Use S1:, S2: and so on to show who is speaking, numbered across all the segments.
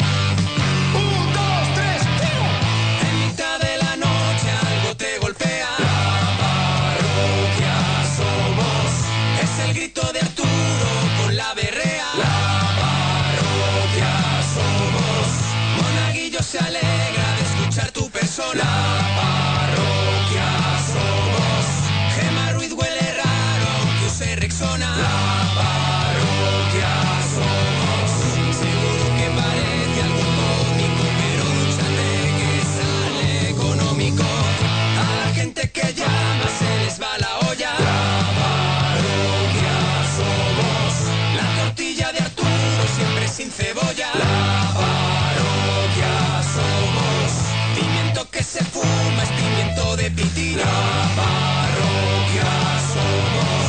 S1: Un, dos, tres, En mitad de la noche algo te golpea. La parroquia somos. Es el grito de Arturo con la berrea. La parroquia somos. Monaguillo se alegra de escuchar tu persona. La parroquia somos. Gema Ruiz huele raro aunque use Rexona. La parroquia somos. Seguro que parece algo cómico, pero dúchate que sale económico. A la gente que llama se les va la olla. La parroquia somos. La tortilla de Arturo siempre sin cebolla. La parroquia somos. Pimiento que se fuma es pimiento de pitina. La parroquia somos.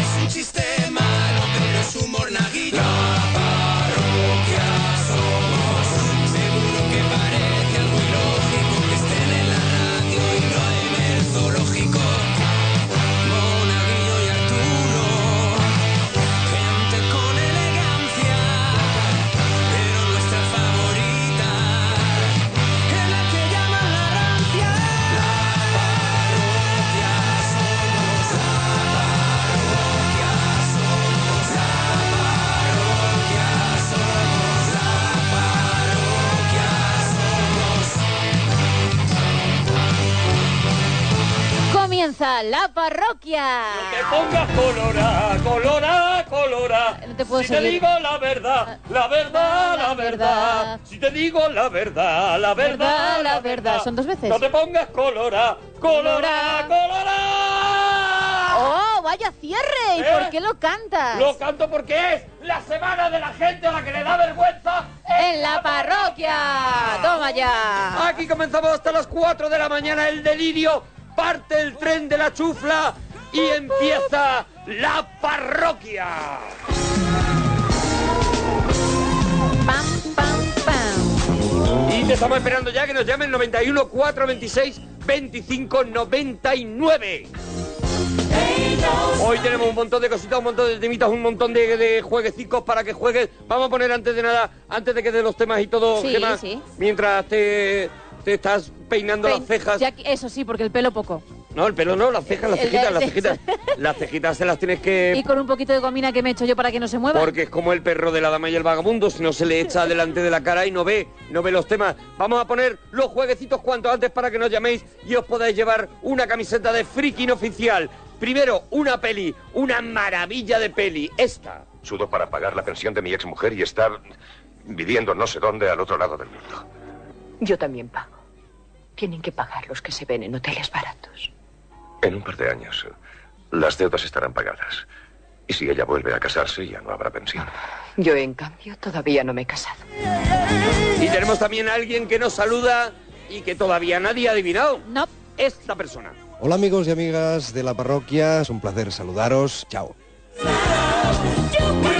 S1: Es un chiste malo, pero es humor naguillo. La parroquia somos. Seguro que parece algo ilógico que estén en la radio y no en el zoológico. Monaguillo y Arturo, gente con elegancia, pero nuestra favorita es la que llaman la rancia. La parroquia somos, la parroquia somos, la parroquia somos, la parroquia
S2: Comienza la parroquia.
S3: Te pongas colora, colora, colora.
S2: puedo
S3: si te
S2: seguir.
S3: digo la verdad, la verdad, la, verdad. Si te digo la verdad, la verdad,
S2: Verdad, la verdad. Son dos veces.
S3: No te pongas colora, colora, colora.
S2: ¡Oh, vaya cierre! ¿Y
S3: ¿Eh?
S2: por qué lo cantas?
S3: Lo canto porque es la semana de la gente a la que le da vergüenza.
S2: ¡En la parroquia! ¡Toma ya!
S3: Aquí comenzamos hasta las 4 de la mañana el delirio. Parte el tren de la chufla y empieza la parroquia.
S2: ¡Pam, pam, pam!
S3: Y te estamos esperando ya que nos llamen 91 426 25 99. Hoy tenemos un montón de cositas, un montón de temitas, un montón de, de jueguecicos para que juegues. Vamos a poner antes de nada, antes de que de los temas y todo,
S2: Sí,
S3: Gemma,
S2: sí.
S3: mientras te, te estás peinando
S2: Ven,
S3: las cejas.
S2: ya que- eso sí, porque el pelo poco.
S3: No, el pelo no, las cejas, las
S2: El-
S3: cejitas,
S2: el-
S3: las cejitas. Las cejitas se las tienes que...
S2: Y con un poquito de gomina que me echo yo para que no se mueva.
S3: Porque es como el perro de la dama y el vagabundo, si no se le echa delante de la cara y no ve, no ve los temas. Vamos a poner los jueguecitos cuanto antes para que nos llaméis y os podáis llevar una camiseta de freaking oficial. Primero, una peli, una maravilla de peli, esta.
S4: Sudo para pagar la pensión de mi exmujer y estar viviendo no sé dónde al otro lado del mundo.
S5: Yo también pago. Tienen que pagar los que se ven en hoteles baratos.
S4: En un par de años, las deudas estarán pagadas. Y si ella vuelve a casarse, ya no habrá pensión.
S5: Yo, en cambio, todavía no me he casado.
S3: Y tenemos también a alguien que nos saluda y que todavía nadie ha adivinado.
S2: No.
S3: Esta persona.
S6: Hola amigos y amigas de la parroquia, es un placer saludaros. Chao.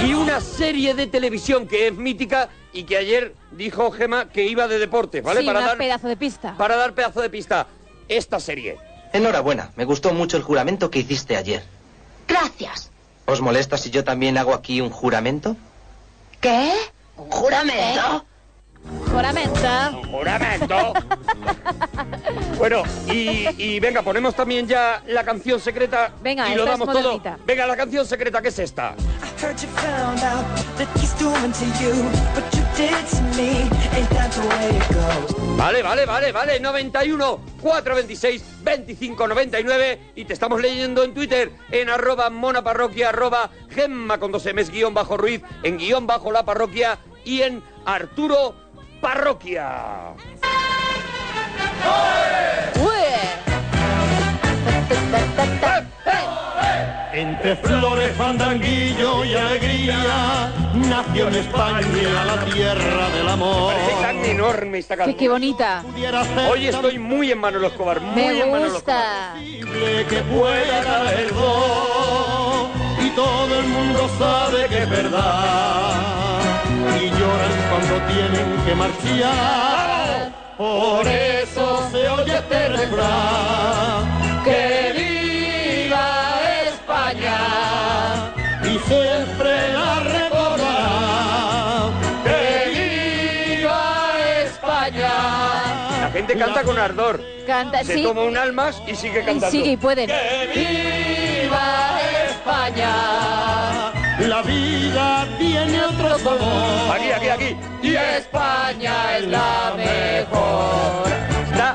S3: Y una serie de televisión que es mítica y que ayer dijo Gema que iba de deportes, ¿vale?
S2: sí,
S3: para,
S2: una
S3: dar,
S2: pedazo de pista.
S3: para dar pedazo de pista. Esta serie.
S7: Enhorabuena, me gustó mucho el juramento que hiciste ayer.
S8: Gracias.
S7: ¿Os molesta si yo también hago aquí un juramento?
S8: ¿Qué? ¿Un juramento?
S2: Juramenta.
S3: ¡Juramento! bueno, y, y venga, ponemos también ya la canción secreta
S2: Venga,
S3: y lo
S2: esta es
S3: damos todo.
S2: modernita.
S3: Venga, la canción secreta, ¿qué es esta?
S9: Heard you found out that he's doing to you what you did to me. Ain't that the way it goes?
S3: Vale, vale, vale, vale. 91 426 25 99 y te estamos leyendo en Twitter en arroba monaparroquia arroba gemma con dos m's guión bajo ruiz en guión bajo la parroquia y en Arturo Parroquia.
S10: Entre flores, fandanguillo y alegría, nació en España la tierra del amor.
S3: Parece tan enorme esta
S2: ¡Qué,
S3: canción.
S2: qué bonita!
S3: Hoy estoy muy en Manolo Escobar, muy
S2: Me
S3: en Manolo Escobar.
S2: gusta.
S10: Posible que pueda caer dos, y todo el mundo sabe que es verdad. Y lloran cuando tienen que marchar. Por este refrán. Que viva España.
S11: y siempre la recordará.
S10: Que viva España.
S3: La gente canta con ardor.
S2: Canta,
S3: Se
S2: sí.
S3: toma un almas y sigue
S2: Y
S3: cantando.
S2: sigue y pueden.
S10: Viva España.
S11: La vida tiene otro sabor.
S3: Aquí, aquí, aquí.
S10: Y España es la mejor.
S3: Está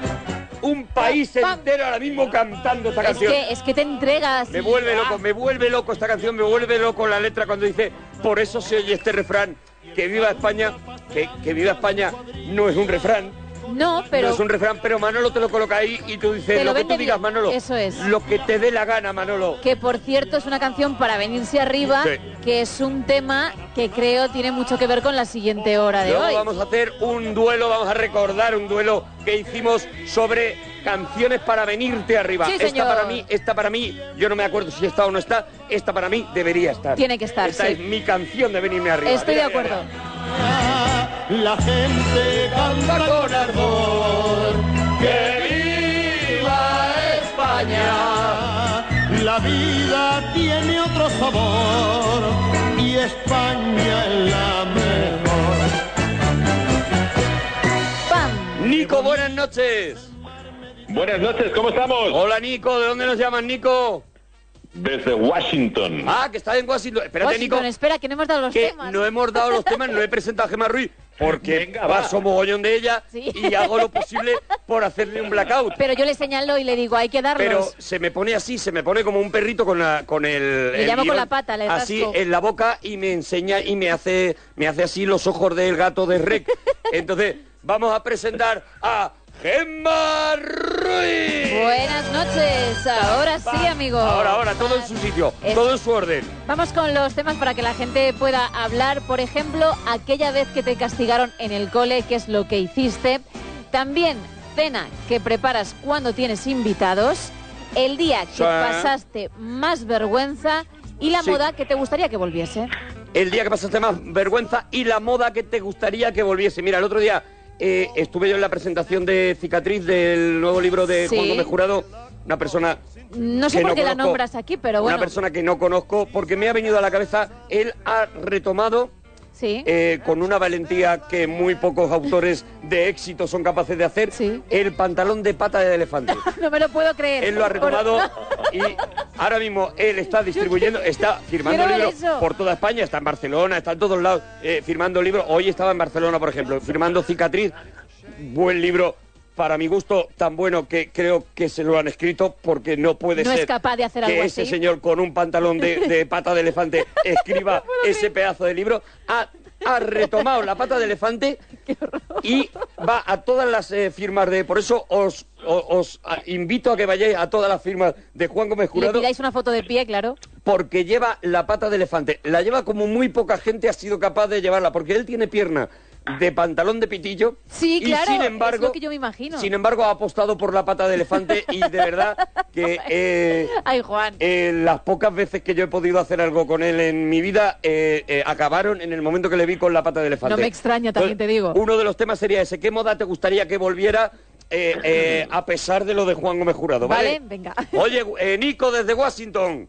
S3: un país
S2: Pam, pam.
S3: entero ahora mismo cantando esta
S2: Es
S3: canción.
S2: que, es que te entregas.
S3: Me
S2: y-
S3: vuelve
S2: ah,
S3: loco, me vuelve loco esta canción, me vuelve loco la letra cuando dice, por eso se oye este refrán, que viva España, que, que viva España, no es un refrán,
S2: No, pero.
S3: no es un refrán, pero Manolo te lo coloca ahí y tú dices,
S2: Te lo
S3: lo, que
S2: vende
S3: tú digas,
S2: bien".
S3: Manolo,
S2: Eso es.
S3: lo que te dé la gana, Manolo.
S2: Que por cierto es una canción para venirse arriba,
S3: Sí.
S2: que es un tema que creo tiene mucho que ver con la siguiente hora de
S3: Luego
S2: hoy.
S3: vamos a hacer un duelo, vamos a recordar un duelo que hicimos sobre canciones para venirte arriba.
S2: Sí,
S3: esta
S2: señor.
S3: para mí, esta para mí, yo no me acuerdo si está o no está, esta para mí debería estar.
S2: Tiene que estar,
S3: Esta
S2: sí.
S3: es mi canción de venirme arriba.
S2: Estoy de
S3: Mira, mira, mira.
S2: acuerdo.
S11: La gente canta con ardor.
S10: Que viva España.
S11: La vida tiene otro sabor. Y España es la mejor.
S2: ¡Pam!
S3: Nico, buenas noches.
S12: Buenas noches, ¿cómo estamos?
S3: Hola Nico, ¿de dónde nos llaman Nico?
S12: Desde Washington.
S3: Ah, que está en Washington. Espérate
S2: Washington,
S3: Nico,
S2: espera, que no hemos dado los
S3: que
S2: temas.
S3: no hemos dado los temas, no he presentado a Gemma Ruiz porque
S12: Venga, va.
S3: paso mogollón de ella
S2: Sí.
S3: y hago lo posible por hacerle un blackout.
S2: Pero yo le señalo y le digo, hay que
S3: Pero
S2: darlos.
S3: se me pone así, se me pone como un perrito con, la, con el.
S2: Le
S3: el
S2: llamo con
S3: guión
S2: la pata, le
S3: Así
S2: rasco.
S3: en la boca y me enseña y me hace, me hace así los ojos del gato de Rec. Entonces, vamos a presentar a Gemma Ruiz.
S2: Buenas noches, ahora sí, amigos.
S3: eh, Ahora, ahora, todo en su sitio,
S2: Es-
S3: todo en su orden.
S2: Vamos con los temas para que la gente pueda hablar. Por ejemplo, aquella vez que te castigaron en el cole, qué es lo que hiciste. También cena que preparas cuando tienes invitados. El día que
S3: Sí.
S2: pasaste más vergüenza. Y la
S3: Sí.
S2: moda que te gustaría que volviese.
S3: El día que pasaste más vergüenza y la moda que te gustaría que volviese. Mira, el otro día eh, estuve yo en la presentación de Cicatriz del nuevo libro de
S2: Sí.
S3: Juan Gómez Jurado, una persona
S2: No sé
S3: que
S2: por qué la
S3: conozco,
S2: nombras aquí, pero bueno.
S3: Una persona que no conozco, porque me ha venido a la cabeza, él ha retomado
S2: Sí.
S3: eh, con una valentía que muy pocos autores de éxito son capaces de hacer,
S2: Sí.
S3: el pantalón de pata de elefante.
S2: no me lo puedo creer.
S3: Él lo ha
S2: Por-
S3: retomado y ahora mismo él está distribuyendo, está firmando
S2: Quiero ver
S3: libros
S2: eso.
S3: por toda España, está en Barcelona, está en todos lados eh, firmando libros. Hoy estaba en Barcelona, por ejemplo, firmando Cicatriz, buen libro. Para mi gusto, tan bueno que creo que se lo han escrito porque no puede
S2: No
S3: ser
S2: es capaz de hacer
S3: que
S2: algo
S3: ese
S2: así.
S3: señor con un pantalón de, de pata de elefante escriba ese pedazo de libro. Ha, ha retomado la pata de elefante y va a todas las eh, firmas de... Por eso os, o- os, ah, invito a que vayáis a todas las firmas de Juan Gómez
S2: Le
S3: Jurado
S2: pidáis una foto de pie, claro.
S3: porque lleva la pata de elefante. La lleva como muy poca gente ha sido capaz de llevarla, porque él tiene pierna de pantalón de pitillo.
S2: Sí,
S3: y
S2: claro,
S3: Sin
S2: es
S3: embargo,
S2: lo que yo me imagino.
S3: Sin embargo, ha apostado por la pata de elefante y de verdad que eh,
S2: Ay, Juan.
S3: eh, las pocas veces que yo he podido hacer algo con él en mi vida eh, eh, acabaron en el momento que le vi con la pata de elefante.
S2: No me extraña, también
S3: Entonces,
S2: te digo.
S3: Uno de los temas sería ese. ¿Qué moda te gustaría que volviera eh, eh, a pesar de lo de Juan Gómez Jurado?
S2: Vale,
S3: Vale,
S2: venga.
S3: Oye, eh, Nico desde Washington.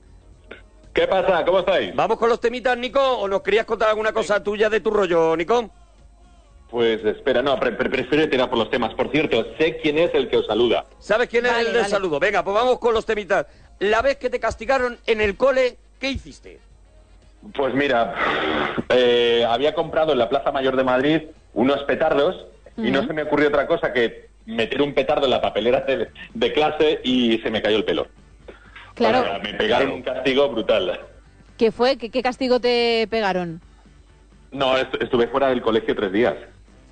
S12: ¿Qué pasa? ¿Cómo estáis?
S3: ¿Vamos con los temitas, Nico? ¿O nos querías contar alguna cosa tuya de tu rollo, Nico?
S12: Pues espera, no, pre- pre- prefiero tirar por los temas. Por cierto, sé quién es el que os saluda.
S3: ¿Sabes quién es
S2: Vale,
S3: el del
S2: vale.
S3: saludo? Venga, pues vamos con los temitas. La vez que te castigaron en el cole, ¿qué hiciste?
S12: Pues mira, eh, había comprado en la Plaza Mayor de Madrid unos petardos y no se me ocurrió otra cosa que meter un petardo en la papelera de, de clase y se me cayó el pelo. O sea,
S2: Claro.
S12: me pegaron un castigo brutal.
S2: ¿Qué fue? ¿Qué, qué castigo te pegaron?
S12: No, est- estuve fuera del colegio tres días.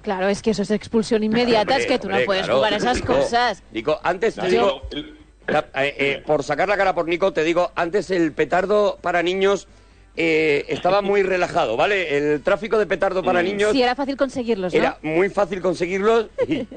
S2: Claro, es que eso es expulsión inmediata, es que tú no
S3: Hombre,
S2: puedes
S3: claro,
S2: jugar a esas
S3: Nico,
S2: cosas.
S3: Nico, antes te
S12: Yo-
S3: digo, la- eh, eh, por sacar la cara por Nico, te digo, antes el petardo para niños eh, estaba muy relajado, ¿vale? El tráfico de petardo para niños
S2: Sí, era fácil conseguirlos, Mm. ¿no?
S3: era muy fácil conseguirlos y,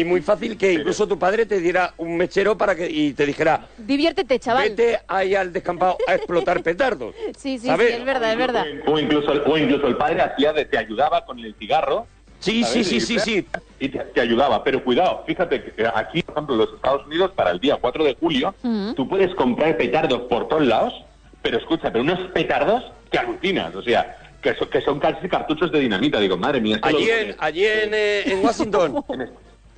S3: y muy fácil que incluso tu padre te diera un mechero para que y te dijera,
S2: Diviértete, chaval.
S3: Vete ahí al descampado a explotar petardos.
S2: Sí, sí, sí,
S3: ¿sabes?
S2: es verdad, es verdad.
S12: O incluso, o incluso el padre hacía de- te ayudaba con el cigarro
S3: Sí,
S12: ¿sabes?
S3: sí,
S12: Y-
S3: sí, sí, sí.
S12: Y te, te ayudaba, pero cuidado, fíjate que eh, aquí, por ejemplo, en los Estados Unidos, para el día 4 de julio,
S2: Mm.
S12: tú puedes comprar petardos por todos lados, pero escucha, pero unos petardos que alucinas, o sea, que, son- que son casi cartuchos de dinamita, digo, madre mía. esto lo-
S3: Allí en, allí en, eh, en Washington.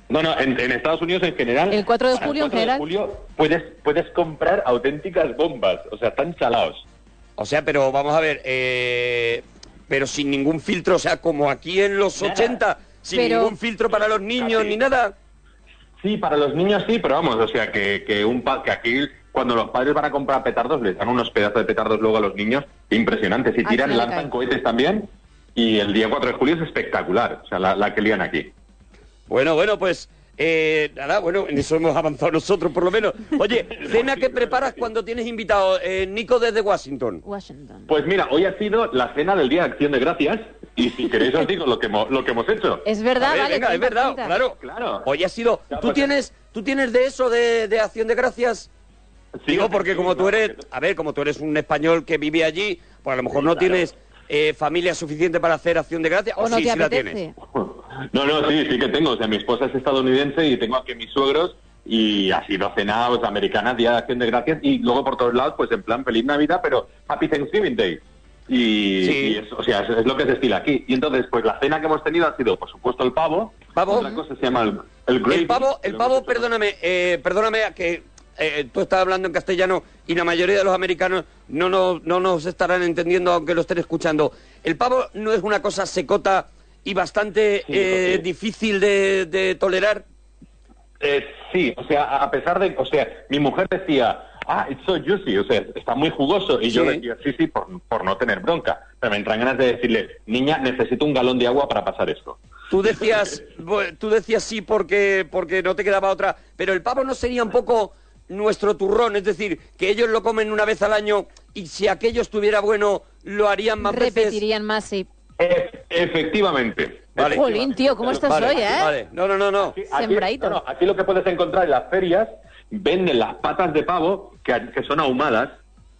S12: No, no, en, en Estados Unidos en general.
S2: El 4 de
S12: para el
S2: julio en
S12: 4 de
S2: general.
S12: julio puedes, puedes comprar auténticas bombas, o sea, están chalaos.
S3: O sea, pero vamos a ver, eh, pero sin ningún filtro, o sea, como aquí en los 80, sin
S12: Pero-
S3: ningún filtro para los niños
S12: Casi.
S3: ni nada.
S12: Sí, para los niños sí, pero vamos, o sea, que, que, un pa- que aquí cuando los padres van a comprar petardos les dan unos pedazos de petardos luego a los niños impresionantes. Y
S2: Ah,
S12: tiran,
S2: sí, me
S12: lanzan
S2: cae.
S12: cohetes también. Y el día 4 de julio es espectacular, o sea, la, la que lían aquí.
S3: Bueno, bueno, pues eh, nada, bueno, en eso hemos avanzado nosotros por lo menos. Oye, cena que preparas cuando tienes invitado, eh, Nico desde Washington.
S2: Washington.
S12: Pues mira, hoy ha sido la cena del Día de Acción de Gracias. Y si queréis os digo lo que, hemos- lo que hemos hecho.
S2: Es verdad,
S3: A ver,
S2: vale.
S3: venga, es
S2: cuenta,
S3: verdad, pues
S2: cuenta.
S3: claro.
S12: Claro.
S3: Hoy ha sido. ¿Tú tienes, tú tienes de eso de, de acción de gracias?
S12: Sí,
S3: Digo, porque como tú eres, a ver, como tú eres un español que vive allí, pues a lo mejor no tienes eh, familia suficiente para hacer acción de gracias. O,
S2: O no
S3: sí,
S2: te
S3: sí la
S2: apetece.
S3: tienes.
S12: No, no, sí, sí que tengo. O sea, mi esposa es estadounidense y tengo aquí a mis suegros y ha sido cena pues, americana, Día de Acción de Gracias y luego por todos lados, pues en plan Feliz Navidad, pero Happy Thanksgiving Day. Y,
S3: Sí.
S12: y es- o sea, es, es lo que se estila aquí. Y entonces, pues la cena que hemos tenido ha sido, por supuesto, el pavo.
S3: Pavo.
S12: Otra cosa se llama el, el gravy,
S3: El pavo,
S12: que
S3: el
S12: lo
S3: pavo,
S12: hemos hecho-
S3: perdóname, eh, perdóname a que eh, tú estás hablando en castellano y la mayoría de los americanos no nos, no nos estarán entendiendo aunque lo estén escuchando. El pavo no es una cosa secota y bastante eh,
S12: sí.
S3: difícil de, de tolerar.
S12: Eh, sí, o sea, a a pesar de, o sea, mi mujer decía, ah, it's so juicy, o sea, está muy jugoso, y yo
S3: Sí.
S12: decía, sí, sí, por, por no tener bronca. Pero me entran ganas de decirle, niña, necesito un galón de agua para pasar esto.
S3: Tú decías, bu- tú decías sí porque, porque no te quedaba otra, pero el pavo no sería un poco nuestro turrón, es decir, que ellos lo comen una vez al año y si aquello estuviera bueno lo harían más veces.
S2: Repetirían más, sí.
S12: E- efectivamente.
S3: Vale.
S2: Jolín, tío, ¿cómo estás
S3: Vale,
S2: hoy, eh?
S3: vale. No, no, no, no.
S2: Sembradito.
S12: no, no, aquí lo que puedes encontrar en las ferias, venden las patas de pavo, que, que son ahumadas.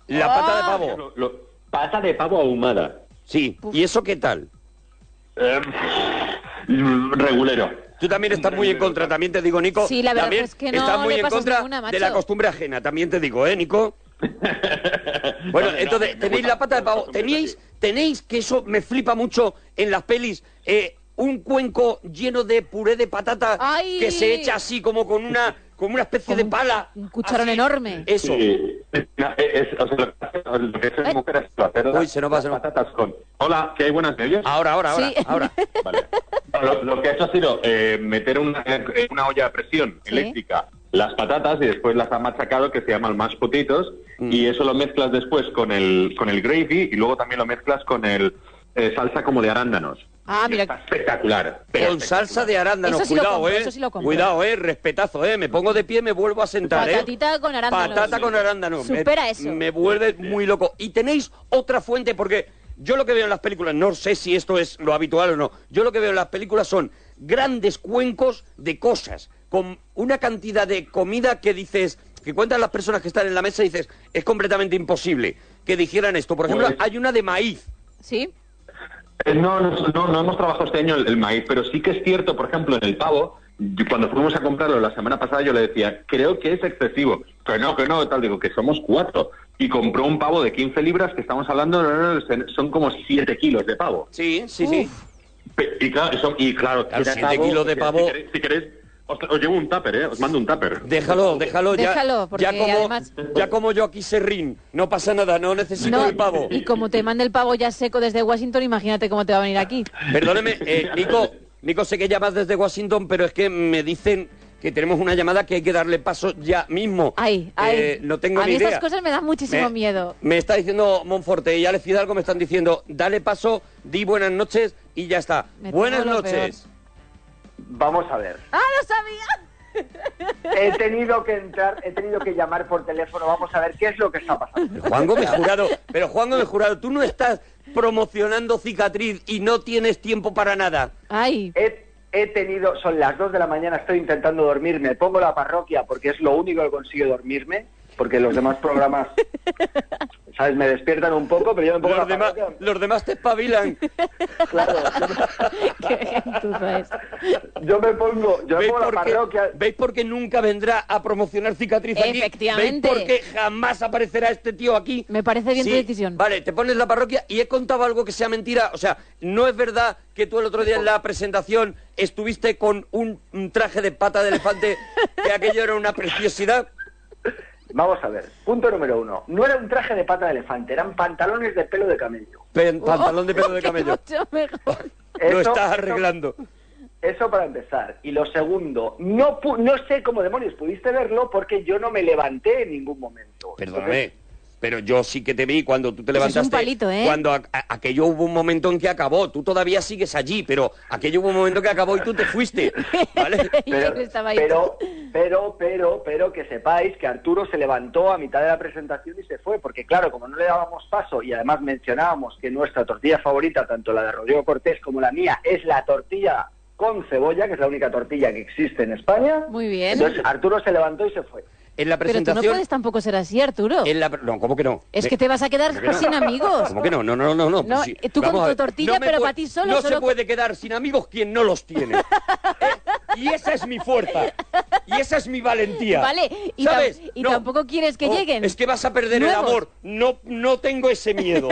S3: La pata
S2: Ah.
S3: de pavo.
S12: Lo- lo- pata de pavo ahumada.
S3: Sí, ¿y eso qué tal?
S12: Eh, regulero.
S3: Tú también estás muy en contra, también te digo, Nico.
S2: Sí, la verdad
S3: también
S2: es que no
S3: estás muy
S2: le
S3: en
S2: pasas
S3: contra
S2: ninguna, macho.
S3: de la costumbre ajena, también te digo, ¿eh, Nico? Bueno,
S12: No, no,
S3: entonces,
S12: me
S3: tenéis
S12: gusta.
S3: la pata de pavo, tenéis, tenéis, que eso me flipa mucho en las pelis, eh, un cuenco lleno de puré de patata
S2: ¡Ay!
S3: que se echa así como con una, como una especie de pala.
S2: Un cucharón
S3: así.
S2: enorme.
S3: Eso.
S12: Sí. No, es- es- o sea, lo que hace- lo que hace
S2: Ay.
S12: la mujer es hacer
S3: Uy, se nos va,
S12: las
S3: se nos va.
S12: patatas con... Hola, ¿qué hay buenas medias?
S3: Ahora, ahora, ahora,
S2: Sí.
S3: ahora.
S12: Vale. No, lo, lo que ha hecho ha sido eh, meter una, en una olla a presión
S2: Sí.
S12: eléctrica las patatas y después las ha machacado que se llaman más potitos
S3: Mm.
S12: y eso lo mezclas después con el con el gravy y luego también lo mezclas con el eh, salsa como de arándanos.
S2: Ah,
S12: Y
S2: mira.
S12: está espectacular.
S3: Con salsa de arándano,
S2: Eso sí lo
S3: cuidado,
S2: compro,
S3: eh.
S2: eso sí lo compro.
S3: cuidado, eh, respetazo, eh. Me pongo de pie, me vuelvo a sentar, eh.
S2: Patatita con arándanos.
S3: Patata con arándano. Me-
S2: Supera eso.
S3: Me vuelve muy loco. Y tenéis otra fuente, porque yo lo que veo en las películas, no sé si esto es lo habitual o no, yo lo que veo en las películas son grandes cuencos de cosas, con una cantidad de comida que dices, que cuentan las personas que están en la mesa y dices, es completamente imposible que dijeran esto. Por ejemplo,
S12: Pues-
S3: hay una de maíz.
S2: ¿Sí?
S12: Eh, No, no, no, no hemos trabajado este año el, el maíz, pero sí que es cierto, por ejemplo, en el pavo, yo- cuando fuimos a comprarlo la semana pasada, yo le decía, creo que es excesivo. Que no, que no, tal, digo, que somos cuatro. Y compró un pavo de 15 libras, que estamos hablando, no, no, se- son como 7 kilos de pavo.
S3: Sí, sí,
S2: Uf.
S3: sí.
S12: Pe- Y claro, eso- y claro,
S3: Claro,
S12: era
S3: siete kilos de
S12: o sea,
S3: pavo.
S12: Si queréis, si queréis, os, os llevo un tupper, ¿eh? Os mando un tupper.
S3: Déjalo, déjalo ya.
S2: Déjalo, porque
S3: ya como,
S2: además-
S3: ya como yo aquí serrín, no pasa nada, no necesito
S2: No,
S3: el pavo.
S2: Y como te manda el pavo ya seco desde Washington, imagínate cómo te va a venir aquí.
S3: Perdóneme, eh, Nico, Nico, sé que llamas desde Washington, pero es que me dicen que tenemos una llamada que hay que darle paso ya mismo.
S2: Ay, ay.
S3: Eh, no tengo
S2: a
S3: ni
S2: mí
S3: idea.
S2: estas cosas me dan muchísimo
S3: Me-
S2: miedo.
S3: Me está diciendo Monforte y Alex Fidalgo me están diciendo, dale paso, di buenas noches y ya está.
S2: Me
S3: buenas
S2: temo lo
S3: noches.
S13: Vamos a ver.
S2: ¡Ah, lo sabía!
S13: He tenido que entrar, he tenido que llamar por teléfono. Vamos a ver qué es lo que está pasando.
S3: Juan Gómez Jurado, pero Juan Gómez Jurado, tú no estás promocionando cicatriz y no tienes tiempo para nada.
S2: Ay,
S13: He, he tenido, son las 2 de la mañana, estoy intentando dormirme. Pongo la parroquia porque es lo único que consigo dormirme, porque los demás programas
S14: ¿sabes? Me despiertan un poco, pero yo me pongo
S3: Los
S14: la
S3: demás,
S14: parroquia.
S3: los demás te espabilan.
S14: Claro. Yo me pongo, yo me
S3: ¿Veis
S14: pongo la
S3: por qué-
S14: parroquia.
S3: ¿Veis por qué nunca vendrá a promocionar cicatriz aquí?
S2: Efectivamente.
S3: ¿Veis por qué jamás aparecerá este tío aquí?
S2: Me parece bien
S3: Sí,
S2: tu decisión.
S3: Vale, te pones la parroquia y he contado algo que sea mentira. O sea, no es verdad que tú el otro día en la presentación estuviste con un, un traje de pata de elefante, que aquello era una preciosidad.
S14: Vamos a ver, punto número uno. No era un traje de pata de elefante, eran pantalones de pelo de camello.
S3: Pe- pantalón de pelo de camello.
S14: Eso-
S3: Lo estás
S14: eso-
S3: arreglando.
S14: Eso para empezar. Y lo segundo, no, pu- no sé cómo demonios pudiste verlo porque yo no me levanté en ningún momento.
S3: Perdóname, pero yo sí que te vi cuando tú
S2: Eso
S3: te
S2: es
S3: levantaste.
S2: un palito, ¿eh?
S3: Cuando a- a- aquello hubo un momento en que acabó. Tú todavía sigues allí, pero aquello hubo un momento que acabó y tú te fuiste. ¿Vale?
S2: Yo no estaba ahí.
S14: Pero, pero, pero, pero que sepáis que Arturo se levantó a mitad de la presentación y se fue, porque claro, como no le dábamos paso y además mencionábamos que nuestra tortilla favorita, tanto la de Rodrigo Cortés como la mía, es la tortilla con cebolla, que es la única tortilla que existe en España.
S2: Muy bien.
S14: Entonces Arturo se levantó y se fue.
S3: En la
S2: Pero tú no
S3: presentación.
S2: puedes tampoco ser así, Arturo.
S3: en la pre- no, ¿cómo que no?
S2: Es
S3: Me-
S2: que te vas a quedar
S3: ¿Cómo que no?
S2: sin amigos.
S3: ¿Cómo que no? No, no, no, no. Pues
S2: No,
S3: sí.
S2: tú con
S3: Vamos a
S2: tu
S3: ver.
S2: tortilla,
S3: me
S2: pero
S3: pu-
S2: para ti solo,
S3: No
S2: solo-
S3: se puede quedar sin amigos quien no los tiene. Eh, y esa es mi fuerza. Y esa es mi valentía.
S2: Vale, y, tam-
S3: ¿Sabes?
S2: y
S3: No.
S2: tampoco quieres que
S3: Oh,
S2: lleguen.
S3: Es que vas a perder el
S2: Nuevos.
S3: amor. No, no tengo ese miedo.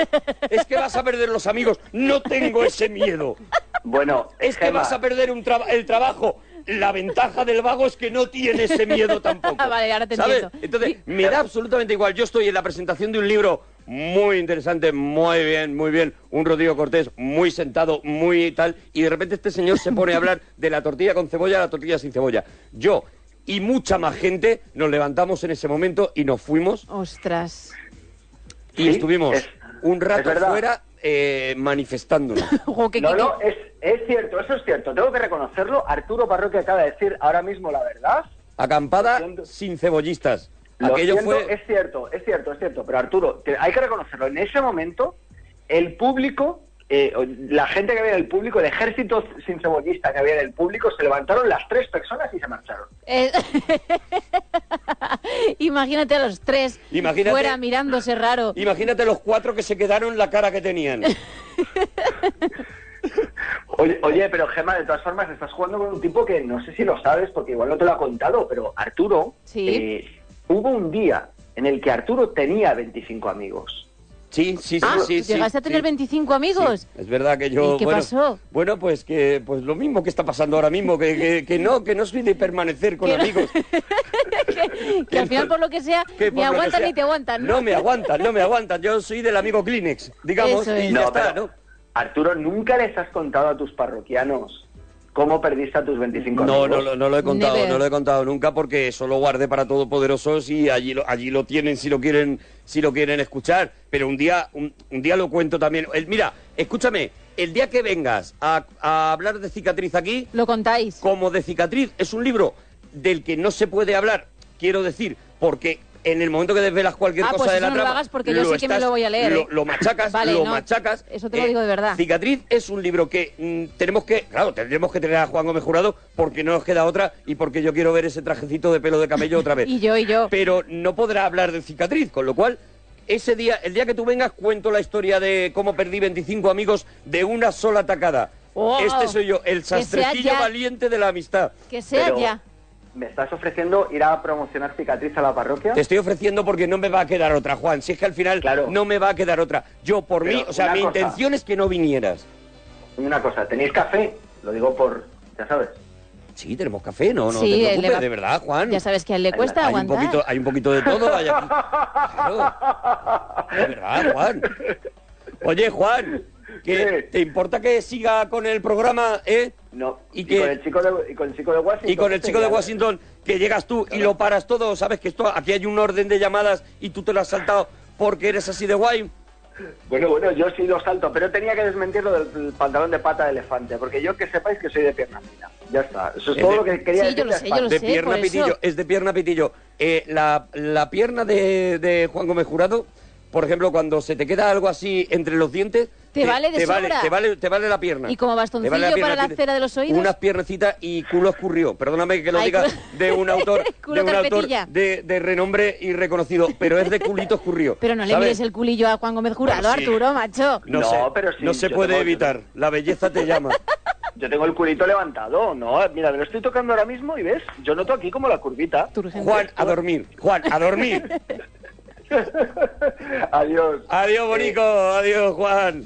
S3: Es que vas a perder los amigos. No tengo ese miedo.
S14: Bueno,
S3: Es que
S14: Gemma,
S3: vas a perder un traba- el trabajo. La ventaja del vago es que no tiene ese miedo tampoco.
S2: Ah, vale, ahora te
S3: ¿Sabes?
S2: entiendo.
S3: Entonces, me da absolutamente igual. Yo estoy en la presentación de un libro muy interesante, muy bien, muy bien. Un Rodrigo Cortés muy sentado, muy tal. Y de repente este señor se pone a hablar de la tortilla con cebolla a la tortilla sin cebolla. Yo y mucha más gente nos levantamos en ese momento y nos fuimos
S2: Ostras.
S3: y
S14: Sí,
S3: estuvimos
S14: es-
S3: un rato
S14: verdad.
S3: fuera eh, manifestándonos.
S2: Ojo, que-
S14: No,
S2: que-
S14: no, es, es cierto, eso es cierto. Tengo que reconocerlo. Arturo Parroquia acaba de decir ahora mismo la verdad.
S3: Acampada sin cebollistas.
S14: Lo
S3: Aquello
S14: siento,
S3: fue
S14: Es cierto, es cierto, es cierto. Pero Arturo, te- hay que reconocerlo. En ese momento, el público, eh, o- la gente que había en el público, el ejército sin cebollista que había en el público, se levantaron las tres personas y se marcharon.
S2: eh, Imagínate a los tres
S3: Imagínate-
S2: fuera mirándose raro.
S3: Imagínate los cuatro que se quedaron la cara que tenían.
S14: Oye, oye, pero Gemma, de todas formas, estás jugando con un tipo que no sé si lo sabes, porque igual no te lo ha contado, pero Arturo,
S2: Sí.
S14: eh, hubo un día en el que Arturo tenía 25 amigos.
S3: Sí, sí, sí,
S2: Ah,
S3: sí. sí,
S2: llegaste a tener
S3: sí.
S2: 25 amigos.
S3: Es verdad que yo.
S2: ¿Y qué
S3: bueno,
S2: pasó?
S3: Bueno, pues que pues lo mismo que está pasando ahora mismo, que, que- que no, que no soy de permanecer con
S2: Que no-
S3: amigos.
S2: que, que al final, por lo que sea, ni
S3: que por lo que
S2: aguantan
S3: sea-
S2: ni te aguantan.
S3: No me aguantan, no me aguantan. Yo soy del amigo Kleenex, digamos,
S2: Eso es.
S3: y ya
S14: No,
S3: está,
S14: pero-
S3: ¿no?
S14: Arturo, ¿nunca les has contado a tus parroquianos cómo perdiste a tus 25
S3: No,
S14: amigos?
S3: no, lo- no lo he contado,
S2: Never.
S3: no lo he contado nunca porque eso lo guardé para todopoderosos y allí lo, allí lo tienen si lo quieren, si lo quieren escuchar. Pero un día, un, un día lo cuento también. El- mira, escúchame, el día que vengas a, a hablar de cicatriz aquí,
S2: Lo contáis.
S3: como de cicatriz, es un libro del que no se puede hablar, quiero decir, porque en el momento que desvelas cualquier
S2: Ah,
S3: cosa
S2: pues
S3: de
S2: eso
S3: la
S2: no lo
S3: trama,
S2: hagas porque yo sí que me lo voy a leer, ¿eh?
S3: Lo, lo machacas,
S2: Vale,
S3: lo
S2: no,
S3: machacas. eh,
S2: eso te lo digo de verdad.
S3: Cicatriz es un libro que mm, tenemos que, claro, tendremos que tener a Juan Gómez Jurado porque no nos queda otra y porque yo quiero ver ese trajecito de pelo de camello otra vez.
S2: Y yo, y yo.
S3: Pero no podrá hablar de cicatriz, con lo cual ese día, el día que tú vengas, cuento la historia de cómo perdí 25 amigos de una sola atacada.
S2: Oh.
S3: este soy yo, el
S2: Que sea
S3: sastrecillo
S2: ya.
S3: valiente de la amistad.
S2: Que sea
S14: Pero-
S2: ya.
S14: ¿Me estás ofreciendo ir a promocionar cicatriz a la parroquia?
S3: Te estoy ofreciendo porque no me va a quedar otra, Juan. Si es que al final
S14: Claro.
S3: no me va a quedar otra. Yo, por
S14: Pero
S3: mí, o sea,
S14: una
S3: mi
S14: cosa.
S3: intención es que no vinieras.
S14: Una cosa, ¿tenéis café? Lo digo por, ya sabes.
S3: Sí, tenemos café, no, no
S2: Sí,
S3: te
S2: le
S3: preocupes,
S2: va-
S3: de verdad, Juan.
S2: Ya sabes que a él le
S14: Hay-
S2: cuesta
S3: hay un,
S2: aguantar.
S3: poquito, hay un poquito de todo. hay aquí. Claro. De verdad, Juan. Oye, Juan, que
S14: ¿Qué?
S3: ¿te importa que siga con el programa, eh?
S14: No.
S3: ¿Y
S14: ¿Y,
S3: qué?
S14: con el chico de, y con el chico de Washington. este
S3: Y con el chico de
S14: Ya,
S3: Washington, que llegas tú y lo paras todo, sabes que esto aquí hay un orden de llamadas y tú te lo has saltado porque eres así de guay.
S14: Bueno, bueno, yo sí lo salto, pero tenía que desmentir lo del pantalón de pata de elefante, porque yo que sepáis que soy de pierna fina. Ya está. Eso es
S3: Es
S14: todo
S3: de-
S14: lo que quería
S2: Sí,
S14: decir.
S2: yo lo sé, yo lo
S3: de
S2: sé,
S3: pierna
S2: por
S3: pitillo,
S2: eso.
S3: es de pierna pitillo. Eh, la, la pierna de, de Juan Gómez Jurado, por ejemplo, cuando se te queda algo así entre los dientes,
S2: Te vale de
S3: te vale,
S2: sobra.
S3: te vale, te vale la pierna.
S2: Y como
S3: Te
S2: bastoncillo
S3: vale pierna,
S2: para la
S3: tiene
S2: cera de los oídos.
S3: Unas piernecitas y culo escurrió. Perdóname que lo
S2: Ay,
S3: diga
S2: culo-
S3: de un autor, de
S2: Culo
S3: un autor
S2: carpetilla.
S3: de, de renombre y reconocido, pero es de culito escurrió.
S2: Pero no le
S3: ¿sabes?
S2: mires el culillo a Juan Gómez Jurado,
S3: Bueno, sí.
S2: Arturo, macho.
S3: No, sé, no se
S13: yo
S3: puede
S13: tengo-
S3: evitar. La belleza te llama.
S13: Yo tengo el culito levantado, no, mira, me lo estoy tocando ahora mismo y ves, yo noto aquí como la curvita.
S3: Juan, a dormir. Juan, a dormir.
S13: adiós.
S3: Adiós, Bonico. Adiós, Juan.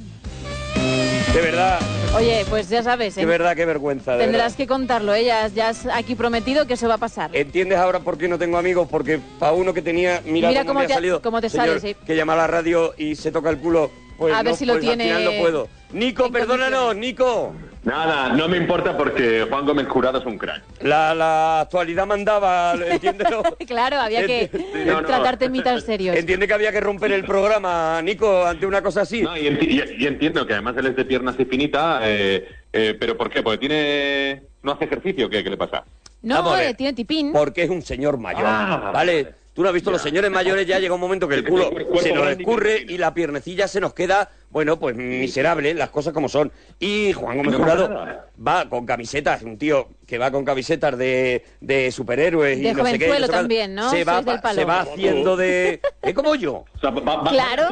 S3: De verdad,
S2: Oye, pues ya sabes,
S3: de
S2: ¿eh?
S3: verdad, qué vergüenza. De verdad.
S2: Tendrás que contarlo, ¿eh? Ya, has- ya has aquí prometido que eso va a pasar.
S3: ¿Entiendes ahora por qué no tengo amigos? Porque para uno que tenía, mira,
S2: Mira
S3: cómo,
S2: cómo
S3: me
S2: te-
S3: ha salido,
S2: cómo te sale,
S3: señor,
S2: sí.
S3: que llama a la radio y se toca el culo, pues,
S2: A ver
S3: no,
S2: si lo
S3: pues,
S2: tiene
S3: al final no puedo. Nico, perdónanos, Nico.
S12: Nada, no me importa porque Juan Gómez Jurado es un crack.
S3: La, la actualidad mandaba, entiéndelo.
S2: Claro, había que
S3: no, no.
S2: tratarte en mitad serios.
S3: Entiende que había que romper el programa, Nico, ante una cosa así.
S12: No, y, enti- y- y entiendo que además él es de piernas y finita, eh, eh, pero ¿por qué? Porque tiene... no hace ejercicio, ¿qué, qué le pasa?
S2: No,
S3: Vamos a
S2: eh,
S3: ver.
S2: tiene tipín.
S3: Porque es un señor mayor,
S12: Ah,
S3: ¿vale? Tú lo has visto, los señores mayores ya llega un momento que el culo se nos escurre y la piernecilla se nos queda, bueno, pues miserable, las cosas como son. Y Juan Gómez
S12: No pasa
S3: Jurado
S12: nada.
S3: va con camisetas, un tío que va con camisetas de, de superhéroes y
S2: De
S3: no sé qué. y no sé
S2: jovenzuelo
S3: cuánto.
S2: también, ¿no?
S3: Se va,
S2: Sois del
S3: pa-
S2: palo.
S3: se va haciendo de... ¿Es como yo?
S2: va- Claro.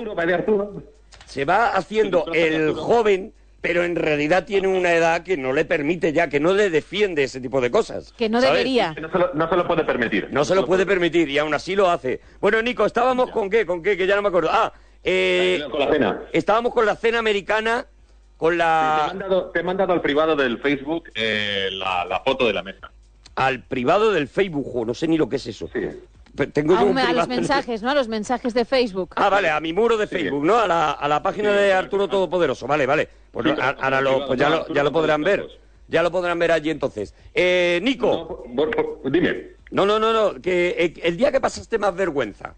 S3: Se va haciendo el joven, pero en realidad tiene una edad que no le permite ya, que no le defiende ese tipo de cosas.
S2: Que no
S3: ¿sabes?
S2: debería.
S12: No se, lo, no se lo puede permitir.
S3: No se lo puede permitir y aún así lo hace. Bueno, Nico, estábamos con qué, con qué, que ya no me acuerdo. Ah, eh,
S12: Con la cena.
S3: Estábamos con la cena americana, con
S12: Te he
S3: la
S12: mandado, te he mandado al privado del Facebook eh, la, la foto de la mesa.
S3: al privado del Facebook, jo, no sé ni lo que es eso. Pero Tengo yo
S2: A,
S3: un
S2: un- a
S3: privado
S2: los
S3: en el-
S2: mensajes, ¿no? A los mensajes de Facebook.
S3: Ah, vale, a mi muro de Facebook, ¿no? A la, a la página de Arturo Todopoderoso, vale, vale. Pues, no, a- ahora lo, pues ya, lo, ya lo podrán ver. Ya lo podrán ver allí entonces. Eh, Nico.
S12: dime.
S3: No, no, no, no, que eh, el día que pasaste más vergüenza.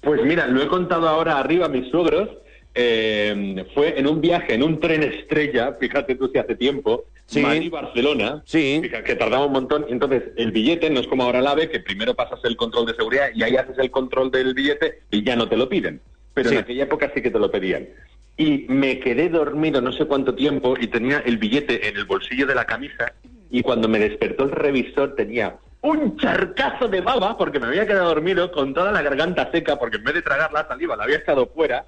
S12: Pues mira, lo he contado ahora arriba a mis suegros. eh, fue en un viaje, en un tren estrella, fíjate tú si hace tiempo, Madrid-Barcelona, fíjate que tardaba un montón. y Entonces, el billete no es como ahora el AVE, que primero pasas el control de seguridad y ahí haces el control del billete y ya no te lo piden. Pero en aquella época sí que te lo pedían. Y me quedé dormido no sé cuánto tiempo y tenía el billete en el bolsillo de la camisa y cuando me despertó el revisor tenía un charcazo de baba porque me había quedado dormido con toda la garganta seca porque en vez de tragar la saliva la había estado fuera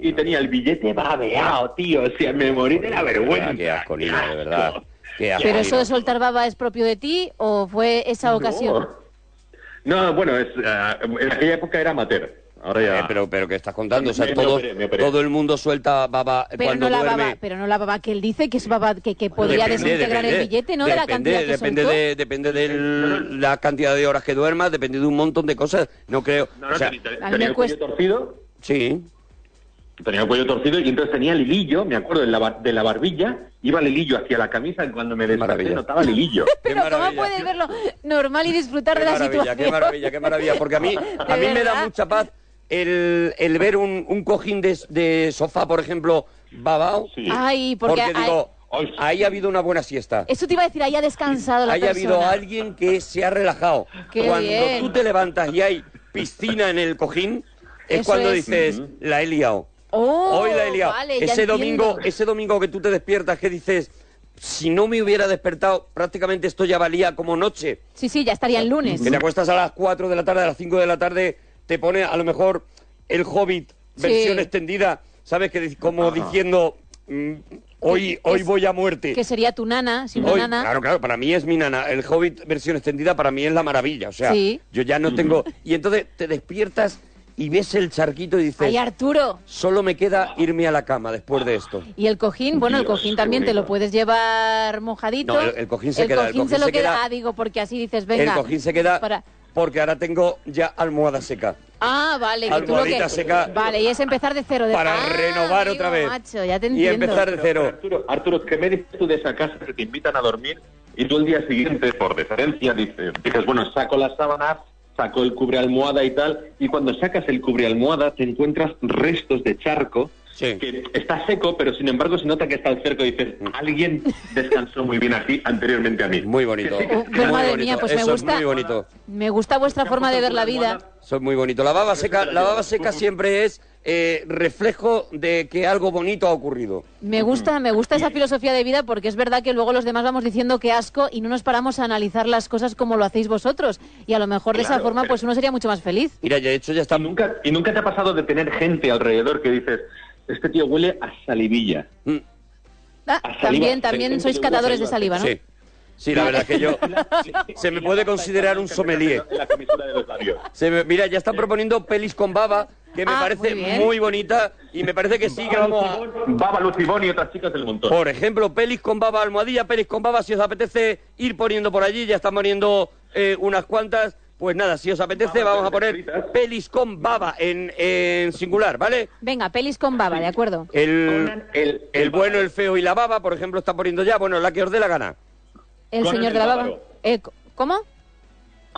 S12: y tenía el billete babeado, tío. O sea, me morí de la vergüenza.
S3: Qué asco, Nino, de verdad. Qué asco,
S2: Pero eso
S3: Nino.
S2: de soltar baba es propio de ti o fue esa
S3: eh,
S2: ocasión?
S12: No, bueno, es, ah, en aquella época era amateur. Ahora ya...
S3: pero, pero ¿qué estás contando? O sea,
S12: Me- me
S3: todo,
S12: operé, me operé.
S3: todo el mundo suelta baba eh,
S2: Pero
S3: cuando
S2: no la
S3: duerme.
S2: baba, pero no la baba que él dice que es baba que, que podría
S3: Depende,
S2: desintegrar
S3: depende,
S2: el billete, ¿no? de la
S3: depende,
S2: cantidad que
S3: depende
S2: soltó.
S3: de Depende de la cantidad de horas que duermas, depende de un montón de cosas. No creo. o sea,
S2: A mí me cuesta.
S12: torcido?
S3: Sí.
S12: Tenía el cuello torcido y entonces tenía el hilillo, me acuerdo, de la, bar- de la barbilla, iba el hilillo hacia la camisa y cuando me desperté notaba el hilillo.
S2: Pero ¿cómo puedes verlo normal y disfrutar de la
S3: maravilla,
S2: situación?
S3: qué maravilla, qué maravilla. Porque a mí, a mí me da
S2: verdad?
S3: mucha paz el, el ver un, un cojín de, de sofá, por ejemplo, babao.
S2: Ay, porque hay-
S3: digo, ahí ha habido una buena siesta.
S2: Eso te iba a decir, ahí ha descansado la
S3: haya
S2: persona.
S3: habido alguien que se ha relajado.
S2: Qué
S3: cuando
S2: bien.
S3: tú te levantas y hay piscina en el cojín, es
S2: Eso
S3: cuando
S2: es.
S3: dices, la he liado.
S2: Oh,
S3: Hoy la he liado.
S2: vale, ya
S3: ese,
S2: entiendo.
S3: domingo, ese domingo que tú te despiertas, que dices, si no me hubiera despertado, prácticamente esto ya valía como noche.
S2: Sí, sí, ya estaría el lunes.
S3: Que te acuestas a las 4 de la tarde, a las 5 de la tarde, te pone a lo mejor el Hobbit,
S2: Sí.
S3: versión extendida, ¿sabes? que di- Como diciendo, mm, hoy, hoy voy a muerte.
S2: Que sería tu nana, si una
S3: Hoy-
S2: nana.
S3: Claro, claro, para mí es mi nana. El Hobbit versión extendida para mí es la maravilla. O sea,
S2: Sí.
S3: yo ya no tengo... Y entonces te despiertas y ves el charquito y dices...
S2: Ay, Arturo.
S3: Solo me queda irme a la cama después de esto.
S2: Y el cojín, bueno, el cojín también te lo puedes llevar mojadito.
S3: No, el- el cojín se
S2: El
S3: queda, el
S2: cojín
S3: cojín
S2: se lo
S3: se
S2: queda.
S3: queda-
S2: Ah, digo, porque así dices, venga.
S3: el cojín se queda
S2: para-
S3: porque ahora tengo ya almohada seca.
S2: Ah, vale. Que tú lo
S3: Almohadita
S2: que...
S3: seca.
S2: Vale, y es empezar de cero. De...
S3: Para
S2: Ah,
S3: renovar otra vez.
S2: macho, ya te
S3: Y
S2: entiendo.
S3: empezar de cero.
S12: Arturo, Arturo, ¿qué me dices tú de esa casa que te invitan a dormir y tú el día siguiente, por deferencia, dices, dices, bueno, saco las sábanas, saco el cubre almohada y tal, y cuando sacas el cubre almohada te encuentras restos de charco que está seco, pero sin embargo se nota que está al cerco y dices, alguien descansó muy bien aquí anteriormente a mí.
S3: Muy bonito.
S2: Pues madre mía, pues me
S3: Eso
S2: gusta,
S3: es muy bonito.
S2: me gusta vuestra forma de ver la vida.
S3: Eso es muy bonito. La baba seca, la baba seca siempre es eh, reflejo de que algo bonito ha ocurrido.
S2: Me gusta, me gusta esa filosofía de vida porque es verdad que luego los demás vamos diciendo que asco y no nos paramos a analizar las cosas como lo hacéis vosotros. Y a lo mejor de esa
S12: Claro,
S2: forma pues uno sería mucho más feliz.
S3: Mira, ya hecho, ya está.
S12: ¿Y nunca, y nunca te ha pasado de tener gente alrededor que dices, este tío huele a salivilla.
S3: Mm.
S2: Ah, también, también
S12: Gente
S2: sois
S12: que
S2: catadores de
S12: huele a
S2: saliva, ¿no?
S3: Sí. Sí, la verdad es que yo se me puede considerar un sommelier. Se me- mira, ya están proponiendo pelis con baba que me
S12: Ah,
S3: parece
S12: muy
S3: muy,
S12: bien.
S3: bonita y me parece que sí que
S12: Baba
S3: vamos a-
S12: Baba Lucibón y otras chicas del montón.
S3: Por ejemplo, pelis con baba, almohadilla, pelis con baba, si os apetece ir poniendo por allí, ya están poniendo eh, unas cuantas. Pues nada, si os apetece, vamos a poner pelis con baba en, en singular, ¿vale?
S2: Venga, pelis con baba, ¿de acuerdo?
S3: Eh, El, el, bueno, el feo y la baba, por ejemplo, está poniendo ya, bueno, la que os dé la gana.
S2: El
S3: Conan
S2: señor
S3: el
S2: de la baba.
S3: bávaro.
S2: Eh, ¿Cómo?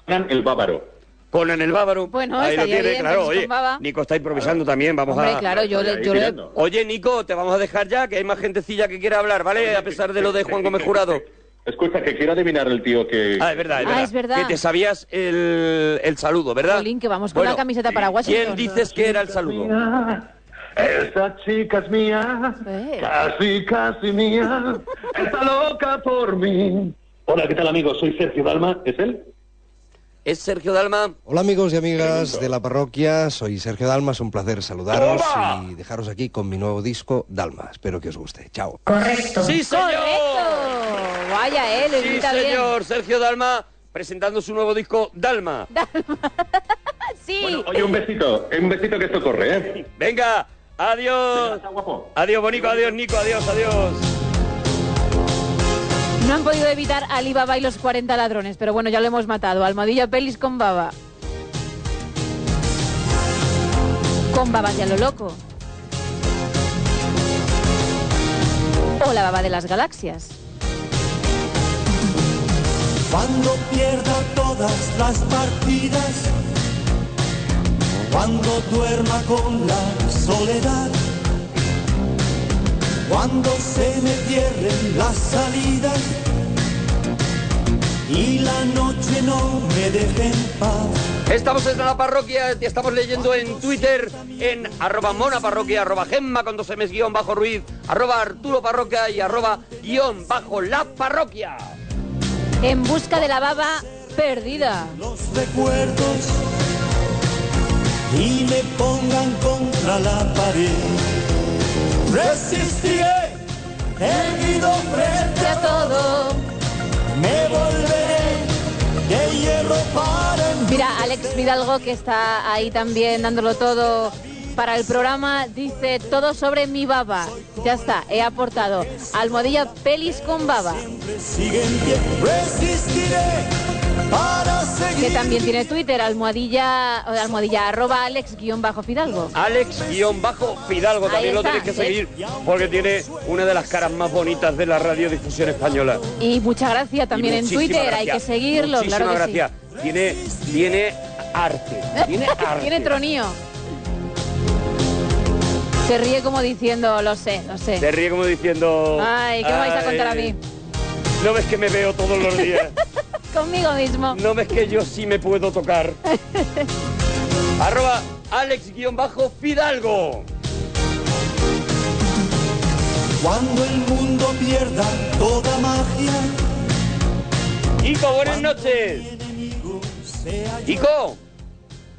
S12: Conan el bávaro.
S3: Conan el bávaro.
S2: Bueno,
S3: ahí lo
S2: estaría
S3: tiene,
S2: bien,
S3: claro.
S2: pelis con
S3: Oye,
S2: baba.
S3: Nico está improvisando también, vamos
S2: Hombre,
S3: a...
S2: claro, yo le- yo le- Tirando.
S3: Oye, Nico, te vamos a dejar ya, que hay más gentecilla que quiere hablar, ¿vale? a pesar de lo de Juan Gómez Jurado.
S12: Escucha, que quiero adivinar el tío que...
S3: Ah, es verdad, es
S2: Ah,
S3: verdad.
S2: es verdad.
S3: Que te sabías el, el saludo, ¿verdad?
S2: Jolín, que vamos con
S3: Ah, Bueno,
S2: la camiseta para Washington.
S3: ¿Quién dices que era el saludo?
S11: Esa chica es mía,
S2: Eh,
S11: casi, casi mía, está loca por mí.
S12: Hola, ¿qué tal, amigos? Soy Sergio Dalma. ¿Es él?
S3: Es Sergio Dalma.
S5: Hola amigos y amigas de la parroquia, soy Sergio Dalma, es un placer saludaros y dejaros aquí con mi nuevo disco Dalma. Espero que os guste. Chao.
S3: Sí, señor.
S2: Correcto. Vaya, eh, le
S3: Sí,
S2: grita bien.
S3: señor. Sergio Dalma presentando su nuevo disco, Dalma.
S2: Sí.
S12: Oye, un besito, un besito que esto corre, ¿eh?
S3: Venga, adiós. Adiós, Bonico, adiós, Nico, adiós, adiós.
S2: No han podido evitar a Alibaba y los 40 ladrones, pero bueno, ya lo hemos matado. Almohadilla pelis con baba. Con babas y a lo loco. O la baba de las galaxias.
S1: Cuando pierda todas las partidas, cuando duerma con la soledad, cuando se me cierren las salidas y la noche no me deje en paz.
S3: Estamos en la parroquia, te estamos leyendo en Twitter, en arroba mona parroquia, arroba gemma con dos m's guión bajo ruiz, arroba arturo parroquia y arroba guión bajo la parroquia.
S2: En busca de la baba perdida.
S1: recuerdos y me pongan contra la pared. Resistiré, erguido frente a
S2: todo,
S1: me volveré de hierro para en
S2: Mira, Alex Vidalgo, que está ahí también dándolo todo para el programa, dice todo sobre mi baba. Ya está, he aportado. Almohadilla pelis con baba.
S1: sigue en pie. Resistiré para
S2: Que
S1: seguir.
S2: también tiene Twitter, almohadilla, o almohadilla arroba Alex guión bajo Fidalgo.
S3: Alex guión bajo Fidalgo,
S2: Ahí
S3: también lo
S2: está,
S3: tenéis que
S2: ¿ves?
S3: seguir porque tiene una de las caras más bonitas de la radiodifusión española.
S2: Y mucha gracia también
S3: Y
S2: en
S3: muchísimas
S2: Twitter, hay que
S3: gracias.
S2: seguirlo,
S3: Muchísimas
S2: claro que
S3: gracias. Tiene, tiene arte.
S2: sí.
S3: Tiene arte.
S2: Tiene tronío. Se ríe como diciendo, lo sé, lo sé.
S3: Se ríe como diciendo.
S2: Ay, ¿qué me vais a contar a
S3: "Ay,
S2: mí?
S3: No ves que me veo todos los días.
S2: Conmigo mismo.
S3: no ves que yo sí me puedo tocar. Arroba Alex guión bajo Fidalgo.
S1: Cuando el mundo pierda toda magia.
S3: Kiko, buenas noches. Kiko.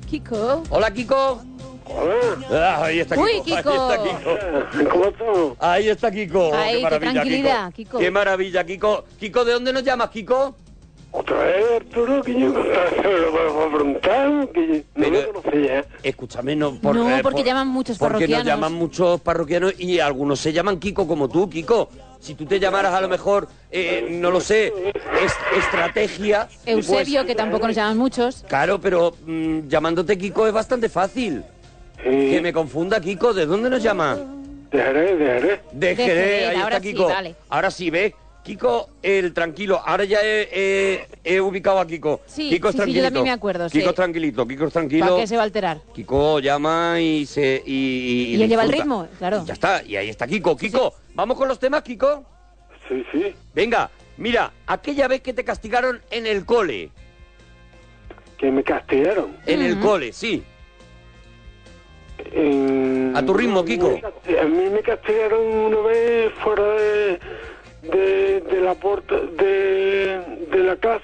S2: Kiko.
S3: Hola, Kiko. Ah, ahí está Kiko.
S2: Uy, Kiko.
S3: Ahí está Kiko. Ahí
S2: Ay, qué
S3: está Kiko. qué maravilla,
S2: tranquilidad,
S3: Kiko.
S2: Kiko.
S3: Qué maravilla, Kiko. Kiko, ¿de dónde nos llamas, Kiko?
S15: Otra vez, Arturo, que yo lo voy a preguntar, que no me conocía.
S3: Escúchame, no por
S2: No,
S3: eh,
S2: porque llaman muchos
S3: Porque nos
S2: parroquianos.
S3: llaman muchos parroquianos y algunos se llaman Kiko como tú, Kiko. Si tú te llamaras a lo mejor, eh, no lo sé, es- estrategia.
S2: Eusebio,
S3: pues-
S2: que tampoco nos llaman muchos.
S3: Claro, pero mm, llamándote Kiko es bastante fácil. Que me confunda, Kiko, ¿de dónde nos llama?
S15: Dejaré, dejaré.
S3: De
S15: De
S3: Jerez,
S15: Jerez,
S3: ahí
S15: ahora
S3: está
S15: sí,
S3: Kiko.
S15: vale.
S3: Ahora sí, ve Kiko el tranquilo. Ahora ya he, he- he ubicado a Kiko.
S2: Sí,
S3: Kiko es
S2: sí, sí, yo
S3: tranquilito.
S2: también me acuerdo, sí.
S3: Kiko es tranquilito, Kiko es
S2: ¿Para
S3: tranquilo.
S2: qué se va a alterar?
S3: Kiko llama y se. Y, y- y
S2: Y, él lleva el
S3: disfruta.
S2: ritmo, claro.
S3: Ya está, y ahí está Kiko. Kiko, ¿vamos con los temas, Kiko?
S15: Sí, sí.
S3: Venga, mira, aquella vez que te castigaron en el cole.
S15: Que me castigaron.
S3: En el cole, sí.
S15: Eh,
S3: A tu ritmo, Kiko.
S15: A mí me castigaron una vez fuera de, de, de la puerta de, de la clase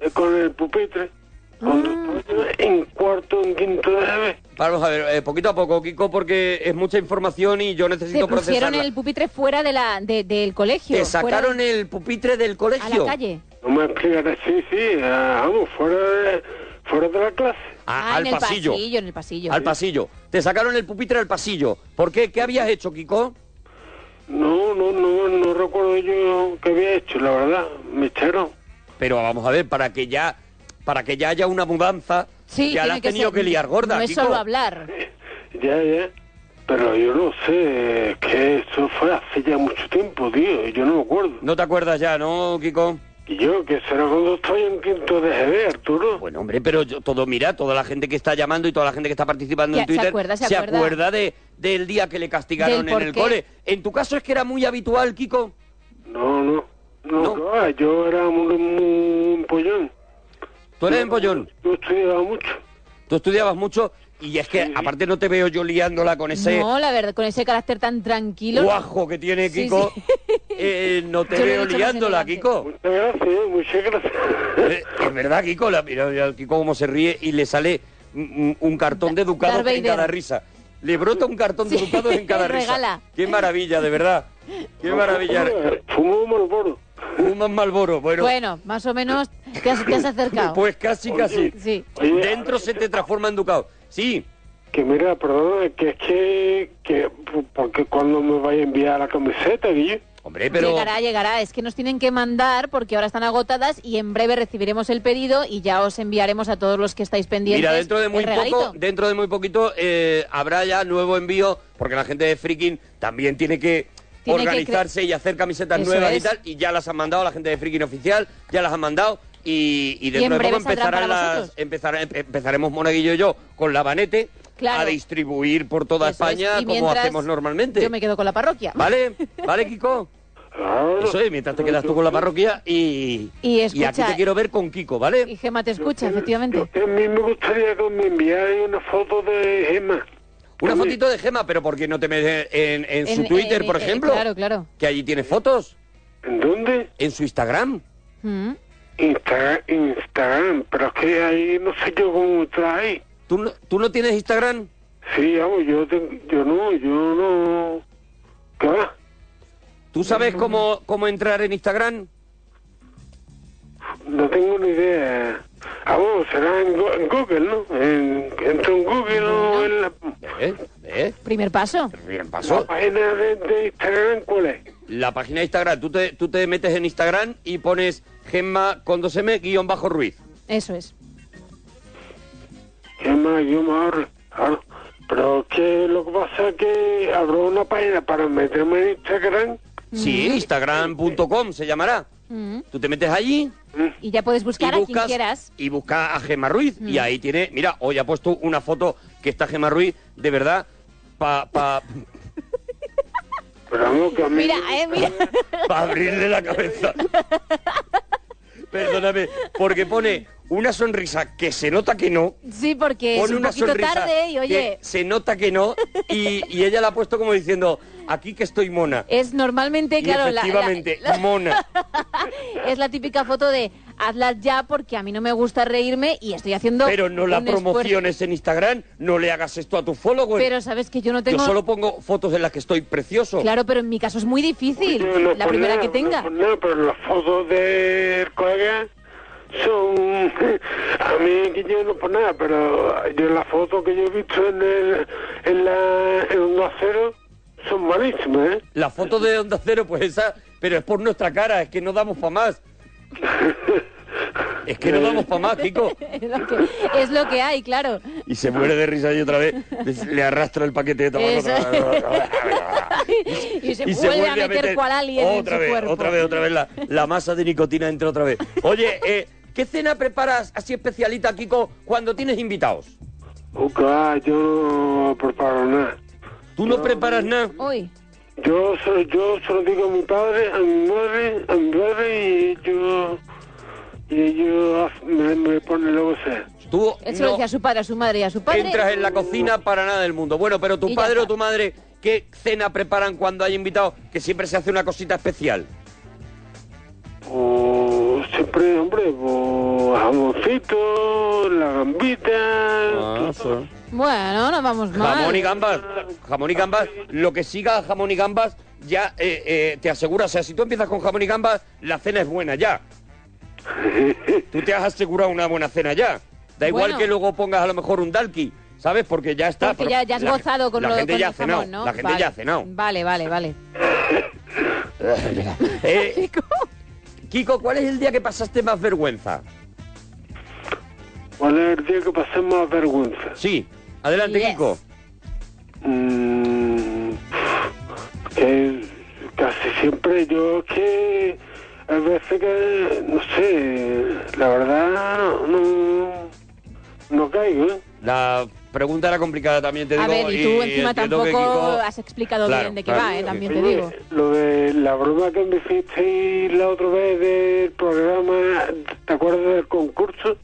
S15: eh, con el pupitre. Cuando estaba yo en cuarto, en quinto de vez.
S3: Vamos a ver, eh, poquito a poco, Kiko, porque es mucha información y yo
S2: Te
S3: necesito
S2: pusieron
S3: procesarla.
S2: el pupitre fuera de la, de- del colegio.
S3: Te
S2: fuera
S3: sacaron el pupitre del
S2: a
S3: colegio.
S2: la calle.
S15: No me explicarás, sí, sí, eh, vamos, fuera de, fuera de la clase.
S3: A-
S2: Ah,
S3: al
S2: en el
S3: pasillo.
S2: pasillo, en el pasillo.
S3: Al pasillo. Te sacaron el pupitre al pasillo. ¿Por qué? ¿Qué habías hecho, Kiko?
S15: No, no, no, no recuerdo yo qué había hecho, la verdad, me echaron.
S3: Pero vamos a ver, para que ya, para que ya haya una mudanza,
S2: Sí,
S3: ya
S2: tiene
S3: la has tenido
S2: ser-
S3: que liar gorda,
S2: No es
S3: Kiko.
S2: solo hablar.
S15: Ya, ya. ¿Eh? Pero yo no sé, es que eso fue hace ya mucho tiempo, tío, yo no me acuerdo.
S3: No te acuerdas ya, ¿no, Kiko?
S15: Y yo, que será cuando estoy en quinto de GB, Arturo.
S3: Bueno, hombre, pero yo, todo, mira, toda la gente que está llamando y toda la gente que está participando
S2: Ya,
S3: en
S2: se
S3: Twitter
S2: acuerda, se acuerda.
S3: de, del día que le castigaron
S2: Del
S3: en
S2: por
S3: el
S2: qué.
S3: cole. En tu caso es que era muy habitual, Kiko.
S15: No, no, no, no, yo era muy, muy empollón.
S3: ¿Tú eres empollón?
S15: Yo estudiaba mucho.
S3: Tú estudiabas mucho y es que aparte no te veo yo liándola con ese
S2: No, la verdad, con ese carácter tan tranquilo.
S3: guajo que tiene
S2: Sí,
S3: Kiko. Eh, no te
S2: Yo lo he
S3: veo
S2: dicho más
S3: liándola, Kiko. Eh,
S15: Muchas gracias, eh, muchas gracias.
S3: es verdad, Kiko, la, mira, mira, Kiko cómo se ríe y le sale un, un- un cartón de
S2: Darth
S3: ducados en
S2: Vader.
S3: cada risa. Le brota un cartón de ducados en cada risa.
S2: regala.
S3: Qué maravilla, de verdad. Qué maravilla.
S15: Fumo Malboro.
S3: Fumas Malboro, bueno.
S2: Bueno, más o menos te has, te has acercado.
S3: Pues casi, casi.
S2: Sí.
S3: Dentro se te transforma en ducado. Sí.
S15: Que mira, perdona, que es que, que, porque cuando me vais a enviar la camiseta, Guille.
S3: Hombre,
S2: Llegará, llegará. Es que nos tienen que mandar porque ahora están agotadas y en breve recibiremos el pedido y ya os enviaremos a todos los que estáis pendientes.
S3: Mira, dentro de muy
S2: el regalito.
S3: poco, dentro de muy poquito eh, habrá ya nuevo envío, porque la gente de Freaking también tiene que
S2: Tiene que
S3: organizarse y hacer camisetas
S2: Eso
S3: nuevas y
S2: es.
S3: tal, y ya las han mandado la gente de Freaking oficial, ya las han mandado y, y
S2: Y
S3: dentro
S2: en
S3: de poco
S2: breve saldrán
S3: empezarán
S2: para
S3: las
S2: vosotros.
S3: empezará- empe- empezaremos Monaguillo y yo con la vanete
S2: Claro.
S3: a distribuir por toda
S2: Eso es.
S3: España
S2: Y
S3: como
S2: mientras,
S3: hacemos normalmente.
S2: Yo me quedo con la parroquia.
S3: ¿Vale? ¿Vale, Kiko? Eso es, mientras te quedas tú con la parroquia y,
S2: Y
S3: aquí
S2: escucha-
S3: te quiero ver con Kiko, ¿vale?
S2: Y Gema te escucha, efectivamente.
S15: A mí me gustaría que me enviarais una foto de Gemma.
S3: Una fotito de Gema, pero ¿por qué no te metes en, en su
S2: En-
S3: Twitter,
S2: en-
S3: por
S2: eh,
S3: ejemplo?
S2: Claro, claro.
S3: Que allí tiene fotos.
S15: ¿En dónde?
S3: En su Instagram.
S2: Mm.
S15: Insta- Instagram, pero es que ahí no sé yo cómo está ahí.
S3: ¿Tú no, ¿Tú no tienes Instagram?
S15: Sí, vamos, yo, te- yo no, yo no. ¿Qué va?
S3: ¿Tú sabes cómo, cómo entrar en Instagram?
S15: No tengo ni idea. Ah, bueno, será en, Go- en Google, ¿no? En, entro en Google o en la,
S2: Primer paso.
S3: Bien, pasó.
S15: la página de, de Instagram, ¿cuál es?
S3: La página de Instagram. Tú te, tú te metes en Instagram y pones Gemma con 2M guión bajo Ruiz.
S2: Eso es.
S15: Gemma, yo me ahorro. ahorro. Pero que lo que pasa es que abro una página para meterme en Instagram.
S3: Sí, instagram.com se llamará.
S2: Mm.
S3: Tú te metes allí
S2: Y ya puedes buscar
S3: Y
S2: a
S3: buscas-
S2: quien quieras.
S3: y busca a Gemma Ruiz.
S2: Mm.
S3: Y ahí tiene, mira, hoy ha puesto una foto que está Gemma Ruiz, de verdad, pa, pa,
S15: Pero vamos, que a mí.
S2: Mira, eh, mira.
S3: para abrirle la cabeza. Perdóname, porque pone una sonrisa que se nota que no.
S2: Sí, porque es
S3: Pone
S2: un
S3: una
S2: poquito
S3: sonrisa
S2: tarde ¿eh? y
S3: que
S2: oye,
S3: se nota que no. Y, y ella la ha puesto como diciendo, aquí que estoy mona.
S2: es normalmente,
S3: Y
S2: claro, la- la,
S3: efectivamente, mona.
S2: Es la típica foto de hazla ya porque a mí no me gusta reírme y estoy haciendo.
S3: Pero no la
S2: un esfuerzo".
S3: promociones en Instagram, no le hagas esto a tu followers.
S2: Pero sabes que yo no tengo.
S3: Yo solo pongo fotos en las que estoy precioso.
S2: Claro, pero en mi caso es muy difícil.
S15: No,
S2: la
S15: por
S2: primera
S15: nada,
S2: que tenga.
S15: No, por nada, pero las fotos del colega son... A mí que yo no por nada, pero yo las fotos que yo he visto en el en la en Onda Cero son malísimas, ¿eh?
S3: La foto de Onda Cero, pues esa, pero es por nuestra cara, es que no damos pa' más. Es que no damos pa' más, Kiko.
S2: es, lo que, es lo que hay, claro.
S3: y se muere de risa y otra vez le arrastra el paquete de tabaco.
S2: Eso.
S3: otra vez. Ah.
S2: y se vuelve a meter, cual alien en
S3: otra
S2: su
S3: vez,
S2: cuerpo.
S3: Otra vez, otra vez la, la masa de nicotina entra otra vez. Oye, eh, ¿qué cena preparas así especialita, Kiko, cuando tienes invitados?
S15: Uca, yo no preparo nada.
S3: ¿Tú no preparas nada?
S2: Hoy.
S15: Yo, se- yo se lo digo a mi padre, a mi madre, a mi padre y yo... Y ellos me, me ponen luego sed.
S3: Tú
S2: Eso lo decía a su padre, a su madre y a su padre. mm.
S3: entras en la cocina para nada del mundo. Bueno, pero tu
S2: Y ya
S3: padre o
S2: está.
S3: tu madre, ¿qué cena preparan cuando hay invitados? Que siempre se hace una cosita especial.
S15: Pues siempre, hombre, pues jamoncito, la gambita... todo.
S2: Bueno, no vamos mal.
S3: Jamón y gambas, jamón y gambas, lo que siga jamón y gambas, ya eh, eh, te aseguro, o sea, si tú empiezas con jamón y gambas, la cena es buena ya. Tú te has asegurado una buena cena ya. Da igual
S2: Bueno.
S3: que luego pongas a lo mejor un dalki, ¿sabes? Porque ya está.
S2: Porque
S3: pero
S2: ya, ya has
S3: la-
S2: gozado con
S3: la
S2: lo
S3: gente
S2: con
S3: ya
S2: el
S3: ha cenado,
S2: jamón, ¿no?
S3: La gente
S2: Vale.
S3: ya ha cenado.
S2: Vale, vale, vale.
S3: Eh, Kiko, ¿cuál es el día que pasaste más vergüenza?
S15: ¿Cuál es el día que pasé más vergüenza?
S3: Sí, adelante,
S15: Yes.
S3: Kiko.
S15: Mm, que casi siempre yo que a veces que no sé la verdad no no, no caigo ¿eh?
S3: La pregunta era complicada también, te digo.
S2: A ver, y tú encima
S3: entiendo
S2: tampoco
S3: que Kiko-
S2: has explicado
S3: Claro,
S2: bien de qué
S3: claro.
S2: va, ¿eh? también te
S15: Oye,
S2: digo.
S15: lo de la broma que me hicisteis la otra vez del programa te acuerdas del concurso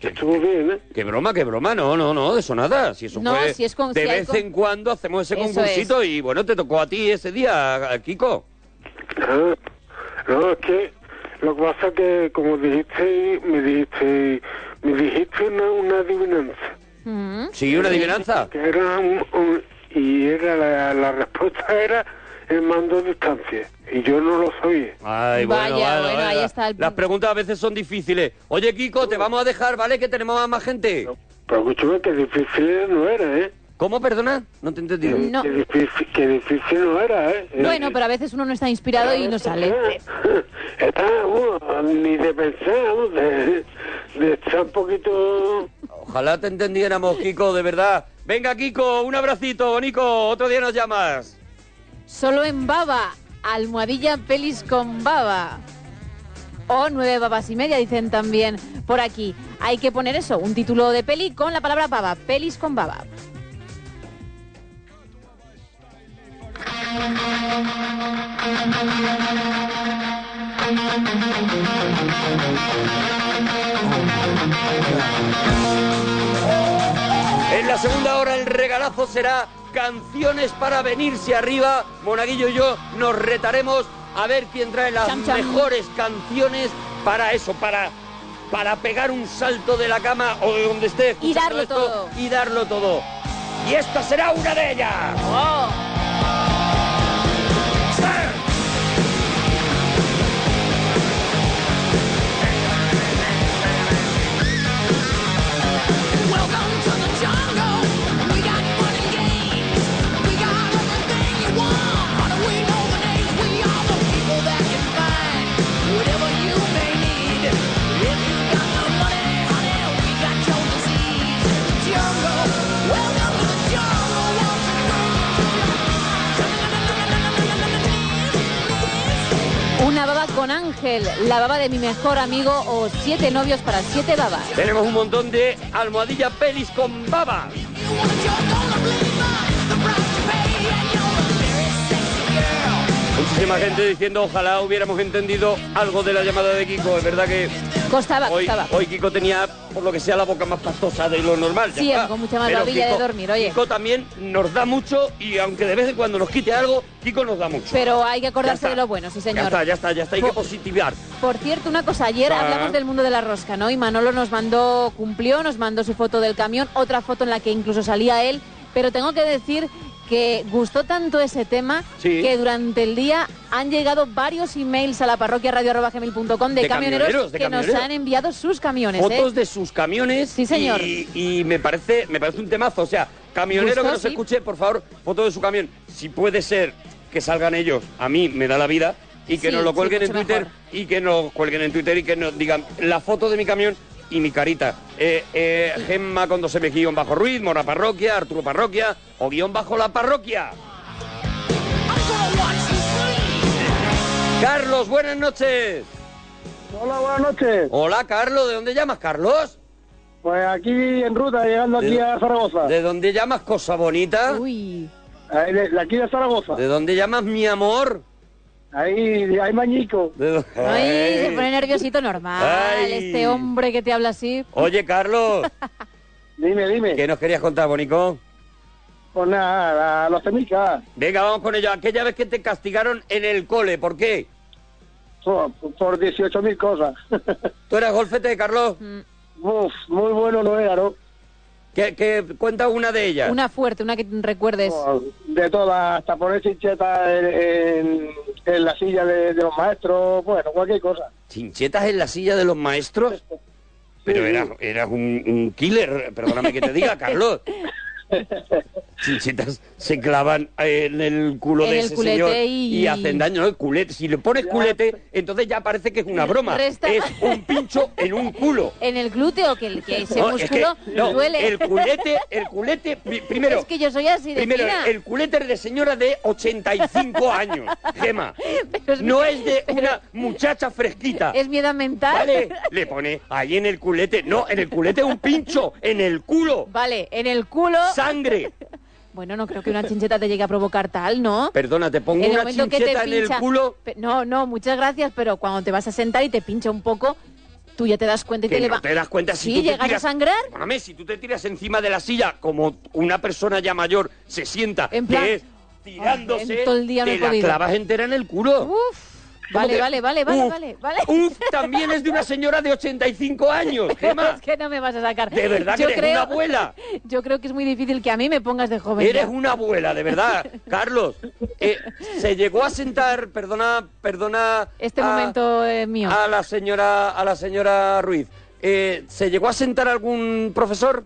S15: estuvo bien ¿eh?
S3: ¿Qué broma, qué broma? No, no, no, de eso nada. Si eso
S2: No,
S3: fue-
S2: si es con-
S3: de
S2: si hay
S3: vez
S2: con-
S3: en cuando hacemos ese
S2: Eso
S3: concursito y bueno, te tocó a ti ese día, a- Kiko.
S15: Ah, no, es que lo que pasa es que, como dijiste, me dijiste, me dijiste una, una adivinanza.
S3: Sí, una adivinanza.
S15: Que era un- un- y era la, la respuesta era el mando a distancia. Y yo no lo sabía.
S3: Ay, bueno,
S15: Vaya,
S3: vale,
S15: bueno,
S3: vale,
S15: ahí
S3: la-
S15: está el-
S3: Las preguntas a veces son difíciles. Oye, Kiko, te vamos a dejar, ¿vale? Que tenemos a más gente.
S15: Pero escúchame, que difícil no era, ¿eh?
S3: ¿Cómo, perdona? No te he entendido.
S2: No.
S15: Que, difícil, que difícil no era, ¿eh?
S2: Bueno, pero a veces uno no está inspirado y no sale.
S15: Estábamos ni de pensar, vamos, de, de estar un poquito...
S3: Ojalá te entendiéramos, Kiko, de verdad. Venga, Kiko, un abracito, Bonico. Otro día nos llamas.
S2: Solo en baba, almohadilla pelis con baba. O nueve babas y media, dicen también por aquí. Hay que poner eso, un título de peli con la palabra baba, pelis con baba.
S3: En la segunda hora el regalazo será canciones para venirse arriba. Monaguillo y yo nos retaremos a ver quién trae las
S14: Cham, cham.
S3: mejores canciones para eso, para, para pegar un salto de la cama o de donde esté.
S2: Y
S3: escuchando
S2: darlo
S3: esto,
S2: todo.
S3: Y darlo todo. Y esta será una de ellas.
S2: Oh.
S1: Welcome to the jungle. We got fun and games. We got everything you want. How do we know the names? We are the people that can find whatever you may need. If you got no money, honey, we got your disease. The jungle. Welcome to the jungle.
S2: Una baba con Ángel, la baba de mi mejor amigo o siete novios para siete babas.
S3: Tenemos un montón de almohadilla pelis con baba. Muchísima gente diciendo ojalá hubiéramos entendido algo de la llamada de Kiko. Es verdad que
S2: Costaba,
S3: hoy,
S2: costaba.
S3: hoy Kiko tenía, por lo que sea, la boca más pastosa de lo normal. ya
S2: Sí,
S3: está.
S2: con mucha más
S3: Pero
S2: babilla de
S3: Kiko-
S2: dormir, oye.
S3: Kiko también nos da mucho y aunque de vez en cuando nos quite algo, Kiko nos da mucho.
S2: Pero hay que
S3: Ya
S2: acordarse
S3: está.
S2: de lo bueno, sí
S3: Ya
S2: señor.
S3: está, ya está, ya está. Hay que positivar.
S2: Por cierto, una cosa, ayer
S3: Ah.
S2: hablamos del mundo de la rosca, ¿no? Y Manolo nos mandó, cumplió, nos mandó su foto del camión, otra foto en la que incluso salía él, pero tengo que decir que gustó tanto ese tema
S3: Sí.
S2: que durante el día han llegado varios emails a la parroquia radio@gmail.com de, camioneros,
S3: De camioneros, de
S2: que
S3: camioneros.
S2: nos han enviado sus camiones.
S3: Fotos
S2: ¿eh?
S3: de sus camiones.
S2: Sí, señronero
S3: Y, y me parece, me parece un temazo. O sea, camionero
S2: Gustó,
S3: que nos
S2: sí.
S3: escuche, por favor, foto de su camión. Si puede ser que salgan ellos, a mí me da la vida. Y que
S2: Sí,
S3: nos lo
S2: sí,
S3: cuelguen en
S2: mucho
S3: Twitter
S2: mejor.
S3: y que nos cuelguen en Twitter y que nos digan la foto de mi camión y mi carita. Eh, eh, Gemma cuando se me guión bajo Ruiz, Mora Parroquia, Arturo Parroquia o guión bajo la parroquia. Carlos, buenas noches.
S14: Hola, buenas noches.
S3: Hola, Carlos, ¿de dónde llamas, Carlos?
S14: Pues aquí en ruta, llegando aquí
S3: ¿De-
S14: a Zaragoza.
S3: ¿De dónde llamas Cosa Bonita?
S2: Uy.
S14: de, de aquí de Zaragoza.
S3: ¿De dónde llamas mi amor?
S14: Ahí, de ahí mañico.
S2: Ay, se pone nerviosito normal.
S3: Ay.
S2: Este hombre que te habla así.
S3: Oye, Carlos.
S14: dime, dime.
S3: ¿Qué nos querías contar, Bonico?
S14: Pues nada, los temicas.
S3: Venga, vamos con ello. Aquella vez que te castigaron en el cole, ¿por qué?
S14: Por, Oh, por 18.000 cosas.
S3: ¿Tú eras golfete, Carlos?
S2: Mm.
S14: Uf, muy bueno no era, ¿no?
S3: ¿Qué, qué- cuenta una de ellas.
S2: Una fuerte, una que recuerdes.
S3: Oh,
S14: Oh, De todas, hasta poner chincheta en, en- en la silla de, de los maestros, bueno, cualquier cosa.
S3: ¿Chinchetas en la silla de los maestros? Pero eras, eras un, un killer, perdóname que te diga, Carlos. Chinchetas se clavan en el culo
S2: En
S3: de
S2: el
S3: ese
S2: culete
S3: señor
S2: y-
S3: hacen daño. ¿no? El culete, si le pones culete, entonces ya parece que es una broma.
S2: Resta-
S3: Es un pincho en un culo.
S2: En el glúteo, que, que ese
S3: No, es que-
S2: músculo
S3: no,
S2: duele.
S3: El culete, el culete, pri- primero.
S2: Es que yo soy así de
S3: Primero,
S2: fina.
S3: el culete es de señora de 85 años, Gema.
S2: Pero es
S3: No
S2: mi-
S3: es de una muchacha fresquita.
S2: Es mi edad mental.
S3: ¿Vale? Le pone ahí en el culete. No, en el culete un pincho, en el culo.
S2: Vale, en el culo.
S3: Sangre.
S2: Bueno, no creo que una chincheta te llegue a provocar tal, ¿no?
S3: Perdona, te pongo una chincheta en el culo.
S2: Pe- No, no, muchas gracias, pero cuando te vas a sentar y te pincha un poco, tú ya te das cuenta y
S3: Que
S2: te
S3: no
S2: levanta.
S3: te das cuenta si
S2: Sí,
S3: tú te
S2: llegas
S3: tiras-
S2: a sangrar.
S3: Perdóname, si tú te tiras encima de la silla como una persona ya mayor se sienta,
S2: En plan,
S3: que es tirándose,
S2: "Ay, todo el día no
S3: te
S2: he
S3: la
S2: podido".
S3: clavas entera en el culo. ¿Cómo
S2: Vale,
S3: que-
S2: vale, vale, vale,
S3: Uf,
S2: vale, vale.
S3: Uf, también es de una señora de 85 años,
S2: Pero
S3: Gemma.
S2: es que no me vas a sacar.
S3: De verdad que
S2: Yo
S3: eres una abuela.
S2: Yo creo que es muy difícil que a mí me pongas de joven.
S3: Eres
S2: ya.
S3: una abuela, de verdad. Carlos, eh, se llegó a sentar, perdona, perdona.
S2: Este
S3: a-
S2: momento es mío.
S3: A la señora, a la señora Ruiz. Eh, ¿Se llegó a sentar algún profesor?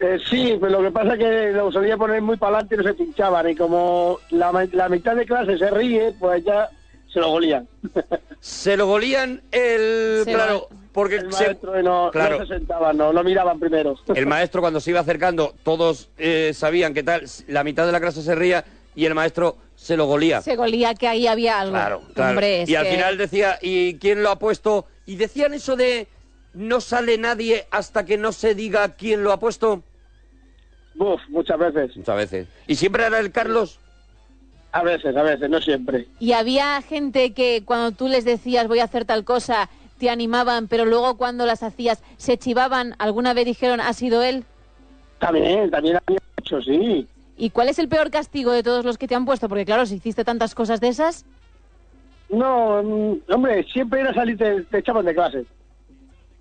S14: Eh, sí, pero lo que pasa es que lo solía poner muy para adelante y no se pinchaban. Y como la, ma- la mitad de clase se ríe, pues ya se lo golían.
S3: Se lo golían el.
S14: Se
S3: claro, porque.
S14: El
S3: se-
S14: maestro no, no
S3: claro.
S14: se sentaban, no, lo miraban primero.
S3: El maestro cuando se iba acercando, todos eh, sabían que tal, la mitad de la clase se ría y el maestro se lo golía.
S2: Se golía que ahí había algo.
S3: Claro, claro.
S2: Hombre, es
S3: y al
S2: que-
S3: final decía, ¿y quién lo ha puesto? Y decían eso de no sale nadie hasta que no se diga quién lo ha puesto.
S14: Buf, muchas veces.
S3: Muchas veces. ¿Y siempre era el Carlos?
S14: A veces, a veces, no siempre.
S2: Y había gente que cuando tú les decías voy a hacer tal cosa, te animaban, pero luego cuando las hacías se chivaban. ¿Alguna vez dijeron ha sido él?
S14: También, eh, también había mucho, sí.
S2: ¿Y cuál es el peor castigo de todos los que te han puesto? Porque claro, si hiciste tantas cosas de esas,
S14: No, mm, hombre, siempre era salir, te, te echaban de clase.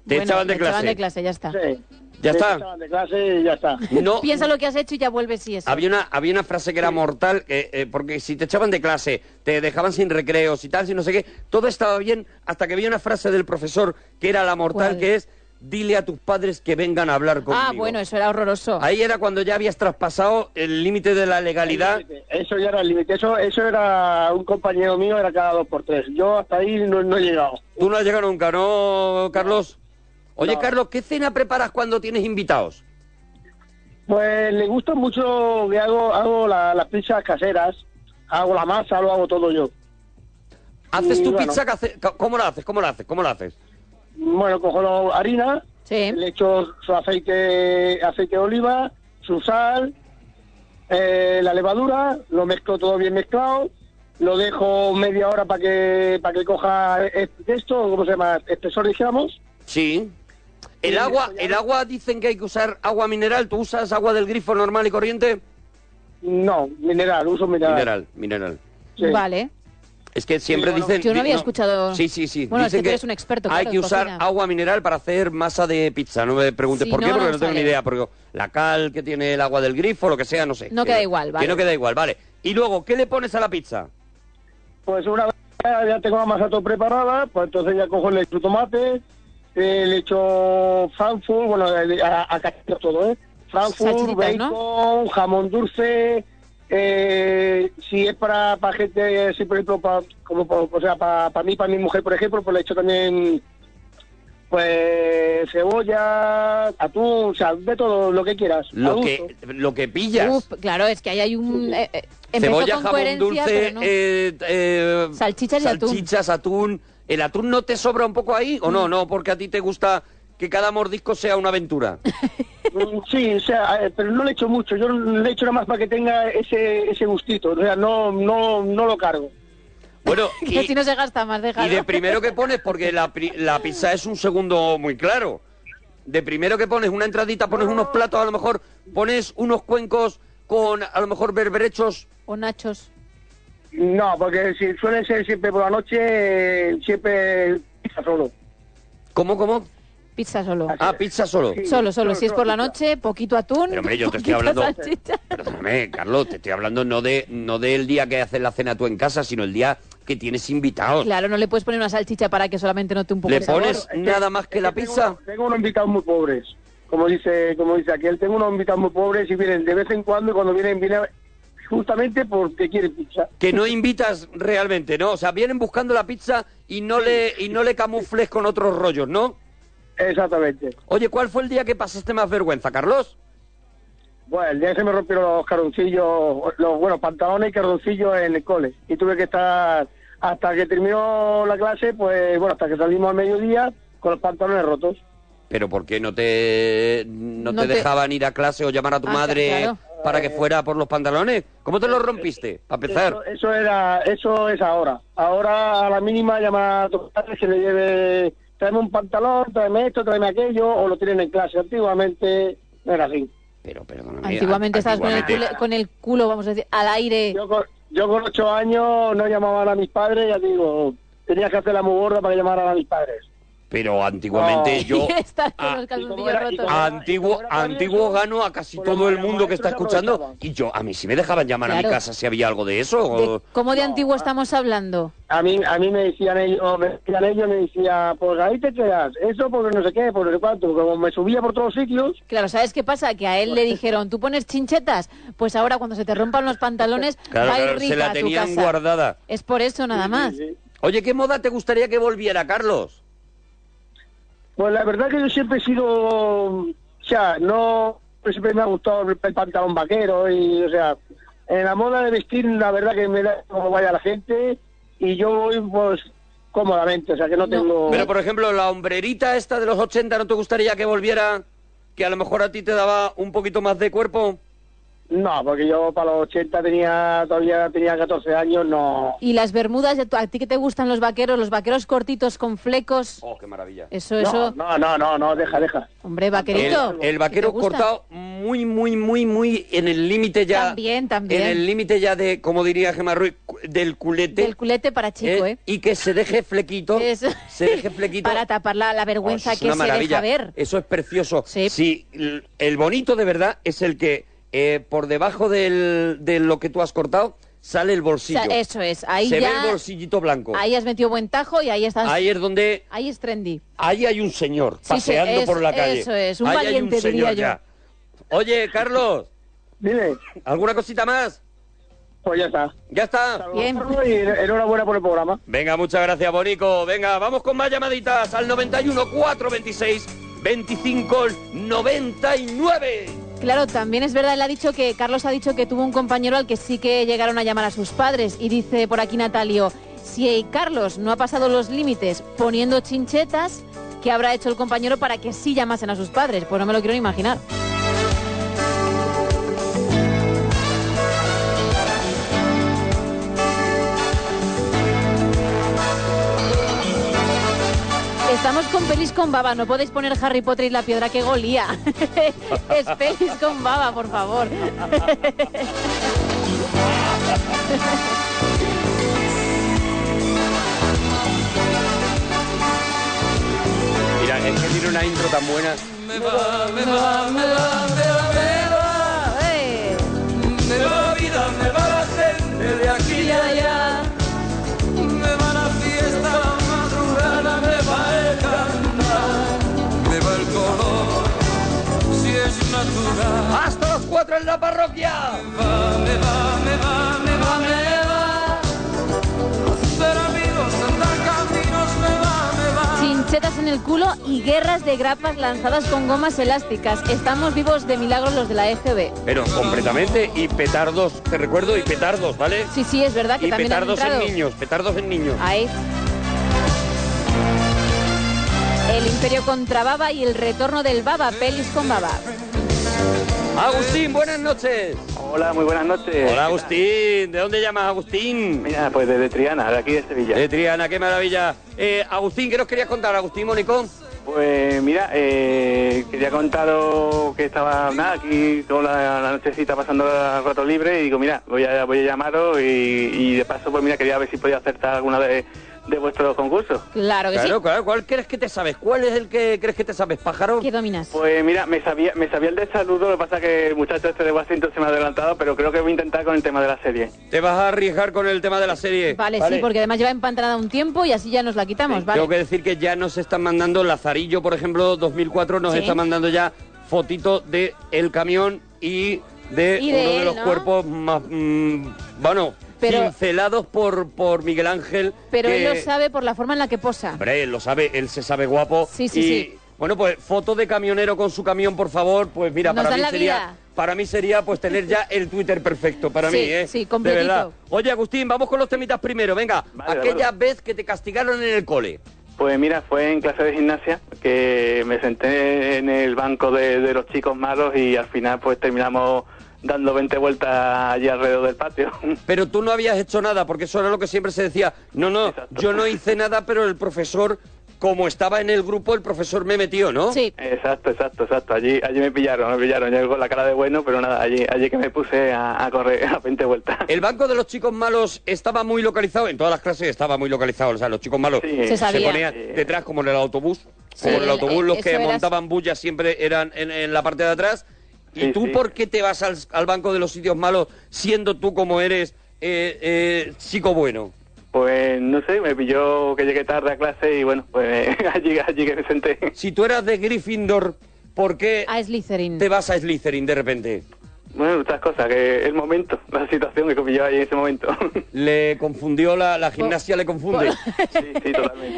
S3: Te
S2: bueno,
S3: echaban de
S2: te
S3: clase.
S2: echaban de clase, ya está.
S14: Sí.
S3: Ya
S14: Te
S3: está.
S14: echaban de clase y ya está.
S3: No.
S2: Piensa lo que has hecho y ya vuelves y eso.
S3: Había una, había una frase que era mortal, eh, eh, porque si te echaban de clase, te dejaban sin recreos y tal, si no sé qué, todo estaba bien hasta que había una frase del profesor que era la mortal,
S2: ¿Cuál?
S3: que es, dile a tus padres que vengan a hablar conmigo.
S2: ah, bueno, eso era horroroso.
S3: Ahí era cuando ya habías traspasado el límite de la legalidad.
S14: Eso ya era el límite. Eso, eso era un compañero mío, era cada dos por tres. Yo hasta ahí no, no he llegado.
S3: Tú no has llegado nunca, ¿no, Carlos? Oye,
S14: No.
S3: Carlos, ¿qué cena preparas cuando tienes invitados?
S14: Pues le gusta mucho que hago, hago la- las pizzas caseras, hago la masa, lo hago todo yo.
S3: ¿Haces
S14: Y
S3: tu
S14: bueno.
S3: pizza? cace- ca- ¿Cómo la haces? ¿Cómo la haces? ¿Cómo la haces?
S14: Bueno, cojo la harina, le echo su aceite, aceite de oliva, su sal, eh, la levadura, lo mezclo todo bien mezclado, lo dejo media hora para que para que coja eh, de esto, ¿cómo se llama? Espesor, dijéramos.
S3: Sí. El
S14: Y
S3: agua,
S14: eso ya-
S3: el agua dicen que hay que usar agua mineral. ¿Tú usas agua del grifo normal y corriente?
S14: No, mineral, uso mineral.
S3: Mineral, mineral.
S14: sí.
S2: Vale.
S3: Es que siempre
S2: bueno,
S3: dicen.
S2: yo no
S3: di-
S2: había escuchado-
S3: Sí, sí, sí.
S2: Bueno, es
S3: Dicen
S2: que tú eres un experto,
S3: Hay
S2: claro,
S3: que
S2: en
S3: usar
S2: cocina.
S3: agua mineral para hacer masa de pizza. No me preguntes
S2: Sí,
S3: por qué,
S2: no,
S3: porque no,
S2: no
S3: tengo ni
S2: sale.
S3: idea. Porque la cal que tiene el agua del grifo, lo que sea, no sé.
S2: No
S3: Que
S2: queda igual, vale.
S3: Que no queda igual, vale. Y luego, ¿qué le pones a la pizza?
S14: Pues una vez ya ya tengo la masa todo preparada, pues entonces ya cojo, le echo tomate, eh, le echo Frankfurt, bueno, eh, a, a cachito todo, ¿eh? Frankfurt,
S2: Salchichitas,
S14: bacon,
S2: ¿no?
S14: jamón dulce, eh, si es para, para gente, eh, si por ejemplo, pa- como, pa- o sea, para mí, para mi mujer, por ejemplo, pues le echo también pues cebolla, atún, o sea, de todo lo que quieras. a
S3: Lo
S14: gusto.
S3: que, lo que pillas.
S2: Uf, claro, es que ahí hay un... eh, eh, empezó
S3: Mm. Cebolla,
S2: con
S3: jamón
S2: coherencia,
S3: dulce,
S2: pero no.
S3: eh, eh,
S2: Salchichas y atún.
S3: salchichas, atún. ¿El atún no te sobra un poco ahí? ¿O
S2: Mm.
S3: no? No, porque a ti te gusta que cada mordisco sea una aventura.
S14: Mm, Sí, o sea, eh, pero no le echo mucho. Yo le echo nada más para que tenga ese, ese gustito. O sea, no, no, no lo cargo.
S3: Bueno,
S2: Que si no se gasta más, déjalo.
S3: Y de primero que pones, porque la, pri- la pizza es un segundo muy claro. De primero que pones una entradita, pones unos platos, a lo mejor pones unos cuencos con a lo mejor berberechos.
S2: O nachos.
S14: No, porque si suele ser siempre por la noche, eh, siempre pizza solo.
S3: ¿Cómo, cómo?
S2: Pizza solo.
S3: Ah, pizza solo.
S2: solo, solo. Si es por la noche, poquito atún.
S3: Pero, hombre, yo te estoy
S2: poquita
S3: hablando-
S2: salchicha.
S3: Perdóname, Carlos, te estoy hablando no de no del día que haces la cena tú en casa, sino el día que tienes invitados.
S2: Claro, no le puedes poner una salchicha para que solamente note un poco
S3: ¿Le
S2: de sabor.
S3: pones nada más que la pizza?
S14: Tengo unos invitados muy pobres. Como dice, como dice aquel, tengo unos invitados muy pobres y vienen de vez en cuando y cuando vienen, vienen justamente porque quieren pizza.
S3: Que no invitas realmente, ¿no? O sea, vienen buscando la pizza y no le y no le camufles con otros rollos, ¿no?
S14: Exactamente.
S3: Oye, ¿cuál fue el día que pasaste más vergüenza, Carlos?
S14: Bueno, el día que se me rompieron los caroncillos, los buenos pantalones y caroncillos en el cole. Y tuve que estar hasta que terminó la clase, pues bueno, hasta que salimos al mediodía con los pantalones rotos.
S3: Pero ¿por qué no te no,
S14: No
S3: te,
S14: te-
S3: dejaban ir a clase o llamar a tu
S14: Ah,
S3: madre
S14: claro.
S3: para que fuera por los pantalones? ¿Cómo te los
S2: eh,
S3: rompiste? Para empezar.
S14: Eso, eso era, eso es ahora. Ahora a la mínima llama a tu padre que le lleve, tráeme un pantalón, tráeme esto, tráeme aquello, o lo tienen en clase. Antiguamente no era así.
S3: Pero perdóname.
S2: Antiguamente estabas con el, culo, con el culo, vamos a decir, al aire.
S14: Yo con, yo con ocho años no llamaban a mis padres, ya te digo, tenía que hacerla muy gorda para que llamaran a mis padres.
S3: Pero antiguamente yo
S2: Estás con
S3: Ah,
S2: los
S14: como
S2: calzoncillos
S14: era- y
S2: rotos.
S14: como
S3: antiguo antiguo gano a casi todo el mundo que está escuchando y yo a mí sí me dejaban llamar a mi
S2: Claro.
S3: casa si había algo de eso. o-
S2: ¿Cómo de antiguo estamos hablando?
S14: A mí, a mí me decían ellos, oh, me decían ellos, me decía, pues ahí te quedas, eso porque no sé qué, porque no sé cuánto, como me subía por todos sitios,
S2: Claro, ¿sabes qué pasa? Que a él le dijeron, tú pones chinchetas, pues ahora cuando se te rompan los pantalones,
S3: Claro,
S2: va a ir
S3: claro,
S2: rica
S3: se la
S2: a tu
S3: tenían
S2: casa.
S3: guardada.
S2: Es por eso nada más.
S3: Oye, ¿qué moda te gustaría que volviera, Carlos?
S14: Pues la verdad que yo siempre he sido, o sea, no, siempre me ha gustado el, el pantalón vaquero y, o sea, en la moda de vestir, la verdad que me da como vaya la gente y yo voy, pues, cómodamente, o sea, que no, tengo...
S3: Pero por ejemplo, la hombrerita esta de los 80 no te gustaría que volviera que a lo mejor a ti te daba un poquito más de cuerpo.
S14: No, porque yo para los 80 tenía, todavía tenía 14 años, no...
S2: Y las bermudas, ¿a ti que te gustan los vaqueros? Los vaqueros cortitos con flecos.
S3: Oh, qué maravilla.
S2: Eso,
S14: No,
S2: eso.
S14: No, no, no, no, deja, deja.
S2: Hombre,
S3: El,
S2: vaquerito.
S3: el
S2: ¿sí
S3: vaquero
S2: te gusta?
S3: cortado muy, muy, muy, muy en el límite ya.
S2: También, también.
S3: En el límite ya de, como diría Gemma Ruiz, cu- del culete.
S2: Del culete para chico, ¿eh?
S3: Y que se deje flequito.
S2: Eso.
S3: Se deje flequito. Oh,
S2: Para tapar la, la vergüenza
S3: Es
S2: que
S3: una
S2: se deja
S3: maravilla.
S2: ver.
S3: Eso es precioso. Sí. l- el bonito de verdad es el que eh, por debajo del- de lo que tú has cortado sale el
S2: O
S3: bolsillo.
S2: sea, eso es. Ahí
S3: se ve
S2: ya.
S3: el bolsillito blanco.
S2: Ahí has metido buen tajo y ahí estás.
S3: Ahí es donde
S2: Ahí es trendy.
S3: ahí hay un señor
S2: Sí, sí,
S3: paseando
S2: es-
S3: por la calle.
S2: eso es, un
S3: Ahí
S2: valiente,
S3: hay un señor
S2: diría yo.
S3: ya. Oye, Carlos.
S14: Dime.
S3: ¿Alguna cosita más?
S14: Pues ya está.
S3: Ya está.
S14: Bien. Y enhorabuena por el programa.
S3: Venga, muchas gracias, Bonico. Venga, vamos con más llamaditas al 91 426 25 99.
S2: Claro, también es verdad, él ha dicho que Carlos ha dicho que tuvo un compañero al que sí que llegaron a llamar a sus padres y dice por aquí Natalio, si Carlos no ha pasado los límites poniendo chinchetas, ¿qué habrá hecho el compañero para que sí llamasen a sus padres? Pues no me lo quiero ni imaginar. Estamos con pelis con baba, no podéis poner Harry Potter y la piedra que golía. es pelis con baba, por favor.
S3: Mira, es que tiene una intro tan buena.
S1: Me va, me va, me va, me va, me va. Me va la vida, me va la gente de aquí y allá. Me va la fiesta, la madrugada, me va el cantar. Me va el color, si es natural.
S3: ¡Hasta las cuatro en la parroquia!
S1: Me va, me va, me va, me va, me va. Hacer amigos, andar caminos, me va, me va.
S2: Chinchetas en el el culo y guerras de grapas lanzadas con gomas elásticas. Estamos vivos de milagro los de la EGB.
S3: Pero completamente, y petardos, te recuerdo, y petardos, ¿vale?
S2: Sí, sí, es verdad que
S3: Y
S2: también han
S3: petardos en
S2: entrado.
S3: niños, petardos en niños.
S2: Ahí. El imperio contra Baba y el retorno del Baba, pelis con Baba.
S3: Agustín, buenas noches.
S16: Hola, muy buenas noches.
S3: Hola, Agustín. ¿De dónde llamas, Agustín?
S16: Mira, pues desde Triana, de aquí de Sevilla.
S3: De Triana, qué maravilla. Eh, Agustín, ¿qué nos querías contar, Agustín Monicón?
S16: Pues mira, eh, quería contaros que estaba nada, aquí toda la, la nochecita pasando el rato libre y digo, mira, voy a, voy a llamaros y, y de paso, pues mira, quería ver si podía acertar alguna de, de vuestros concursos.
S2: Claro que
S3: claro,
S2: sí.
S3: Claro, ¿Cuál crees que te sabes? ¿Cuál es el que crees que te sabes, pájaro?
S2: ¿Qué dominas?
S16: Pues mira, me sabía, me sabía el de saludo, lo que pasa que el muchacho este de Washington se me ha adelantado, pero creo que voy a intentar con el tema de la serie.
S3: Te vas a arriesgar con el tema de la serie.
S2: Vale, sí, porque además lleva empantanada un tiempo y así ya nos la quitamos, ¿vale?
S3: Tengo que decir que ya nos están mandando Lazarillo, por ejemplo, 2004 nos
S2: Sí.
S3: está mandando ya fotito de el camión y de
S2: Y de
S3: uno de
S2: él,
S3: los
S2: ¿no?
S3: cuerpos más mm, bueno,
S2: Pero-
S3: pincelados por por Miguel Ángel
S2: Pero
S3: que-
S2: él lo sabe por la forma en la que posa.
S3: Hombre, él lo sabe, él se sabe guapo.
S2: Sí, sí,
S3: y,
S2: sí.
S3: Bueno, pues foto de camionero con su camión, por favor. Pues mira,
S2: Nos
S3: para
S2: dan
S3: mí
S2: la
S3: sería,
S2: vida.
S3: para mí sería pues tener ya el Twitter perfecto para
S2: Sí,
S3: mí, ¿eh?
S2: sí,
S3: de
S2: completito.
S3: verdad. Oye, Agustín, vamos con los temitas primero. Venga,
S16: Vale, de
S3: aquella vez que te castigaron en el cole.
S16: Pues mira, fue en clase de gimnasia que me senté en el banco de, de los chicos malos y al final pues terminamos dando 20 vueltas allí alrededor del patio.
S3: Pero tú no habías hecho nada, porque eso era lo que siempre se decía. No, no, yo no hice nada, pero el profesor, como estaba en el grupo, el profesor me metió, ¿no?
S2: Sí.
S16: Exacto, exacto, exacto. Allí, allí me pillaron, me pillaron. Yo con la cara de bueno, pero nada, allí, allí que me puse a, a correr a 20 vueltas.
S3: El banco de los chicos malos estaba muy localizado, en todas las clases estaba muy localizado, o sea, los chicos malos
S16: Se sabía.
S3: ponían detrás como en el autobús,
S16: Sí,
S3: como en el
S16: el-
S3: autobús
S16: eh,
S3: los que
S16: eso era-
S3: montaban bullas siempre eran en, en la parte de atrás. ¿Y
S16: Sí,
S3: tú
S16: sí.
S3: por qué te vas al, al banco de los sitios malos siendo tú como eres eh, eh, chico bueno?
S16: Pues no sé, me pilló que llegué tarde a clase y bueno, pues allí, allí que me senté.
S3: Si tú eras de Gryffindor, ¿por qué
S2: a Slytherin.
S3: te vas a Slytherin de repente?
S16: Bueno, otras cosas, que el momento, la situación que me pilló ahí en ese momento.
S3: Le confundió la, la gimnasia, le confunde.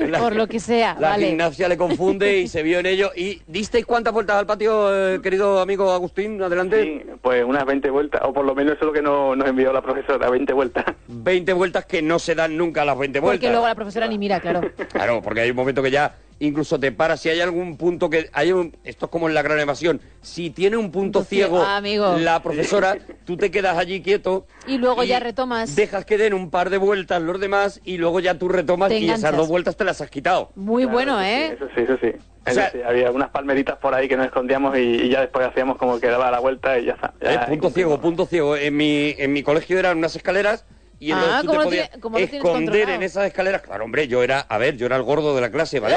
S3: La-
S2: Por lo que sea,
S3: La
S2: vale.
S3: gimnasia le confunde y se vio en ello. ¿Y disteis cuántas vueltas al patio, eh, querido amigo Agustín? Adelante.
S16: Pues unas 20 vueltas, o por lo menos eso es lo que no- nos envió la profesora, 20 vueltas.
S3: 20 vueltas que no se dan nunca las 20
S2: Porque
S3: vueltas.
S2: luego la profesora ni mira, claro.
S3: Claro, porque hay un momento que ya incluso te paras. Si hay algún punto que. Hay un- esto es como en la gran evasión. Si tiene un punto
S2: ciego,
S3: ciego
S2: ah, amigo.
S3: la profesora, tú te quedas allí quieto.
S2: Y luego
S3: Y
S2: ya retomas.
S3: Dejas que den un par de vueltas los demás y luego ya tú retomas
S2: Te
S3: y esas
S2: enganchas.
S3: dos vueltas te las has quitado.
S2: Muy bueno, ¿eh?
S16: Eso sí, eso sí. Eso sí, había unas palmeritas por ahí que nos escondíamos y, y ya después hacíamos como que daba la vuelta y ya está.
S3: Eh, punto ciego, punto ciego. En mi, en mi colegio eran unas escaleras y
S2: Ah,
S3: entonces
S2: ¿cómo
S3: tú te
S2: lo
S3: podías
S2: tiene- cómo lo tienes
S3: esconder
S2: controlado?
S3: en esas escaleras. Claro, hombre, yo era, a ver, yo era el gordo de la clase, ¿vale?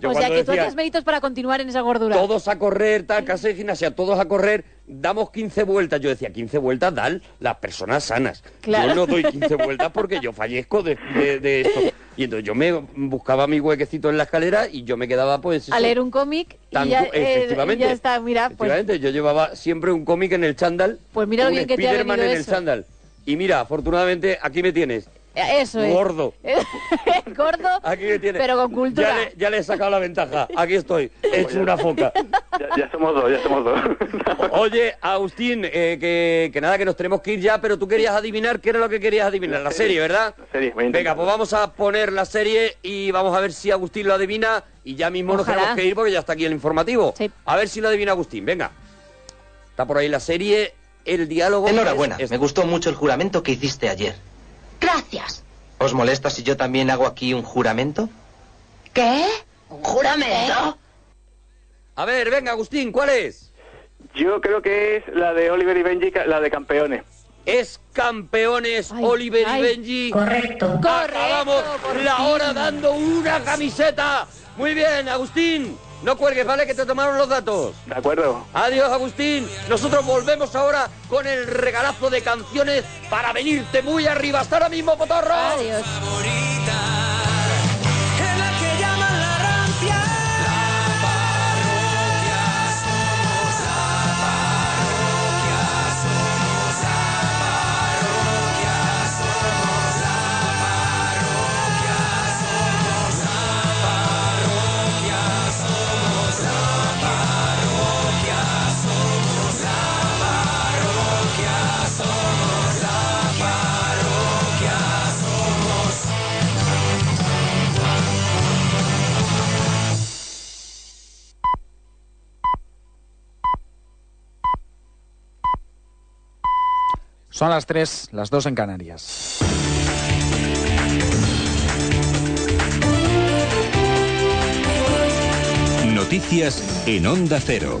S3: Yo
S2: o sea
S3: cuando
S2: que tú
S3: decía,
S2: haces méritos para continuar en esa gordura.
S3: todos a correr, tal, clase de gimnasia, todos a correr, damos 15 vueltas. Yo decía, 15 vueltas dan las personas sanas.
S2: Claro.
S3: Yo no doy 15 vueltas porque yo fallezco de, de- de esto. Y entonces yo me buscaba mi huequecito en la escalera y yo me quedaba pues...
S2: a
S3: eso,
S2: leer un cómic
S3: Tan
S2: y ya,
S3: cu-
S2: eh,
S3: efectivamente.
S2: ya está, mira, pues,
S3: Efectivamente, yo llevaba siempre un cómic en el chándal.
S2: Pues mira lo
S3: un
S2: bien que te ha
S3: Spiderman
S2: venido
S3: en
S2: eso.
S3: el chándal. Y mira, afortunadamente aquí me tienes.
S2: eso es.
S3: Gordo.
S2: Gordo,
S3: Aquí me tienes.
S2: pero con
S3: ya
S2: cultura.
S3: le, ya le he sacado la ventaja. Aquí estoy. Hecho una foca.
S16: Ya, ya somos dos, ya somos dos.
S3: Oye, Agustín, eh, que, que nada, que nos tenemos que ir ya, pero tú querías adivinar qué era lo que querías adivinar. La serie, ¿verdad?
S16: Serie, voy a
S3: Venga,
S16: intentar.
S3: pues vamos a poner la serie y vamos a ver si Agustín lo adivina. Y ya mismo nos
S16: Ojalá.
S3: tenemos que ir porque ya está aquí el informativo. A ver si lo adivina Agustín. Venga. Está por ahí la serie, el diálogo.
S17: Enhorabuena,
S3: es- es-
S17: me gustó mucho el juramento que hiciste ayer.
S8: Gracias.
S17: ¿Os molesta si yo también hago aquí un juramento?
S8: ¿Qué? ¿Un juramento?
S3: A ver, venga, Agustín, ¿cuál es?
S16: Yo creo que es la de Oliver y Benji, ca- la de campeones.
S3: Es campeones Oliver
S16: ay,
S3: y Benji.
S16: correcto.
S3: Acabamos
S16: Correcto, por
S3: la
S16: fin.
S3: hora dando una camiseta. Muy bien, Agustín. No cuelgues, ¿vale? Que te tomaron los datos.
S16: De acuerdo.
S3: Adiós, Agustín. Nosotros volvemos ahora con el regalazo de canciones para venirte muy arriba. Hasta ahora mismo, Potorro.
S2: Adiós.
S10: Es la que llaman la rancia. La parroquia somos, la parroquia somos, la parroquia somos, la parroquia somos, la parroquia.
S18: Son las 3, las 2 en Canarias.
S19: Noticias en Onda Cero.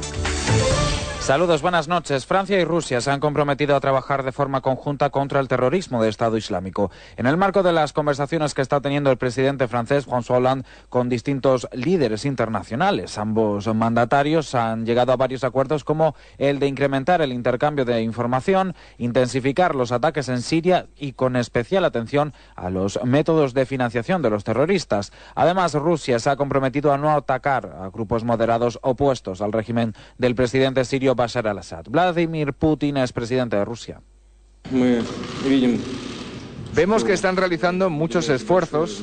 S18: Saludos, buenas noches. Francia y Rusia se han comprometido a trabajar de forma conjunta contra el terrorismo de Estado Islámico. En el marco de las conversaciones que está teniendo el presidente francés François Hollande con distintos líderes internacionales, ambos mandatarios han llegado a varios acuerdos como el de incrementar el intercambio de información, intensificar los ataques en Siria y con especial atención a los métodos de financiación de los terroristas. Además, Rusia se ha comprometido a no atacar a grupos moderados opuestos al régimen del presidente sirio Bashar al-Assad. Vladimir Putin es presidente de Rusia.
S20: Vemos que están realizando muchos esfuerzos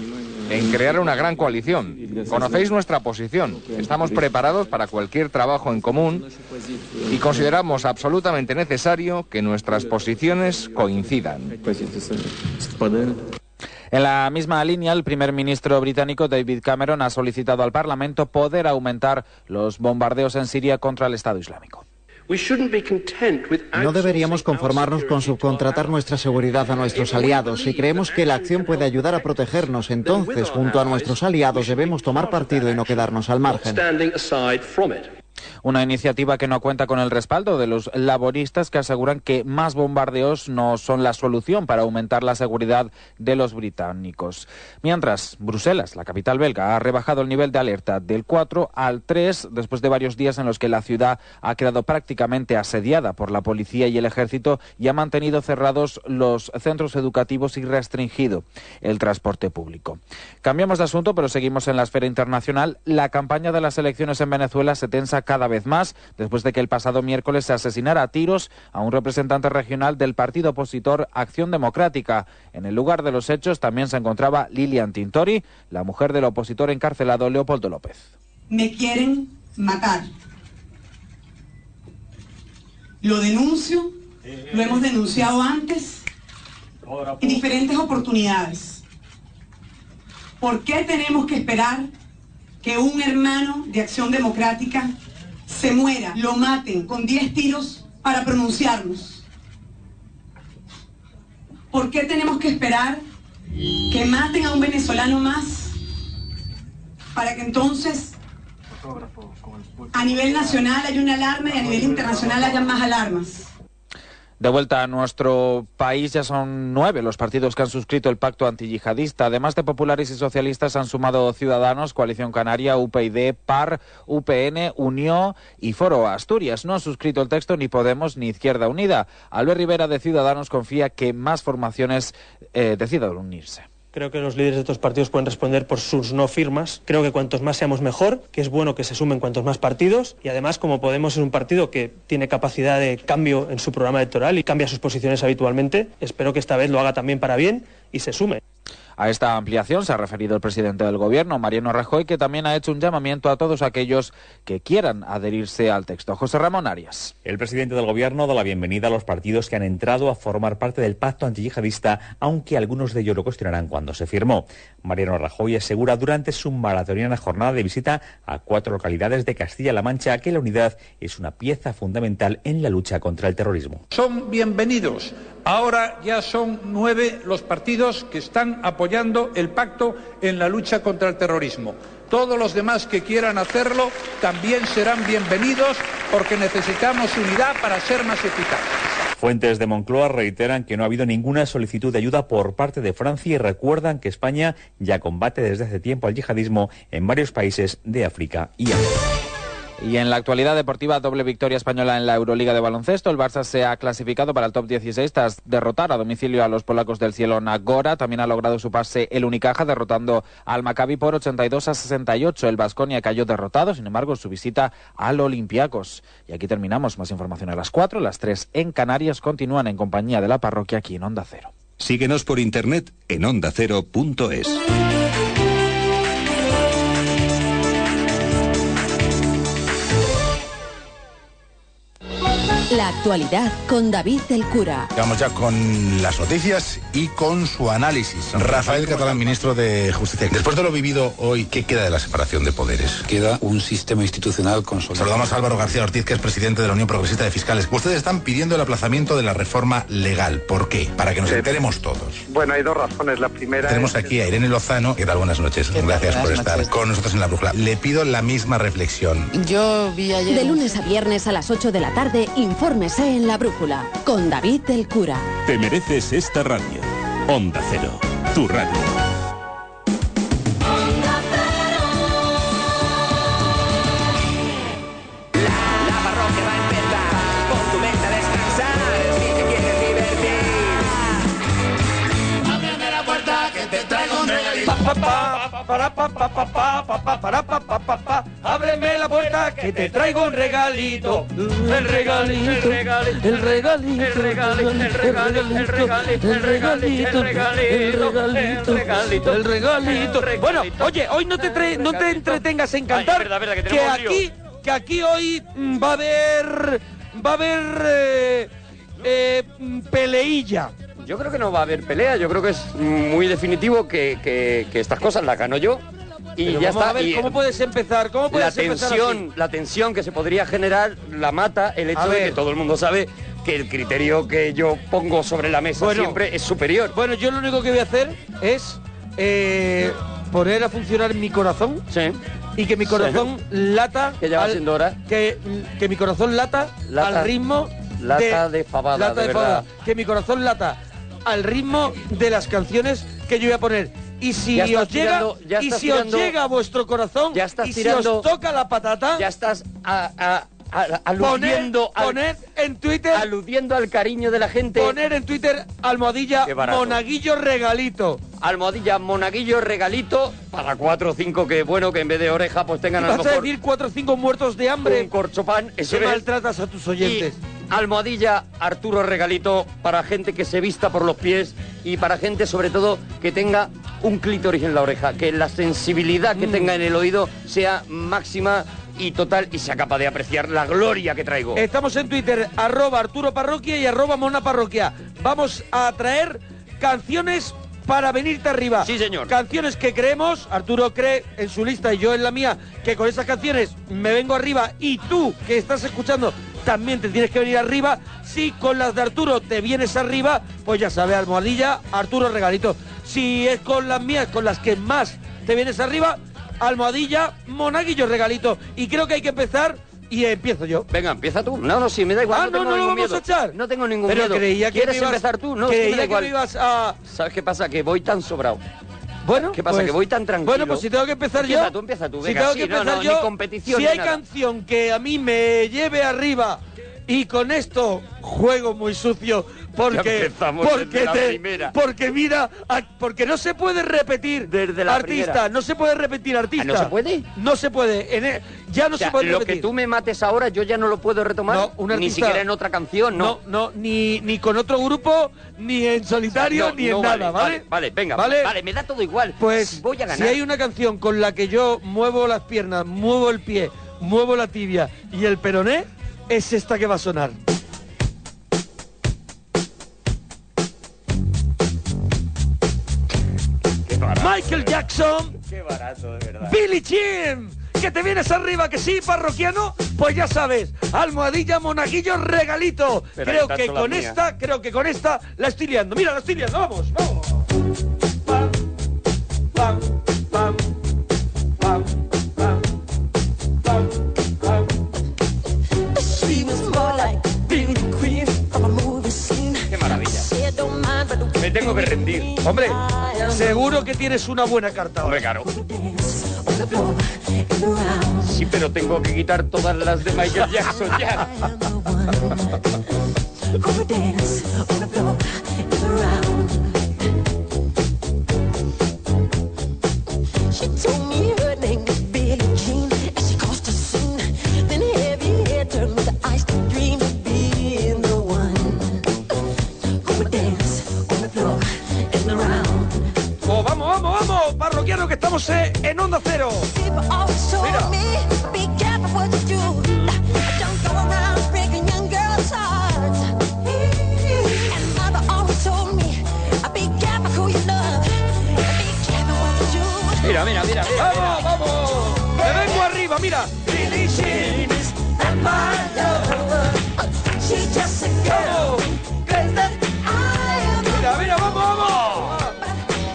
S20: en crear una gran coalición. Conocéis nuestra posición. Estamos preparados para cualquier trabajo en común y consideramos absolutamente necesario que nuestras posiciones coincidan.
S18: En la misma línea, el primer ministro británico David Cameron ha solicitado al Parlamento poder aumentar los bombardeos en Siria contra el Estado Islámico.
S7: No deberíamos conformarnos con subcontratar nuestra seguridad a nuestros aliados. Si creemos que la acción puede ayudar a protegernos, entonces junto a nuestros aliados debemos tomar partido y no quedarnos al margen.
S18: Una iniciativa que no cuenta con el respaldo de los laboristas que aseguran que más bombardeos no son la solución para aumentar la seguridad de los británicos. Mientras, Bruselas, la capital belga, ha rebajado el nivel de alerta del 4 al 3 después de varios días en los que la ciudad ha quedado prácticamente asediada por la policía y el ejército y ha mantenido cerrados los centros educativos y restringido el transporte público. Cambiamos de asunto, pero seguimos en la esfera internacional. La campaña de las elecciones en Venezuela se tensa cada vez más después de que el pasado miércoles se asesinara a tiros a un representante regional del partido opositor Acción Democrática. En el lugar de los hechos también se encontraba Lilian Tintori, la mujer del opositor encarcelado Leopoldo López.
S21: Me quieren matar. Lo denuncio, lo hemos denunciado antes en diferentes oportunidades. ¿Por qué tenemos que esperar que un hermano de Acción Democrática se muera, lo maten con 10 tiros para pronunciarnos? ¿Por qué tenemos que esperar que maten a un venezolano más para que entonces a nivel nacional haya una alarma y a nivel internacional haya más alarmas?
S18: De vuelta a nuestro país, ya son nueve los partidos que han suscrito el pacto antiyihadista. Además de populares y socialistas, han sumado Ciudadanos, Coalición Canaria, UPyD, PAR, UPN, Unión y Foro Asturias. No han suscrito el texto ni Podemos ni Izquierda Unida. Albert Rivera de Ciudadanos confía que más formaciones eh, decidan unirse.
S22: Creo que los líderes de estos partidos pueden responder por sus no firmas. Creo que cuantos más seamos mejor, que es bueno que se sumen cuantos más partidos. Y además, como Podemos es un partido que tiene capacidad de cambio en su programa electoral y cambia sus posiciones habitualmente, espero que esta vez lo haga también para bien y se sume.
S18: A esta ampliación se ha referido el presidente del Gobierno, Mariano Rajoy, que también ha hecho un llamamiento a todos aquellos que quieran adherirse al texto. José Ramón Arias.
S23: El presidente del gobierno da la bienvenida a los partidos que han entrado a formar parte del pacto antiyihadista, aunque algunos de ellos lo cuestionarán cuando se firmó. Mariano Rajoy asegura durante su maratoniana jornada de visita a cuatro localidades de Castilla-La Mancha que la unidad es una pieza fundamental en la lucha contra el terrorismo.
S24: Son bienvenidos. Ahora ya son nueve los partidos que están apoyando el pacto en la lucha contra el terrorismo. Todos los demás que quieran hacerlo también serán bienvenidos porque necesitamos unidad para ser más eficaces.
S23: Fuentes de Moncloa reiteran que no ha habido ninguna solicitud de ayuda por parte de Francia y recuerdan que España ya combate desde hace tiempo al yihadismo en varios países de África y Asia.
S18: Y en la actualidad deportiva, doble victoria española en la Euroliga de baloncesto. El Barça se ha clasificado para el top 16 tras derrotar a domicilio a los polacos del cielo Nagora. También ha logrado su pase el Unicaja, derrotando al Maccabi por 82 a 68. El Vasconia cayó derrotado, sin embargo, en su visita al Olympiacos. Y aquí terminamos. Más información a las 4, las 3 en Canarias. Continúan en compañía de la parroquia aquí en Onda Cero.
S19: Síguenos por internet en ondacero.es.
S2: La actualidad con David del Cura.
S4: Vamos ya con las noticias y con su análisis. Rafael Catalán, ministro de Justicia. Después de lo vivido hoy, ¿qué queda de la separación de poderes?
S24: Queda un sistema institucional consolidado.
S4: Saludamos a Álvaro García Ortiz, que es presidente de la Unión Progresista de Fiscales. Ustedes están pidiendo el aplazamiento de la reforma legal. ¿Por qué? Para que nos
S24: Sí.
S4: enteremos todos.
S24: Bueno, hay dos razones. La primera
S4: Tenemos
S24: es-
S4: aquí a Irene Lozano. ¿Qué tal? Buenas noches.
S24: ¿Qué tal?
S4: Gracias por
S24: Buenas
S4: estar
S24: noches.
S4: con nosotros en la brújula. Le pido la misma reflexión.
S2: Yo vi ayer. De lunes a viernes a las 8 de la tarde, infórmese en la brújula con David del Cura.
S12: Te mereces esta radio. Onda Cero, tu radio.
S1: Ábreme la puerta que te traigo un regalito.
S10: Pa, pa, pa, para, pa, pa, pa, pa, pa, pa, para, pa, pa, pa, pa. Ábreme la puerta que te traigo un regalito. El regalito, el regalito, el regalito, el regalito, el regalito, el regalito, el regalito, el regalito, el regalito. Bueno, oye, hoy no te tra- no te entretengas en cantar, que
S3: tenemos lío.
S10: aquí que aquí hoy mm, va a haber va a haber eh, eh, mm, peleilla. Yo creo que no va a haber pelea, yo creo que es muy definitivo que, que- que estas cosas las gano yo. Y
S3: Pero
S10: ya
S3: vamos
S10: está.
S3: a ver,
S10: y, eh,
S3: ¿cómo
S10: puedes empezar? ¿Cómo
S3: puedes
S10: la
S3: empezar
S10: tensión,
S3: así?
S10: La tensión que se podría generar la mata el
S3: A
S10: hecho de
S3: ver.
S10: que todo el mundo sabe que el criterio que yo pongo sobre la mesa
S3: Bueno.
S10: siempre es superior.
S3: Bueno, yo lo único que voy a hacer es eh, poner a funcionar mi corazón. Y que mi corazón lata. Que
S10: ya va siendo hora.
S3: Que, que mi corazón lata,
S10: Lata-
S3: al ritmo.
S10: lata de fabada,
S3: lata
S10: de
S3: de fabada.
S10: verdad.
S3: Que mi corazón lata al ritmo de las canciones que yo voy a poner. Y si
S10: Ya estás
S3: os llega,
S10: tirando- ya
S3: y
S10: estás
S3: si os
S10: tirando-
S3: llega a vuestro corazón,
S10: Ya estás
S3: y si
S10: tirando-
S3: os toca la patata,
S10: ya estás a,
S3: aludiendo
S10: aludiendo al-
S3: en Twitter
S10: aludiendo al cariño de la gente.
S3: Poner en Twitter almohadilla
S10: Qué barato.
S3: monaguillo regalito.
S10: Almohadilla, monaguillo, regalito para cuatro o cinco que bueno que en vez de oreja pues tengan a lo
S3: Vas a
S10: mejor
S3: decir cuatro o cinco muertos de hambre.
S10: un corchopán. Eso
S3: que
S10: es.
S3: maltratas a tus oyentes.
S10: Y almohadilla, Arturo Regalito para gente que se vista por los pies y para gente sobre todo que tenga un clítoris en la oreja, que la sensibilidad
S3: Mm.
S10: que tenga en el oído sea máxima y total y sea capaz de apreciar la gloria que traigo.
S3: Estamos en Twitter, arroba Arturo Parroquia y arroba Mona Parroquia. Vamos a traer canciones para venirte arriba. Sí, señor. Canciones que creemos, Arturo cree en su lista y yo en la mía, que con esas canciones me vengo arriba y tú que estás escuchando también te tienes que venir arriba. Si con las de Arturo te vienes arriba, pues ya sabes, almohadilla, Arturo regalito. Si es con las mías, con las que más te vienes arriba, almohadilla, monaguillo regalito. Y creo que hay que empezar y empiezo yo.
S10: Venga, empieza tú. No, no, sí, me da igual.
S3: Ah,
S10: no,
S3: no,
S10: tengo
S3: no lo
S10: ningún
S3: vamos
S10: miedo.
S3: a echar.
S10: No tengo ningún
S3: Pero
S10: miedo.
S3: creía que
S10: ¿Quieres
S3: me ibas-
S10: empezar tú? No,
S3: creía
S10: sí, me da
S3: que
S10: igual.
S3: me ibas a...
S10: ¿Sabes qué pasa? Que voy tan sobrado.
S3: Bueno,
S10: ¿Qué pasa?
S3: pues-
S10: que voy tan tranquilo.
S3: Bueno, pues si tengo que empezar
S10: empieza
S3: yo.
S10: Tú, empieza tú,
S3: si
S10: venga,
S3: tengo
S10: sí,
S3: que
S10: no,
S3: empezar
S10: no,
S3: yo.
S10: ni competición
S3: si
S10: ni
S3: hay
S10: nada.
S3: canción que a mí me lleve arriba y con esto juego muy sucio
S10: Ya
S3: porque
S10: empezamos
S3: porque
S10: desde la
S3: te-
S10: primera.
S3: porque mira a- porque no se puede repetir desde
S10: la
S3: artista
S10: primera. Ah,
S3: no se puede repetir artista
S10: ¿no se puede?
S3: no se puede en e- ya no
S10: O sea,
S3: se puede
S10: lo
S3: repetir
S10: que tú me mates ahora yo ya no lo puedo retomar
S3: No, un
S10: ni
S3: artista-
S10: siquiera en otra canción no
S3: no, ni, ni con otro grupo, ni en solitario,
S10: No,
S3: ni en
S10: no, vale,
S3: nada, ¿vale?
S10: vale, vale, venga, vale, me da todo igual.
S3: Pues
S10: Voy a ganar.
S3: si hay una canción con la que yo muevo las piernas, muevo el pie, muevo la tibia y el peroné, es esta que va a sonar.
S10: eh.
S3: Michael Jackson,
S10: qué
S1: eh.
S10: barato de verdad
S3: Billy Jean, que te vienes arriba, que sí, parroquiano, pues ya sabes, almohadilla, monaguillo, regalito.
S10: Pero
S3: creo
S10: ahí
S3: que
S10: está sola
S3: con
S10: mía.
S3: esta, creo que con esta la estoy liando. Mira, la estoy liando, vamos, vamos. Pam, pam, pam, pam, pam, pam.
S1: She was more like Billy Queen from a movie scene.
S10: qué maravilla
S1: Said, "Don't mind, but don't
S10: me tengo que rendir
S3: Hombre, seguro que tienes una buena carta ahora.
S10: hombre claro sí pero tengo que quitar todas las de Michael Jackson ya
S1: go dance on the floor and around." She told me her name was Billie Jean, and she caused a scene. Then heavy hair turned to ice, dreamed of being the one. Who would dance on the floor and around.
S3: Oh, vamos, vamos, vamos, parroquiano, que estamos eh, en Onda Cero.
S1: People always told me, be careful what you do. Don't go around breaking young girls' hearts. uh,
S10: She is not my lover. She's just a girl. Cause that I am
S3: Mira, mira, vamos, vamos.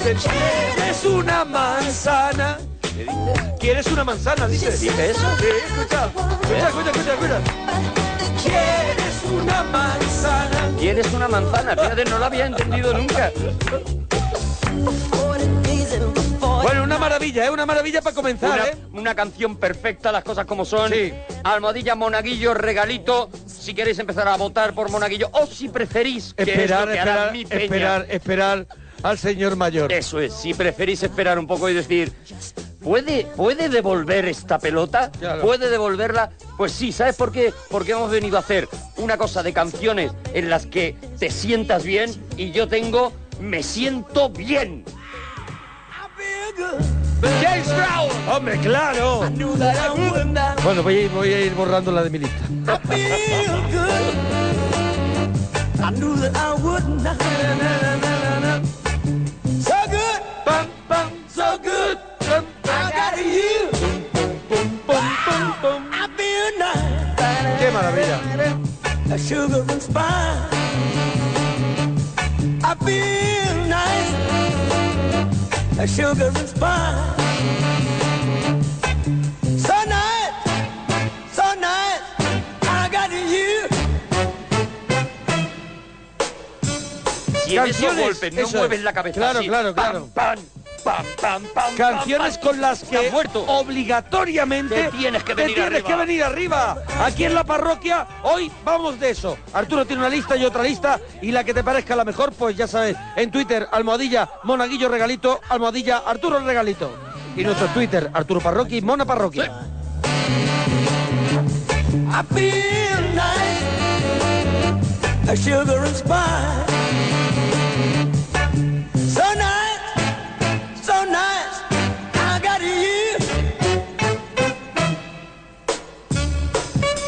S3: Te- ¿Quieres una manzana? ¿Qué dices? ¿Quieres una manzana? Dice, dice eso. Sí, escucha. Escucha, escucha, escucha, escucha. ¿Quieres una manzana?
S14: ¿Quieres una manzana? Fíjate, no la había entendido nunca.
S3: Bueno, una maravilla, ¿eh? Una maravilla para comenzar,
S14: una,
S3: ¿eh?
S14: Una canción perfecta, las cosas como son. Almohadilla, Monaguillo, regalito. Si queréis empezar a votar por Monaguillo o si preferís que es lo
S1: Esperar,
S14: que hará
S1: esperar,
S14: mi peña.
S1: esperar, esperar al señor mayor.
S14: Eso es, si preferís esperar un poco y decir, ¿puede, ¿puede devolver esta pelota?
S1: Claro.
S14: ¿Puede devolverla? Pues sí, ¿sabes por qué? Porque hemos venido a hacer una cosa de canciones en las que te sientas bien y yo tengo Me siento bien.
S3: James Brown. Hombre, claro.
S1: Bueno, voy a, ir, voy a ir borrando la de mi lista.
S14: Ah,
S10: feel good. I knew that I would not. Na, na, na, na, na, na. So good, bum, bum, so good. Bum, I got you. Boom, boom, boom, boom, boom. I feel nice.
S1: Qué maravilla.
S10: A sugar and spice. I feel nice. A sugar and spice. So nice, so nice. I got you.
S14: Si en esos
S3: Canciones,
S14: golpes no
S3: eso es.
S14: mueves la cabeza
S3: Claro,
S14: así,
S3: claro,
S14: pam,
S3: claro.
S14: pam, pam, pam, pam,
S3: Canciones con las que obligatoriamente
S14: Te tienes que venir
S3: tienes
S14: arriba.
S3: que venir arriba. Aquí en la parroquia hoy vamos de eso. Arturo tiene una lista y otra lista y la que te parezca la mejor, pues ya sabes, en Twitter, almohadilla, monaguillo regalito, almohadilla, Arturo regalito. Y nuestro Twitter, Arturo Parroquia y Mona Parroquia.
S10: I feel nice, a sugar and spice. So nice, so nice, I got you.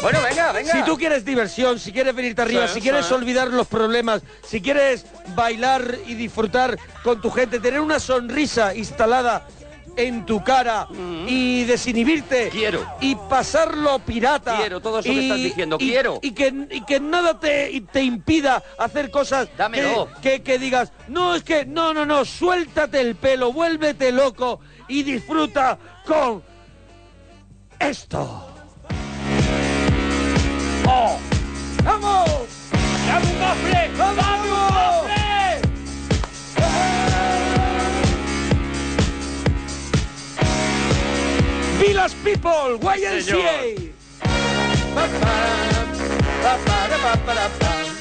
S14: Bueno, venga, venga.
S3: Si tú quieres diversión, si quieres venirte arriba,
S14: Sí,
S3: si quieres
S14: sí.
S3: olvidar los problemas, si quieres bailar y disfrutar con tu gente, tener una sonrisa instalada en tu cara
S14: Mm.
S3: y desinhibirte quiero y pasarlo pirata
S14: Quiero, todo eso que
S3: y-
S14: estás diciendo,
S3: y-
S14: quiero.
S3: y que, y que nada te, y te impida hacer cosas
S14: Dámelo.
S3: que, que, que digas no es que no no no suéltate el pelo vuélvete loco y disfruta con esto
S10: Oh.
S3: ¡Vamos!
S10: ¡Dame un cofre! ¡Dame un cofre!
S3: Village People,
S14: señor.
S3: YMCA.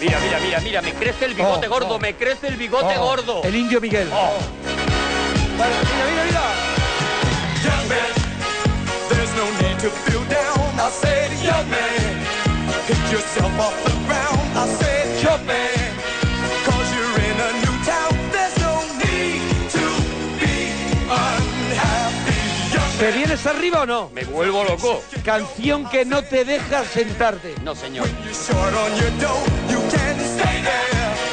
S14: Mira, mira, mira, mira, me crece el bigote
S3: Oh,
S14: gordo, me crece el bigote
S3: Oh,
S14: gordo.
S3: El indio Miguel.
S10: Young man, there's no need to feel down. I said, young man, pick yourself off the ground. I said, young man, cause you're in a new town. There's no need to be unhappy.
S3: ¿Te vienes arriba o no?
S14: Me vuelvo loco.
S3: Canción que no te deja sentarte.
S14: No, señor.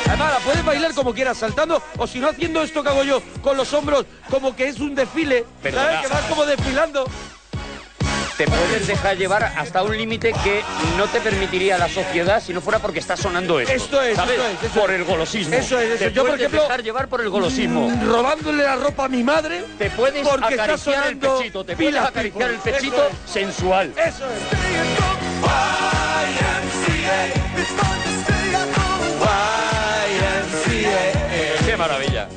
S3: Además, la puedes bailar como quieras, saltando o si no haciendo esto que hago yo con los hombros, como que es un desfile.
S14: Perdona.
S3: ¿Sabes? Que vas como desfilando.
S14: Te puedes dejar llevar hasta un límite que no te permitiría la sociedad si no fuera porque está sonando esto.
S3: Esto es,
S14: ¿sabes?
S3: esto es, esto
S14: por
S3: es.
S14: el golosismo.
S3: Eso es, eso.
S14: Te
S3: Yo, por
S14: puedes
S3: ejemplo,
S14: dejar llevar por el golosismo.
S3: mm, Robándole la ropa a mi madre.
S14: Te puedes
S3: porque está
S14: acariciar el
S3: sonando
S14: pechito, te puedes
S3: Village
S14: acariciar el
S3: People.
S14: pechito
S3: Eso es.
S14: sensual.
S3: Eso es.
S14: Qué maravilla.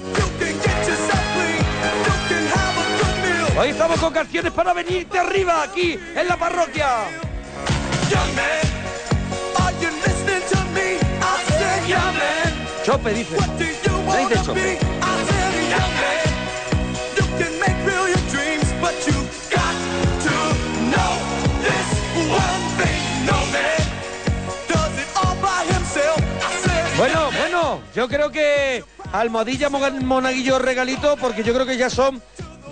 S3: Hoy estamos con canciones para venirte arriba aquí en la parroquia.
S10: Are you listening to me? I said, young man,
S3: Chope pues, dice.
S10: what do you want to be? I said, young man, you can make real your dreams, but you've got to know this one thing. No man does it all by himself. I said,
S3: Bueno, bueno, yo creo que Almohadilla Moga- Monaguillo Regalito, porque yo creo que ya son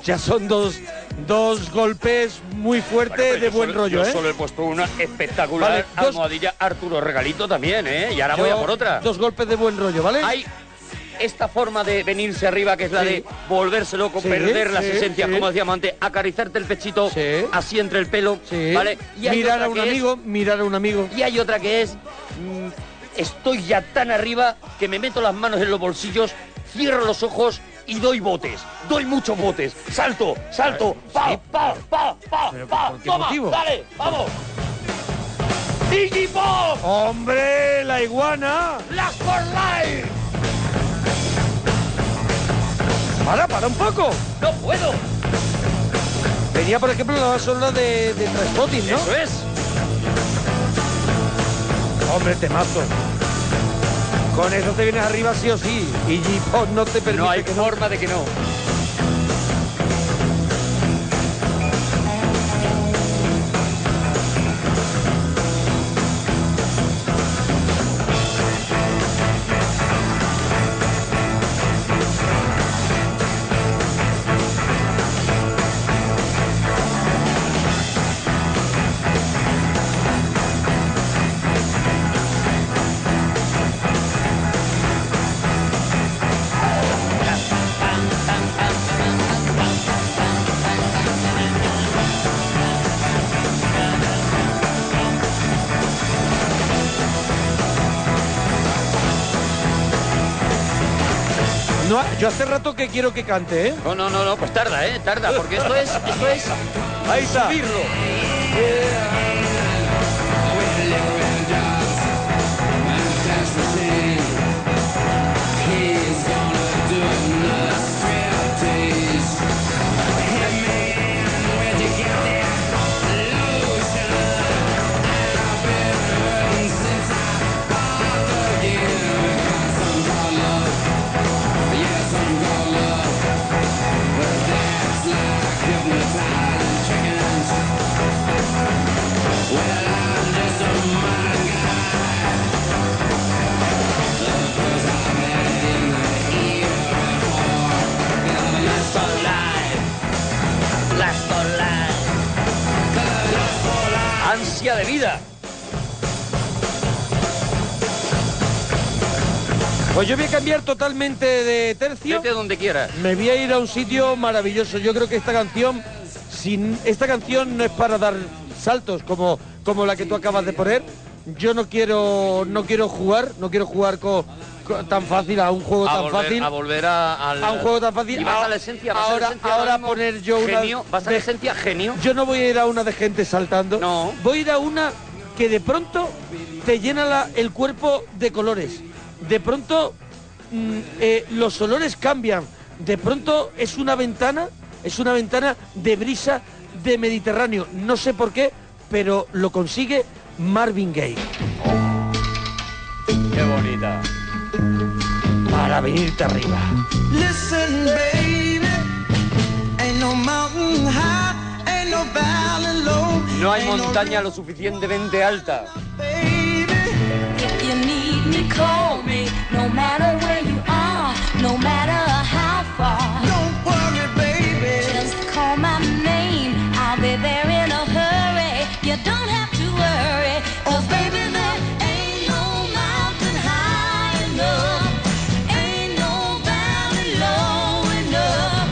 S3: ya son dos, dos golpes muy fuertes
S14: Bueno, pues
S3: de
S14: yo
S3: buen
S14: solo-
S3: rollo,
S14: yo
S3: ¿eh?
S14: solo he puesto una espectacular
S3: Vale, dos-
S14: almohadilla Arturo Regalito también, ¿eh? Y ahora voy
S3: Yo-
S14: a por otra.
S3: Dos golpes de buen rollo, ¿vale?
S14: Hay
S12: esta forma de venirse arriba, que es la
S3: Sí.
S12: de volverse loco,
S3: Sí,
S12: perder las
S3: sí,
S12: esencias,
S3: sí.
S12: como decíamos antes, acariciarte el pechito así entre el pelo,
S3: Sí.
S12: ¿vale? hay
S3: Mirar
S12: otra
S3: a un
S12: que es-
S3: amigo, mirar a un amigo.
S12: y hay otra que es, mm, estoy ya tan arriba que me meto las manos en los bolsillos, cierro los ojos y doy botes. Doy muchos botes. Salto, salto, pa, pa, pa, pa, pa.
S3: qué
S12: Toma,
S3: motivo?
S12: dale, vamos.
S3: ¡Digipop! ¡Hombre, la iguana!
S12: Last for life.
S3: ¡Para, para un poco!
S12: ¡No puedo!
S3: Venía, por ejemplo, la sola de, de Trainspotting, ¿no?
S12: Eso es.
S3: Hombre, temazo. Con eso te vienes arriba sí o sí. Y G-Pop no te permite. No hay
S12: forma de que no.
S3: No, yo hace rato que quiero que cante, ¿eh?
S12: No, no, no, no, pues tarda, ¿eh? Tarda, porque esto es, esto es
S3: Ahí está.
S12: subirlo. Ansia de vida.
S3: Pues yo voy a cambiar totalmente de tercio.
S12: Vete donde quieras.
S3: Me voy a ir a un sitio maravilloso. Yo creo que esta canción, sin esta canción no es para dar saltos como, como la que tú acabas de poner. Yo no quiero, no quiero jugar, no quiero jugar co- co- tan fácil a un juego
S12: A
S3: tan
S12: volver,
S3: fácil.
S12: a volver a, al-
S3: A un juego tan fácil.
S12: Y vas a
S3: Ahora-
S12: la esencia, vas
S3: ahora,
S12: a la esencia
S3: ahora
S12: ahora mismo.
S3: poner yo una.
S12: Genio, vas a la esencia genio.
S3: Yo no voy a ir a una de gente saltando. No. Voy a ir a una que de pronto te llena la- el cuerpo de colores. De pronto mm, eh, los olores cambian. De pronto es una ventana, es una ventana de brisa de Mediterráneo. No sé por qué, pero lo consigue Marvin Gaye.
S12: Qué bonita.
S3: Para venirte arriba.
S1: Listen, baby, ain't no mountain high, ain't no valley low.
S12: No hay montaña lo suficientemente alta.
S1: If you need me, call me, no matter where you are, no matter how far. Don't worry, baby. Just call my name, I'll be there in a hurry. You don't have to worry, 'cause baby, there ain't no mountain high enough. Ain't no valley low enough.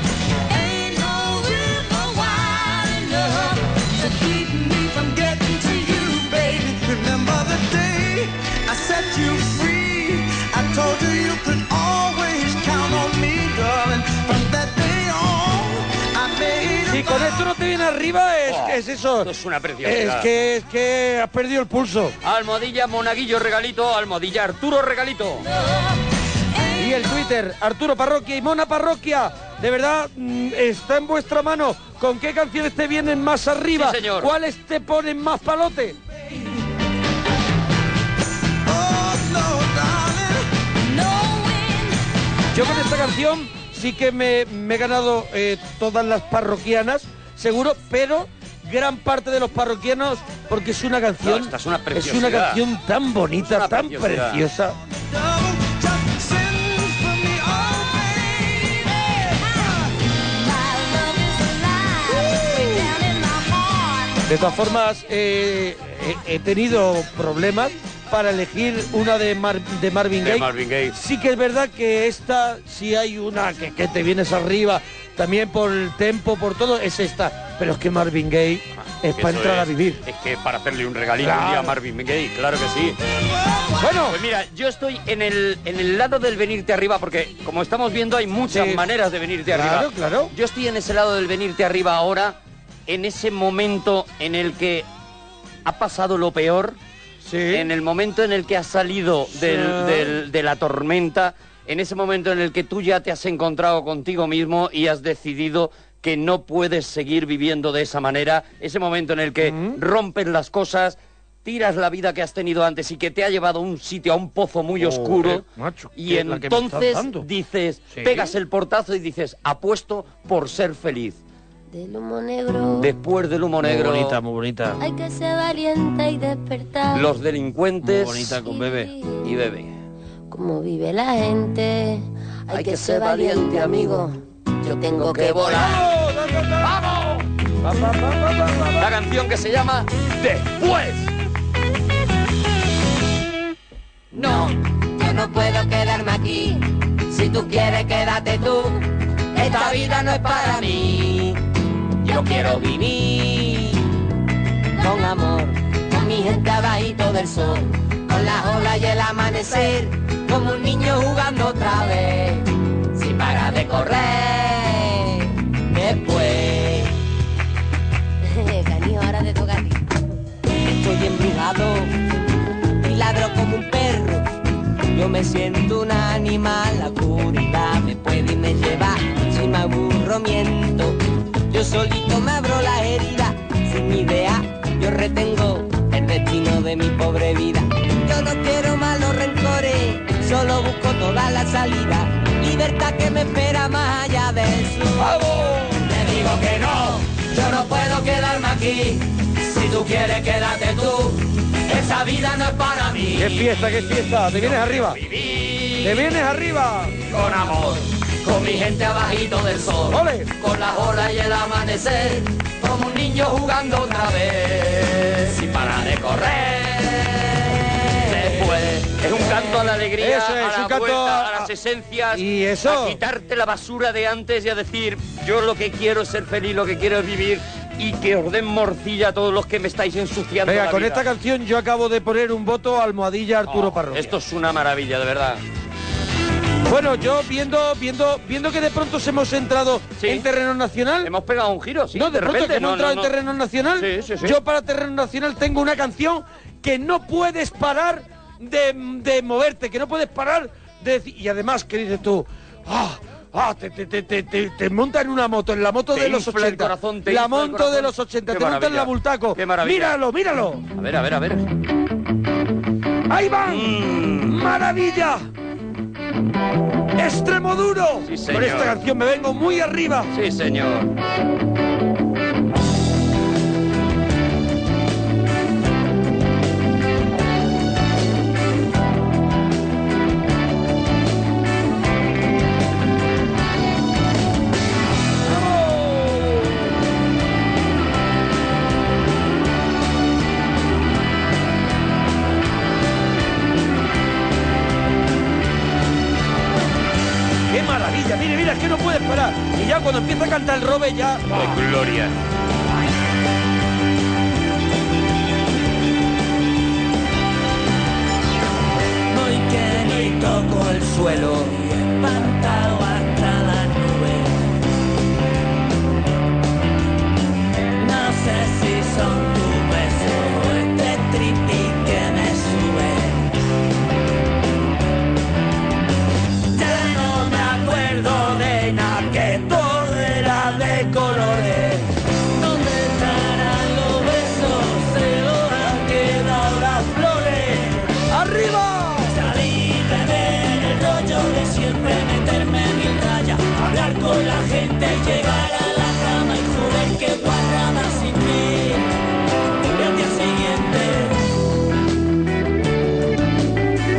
S1: Ain't no river wide enough to keep me from getting to you, baby. Remember the day I set you free. I told you you could always count on me, darling. From that day on, I made a
S3: Si con esto no te viene arriba, Ah, es, es eso.
S12: Oh, es una
S3: Es
S12: preciosidad.
S3: que, es que has perdido el pulso.
S12: Almohadilla Monaguillo Regalito, Almohadilla Arturo Regalito.
S3: Y el Twitter, Arturo Parroquia y Mona Parroquia. De verdad, mm, está en vuestra mano. ¿Con qué canciones te vienen más arriba?
S12: Sí, señor.
S3: ¿Cuáles te ponen más palote? Yo con esta canción sí que me, me he ganado eh, todas las parroquianas, seguro, pero gran parte de los parroquianos porque es una canción
S12: esta es una
S3: es
S12: preciosidad.
S3: una canción tan bonita
S12: Es una
S3: tan
S12: preciosidad.
S3: preciosa De todas formas, eh, he, he tenido problemas
S25: para elegir una de, Mar- de Marvin
S3: De
S25: Gaye.
S3: Marvin Gaye.
S25: Sí que es verdad que esta, si hay una que, que te vienes arriba, también por el tempo, por todo, es esta. Pero es que Marvin Gaye es para
S3: Ah, Eso
S25: entrar a
S3: es.
S25: vivir.
S3: Es que para hacerle un regalito un día a
S25: Claro.
S3: Marvin Gaye, claro que sí. Bueno, pues mira, yo estoy en el, en el lado del venirte arriba, porque como estamos viendo hay muchas
S25: Sí.
S3: maneras de venirte
S25: Claro,
S3: arriba.
S25: claro.
S3: Yo estoy en ese lado del venirte arriba ahora, en ese momento en el que ha pasado lo peor, en el momento en el que has salido del- del- de la tormenta, en ese momento en el que tú ya te has encontrado contigo mismo y has decidido que no puedes seguir viviendo de esa manera, ese momento en el que rompes las cosas, tiras la vida que has tenido antes y que te ha llevado a un sitio, a un pozo muy oscuro, y
S25: que- la que me estás
S3: entonces
S25: dando.
S3: dices,
S25: Sí.
S3: pegas el portazo y dices, apuesto por ser feliz.
S5: Del humo negro
S3: Después del humo
S25: Muy
S3: negro,
S25: bonita, muy bonita.
S5: hay que ser valiente y despertar.
S3: los delincuentes
S25: Muy bonita con
S3: bebé. y bebé.
S5: Como vive la gente, hay, que, ser valiente, amigo. Yo tengo que volar.
S3: ¡Vamos! La canción que se llama Después.
S5: No, yo no puedo quedarme aquí. Si tú quieres, quédate tú. Esta vida no es para mí. Yo quiero vivir con amor, con mi gente abajito del sol, con las olas y el amanecer, como un niño jugando otra vez, sin parar de correr. Después, Cani, ahora de tocar. Estoy embrujado, y ladro como un perro. Yo me siento un animal, la oscuridad me puede y me lleva. Si me aburro, miento. Yo solito me abro la herida, sin idea. Yo retengo el destino de mi pobre vida. Yo no quiero malos rencores, solo busco toda la salida. Libertad que me espera más allá del sur. Te digo que no, yo no puedo quedarme aquí. Si tú quieres, quédate tú. Esa vida no es para mí.
S25: ¡Qué fiesta, qué fiesta! ¡Te vienes arriba! ¡Te vienes arriba!
S5: Con amor, con mi gente abajito del sol. Con las olas y el amanecer, como un niño jugando otra vez. Sin parar eh, de correr.
S3: Después. Es un canto a la alegría,
S25: Eso es,
S3: a la
S25: un canto
S3: vuelta, a
S25: a-
S3: las esencias,
S25: ¿Y eso?
S3: a quitarte la basura de antes y a decir, yo lo que quiero es ser feliz, lo que quiero es vivir y que os den morcilla a todos los que me estáis ensuciando
S25: Venga,
S3: la
S25: con
S3: vida.
S25: esta canción yo acabo de poner un voto a almohadilla Arturo
S3: Oh,
S25: Parroquia.
S3: Esto es una maravilla, de verdad.
S25: Bueno, yo viendo, viendo, viendo que de pronto se hemos entrado en terreno nacional. Hemos
S3: pegado un giro, sí.
S25: No, de,
S3: de
S25: pronto
S3: repente,
S25: que hemos
S3: no,
S25: entrado
S3: no,
S25: en
S3: no.
S25: terreno nacional.
S3: Sí, sí, sí.
S25: Yo para terreno nacional tengo una canción que no puedes parar de, de moverte, que no puedes parar de deci- y además que dices tú, ah, ah, te, te, te, te, te- te monta en una moto, en la moto
S3: Te
S25: de los
S3: infla el
S25: 80.
S3: corazón, te
S25: la
S3: infla el
S25: moto de
S3: corazón.
S25: los 80,
S3: Qué
S25: te monta en
S3: maravilla,
S25: la bultaco.
S3: qué maravilla.
S25: Míralo, míralo.
S3: A ver, a ver, a ver.
S25: Ahí van.
S12: Mm.
S25: Maravilla. Extremo duro. Con esta canción me vengo muy arriba.
S3: Sí, señor.
S25: ¡Qué maravilla! Mire, mira, es que no puedes parar. Y ya cuando empieza a cantar el robe ya...
S3: ¡Qué gloria!
S5: Voy que ni toco el suelo y espantado hasta la nube. No sé si son tus besos o este tripi que me sube. Ya no me acuerdo de nada que todo era de colores. ¿Dónde estarán los besos? Se los han quedado las flores. ¡Arriba! Salirme del rollo de siempre meterme en mi raya, hablar con la gente, llegar a la cama y joder que guarrada sin mí. Volví al día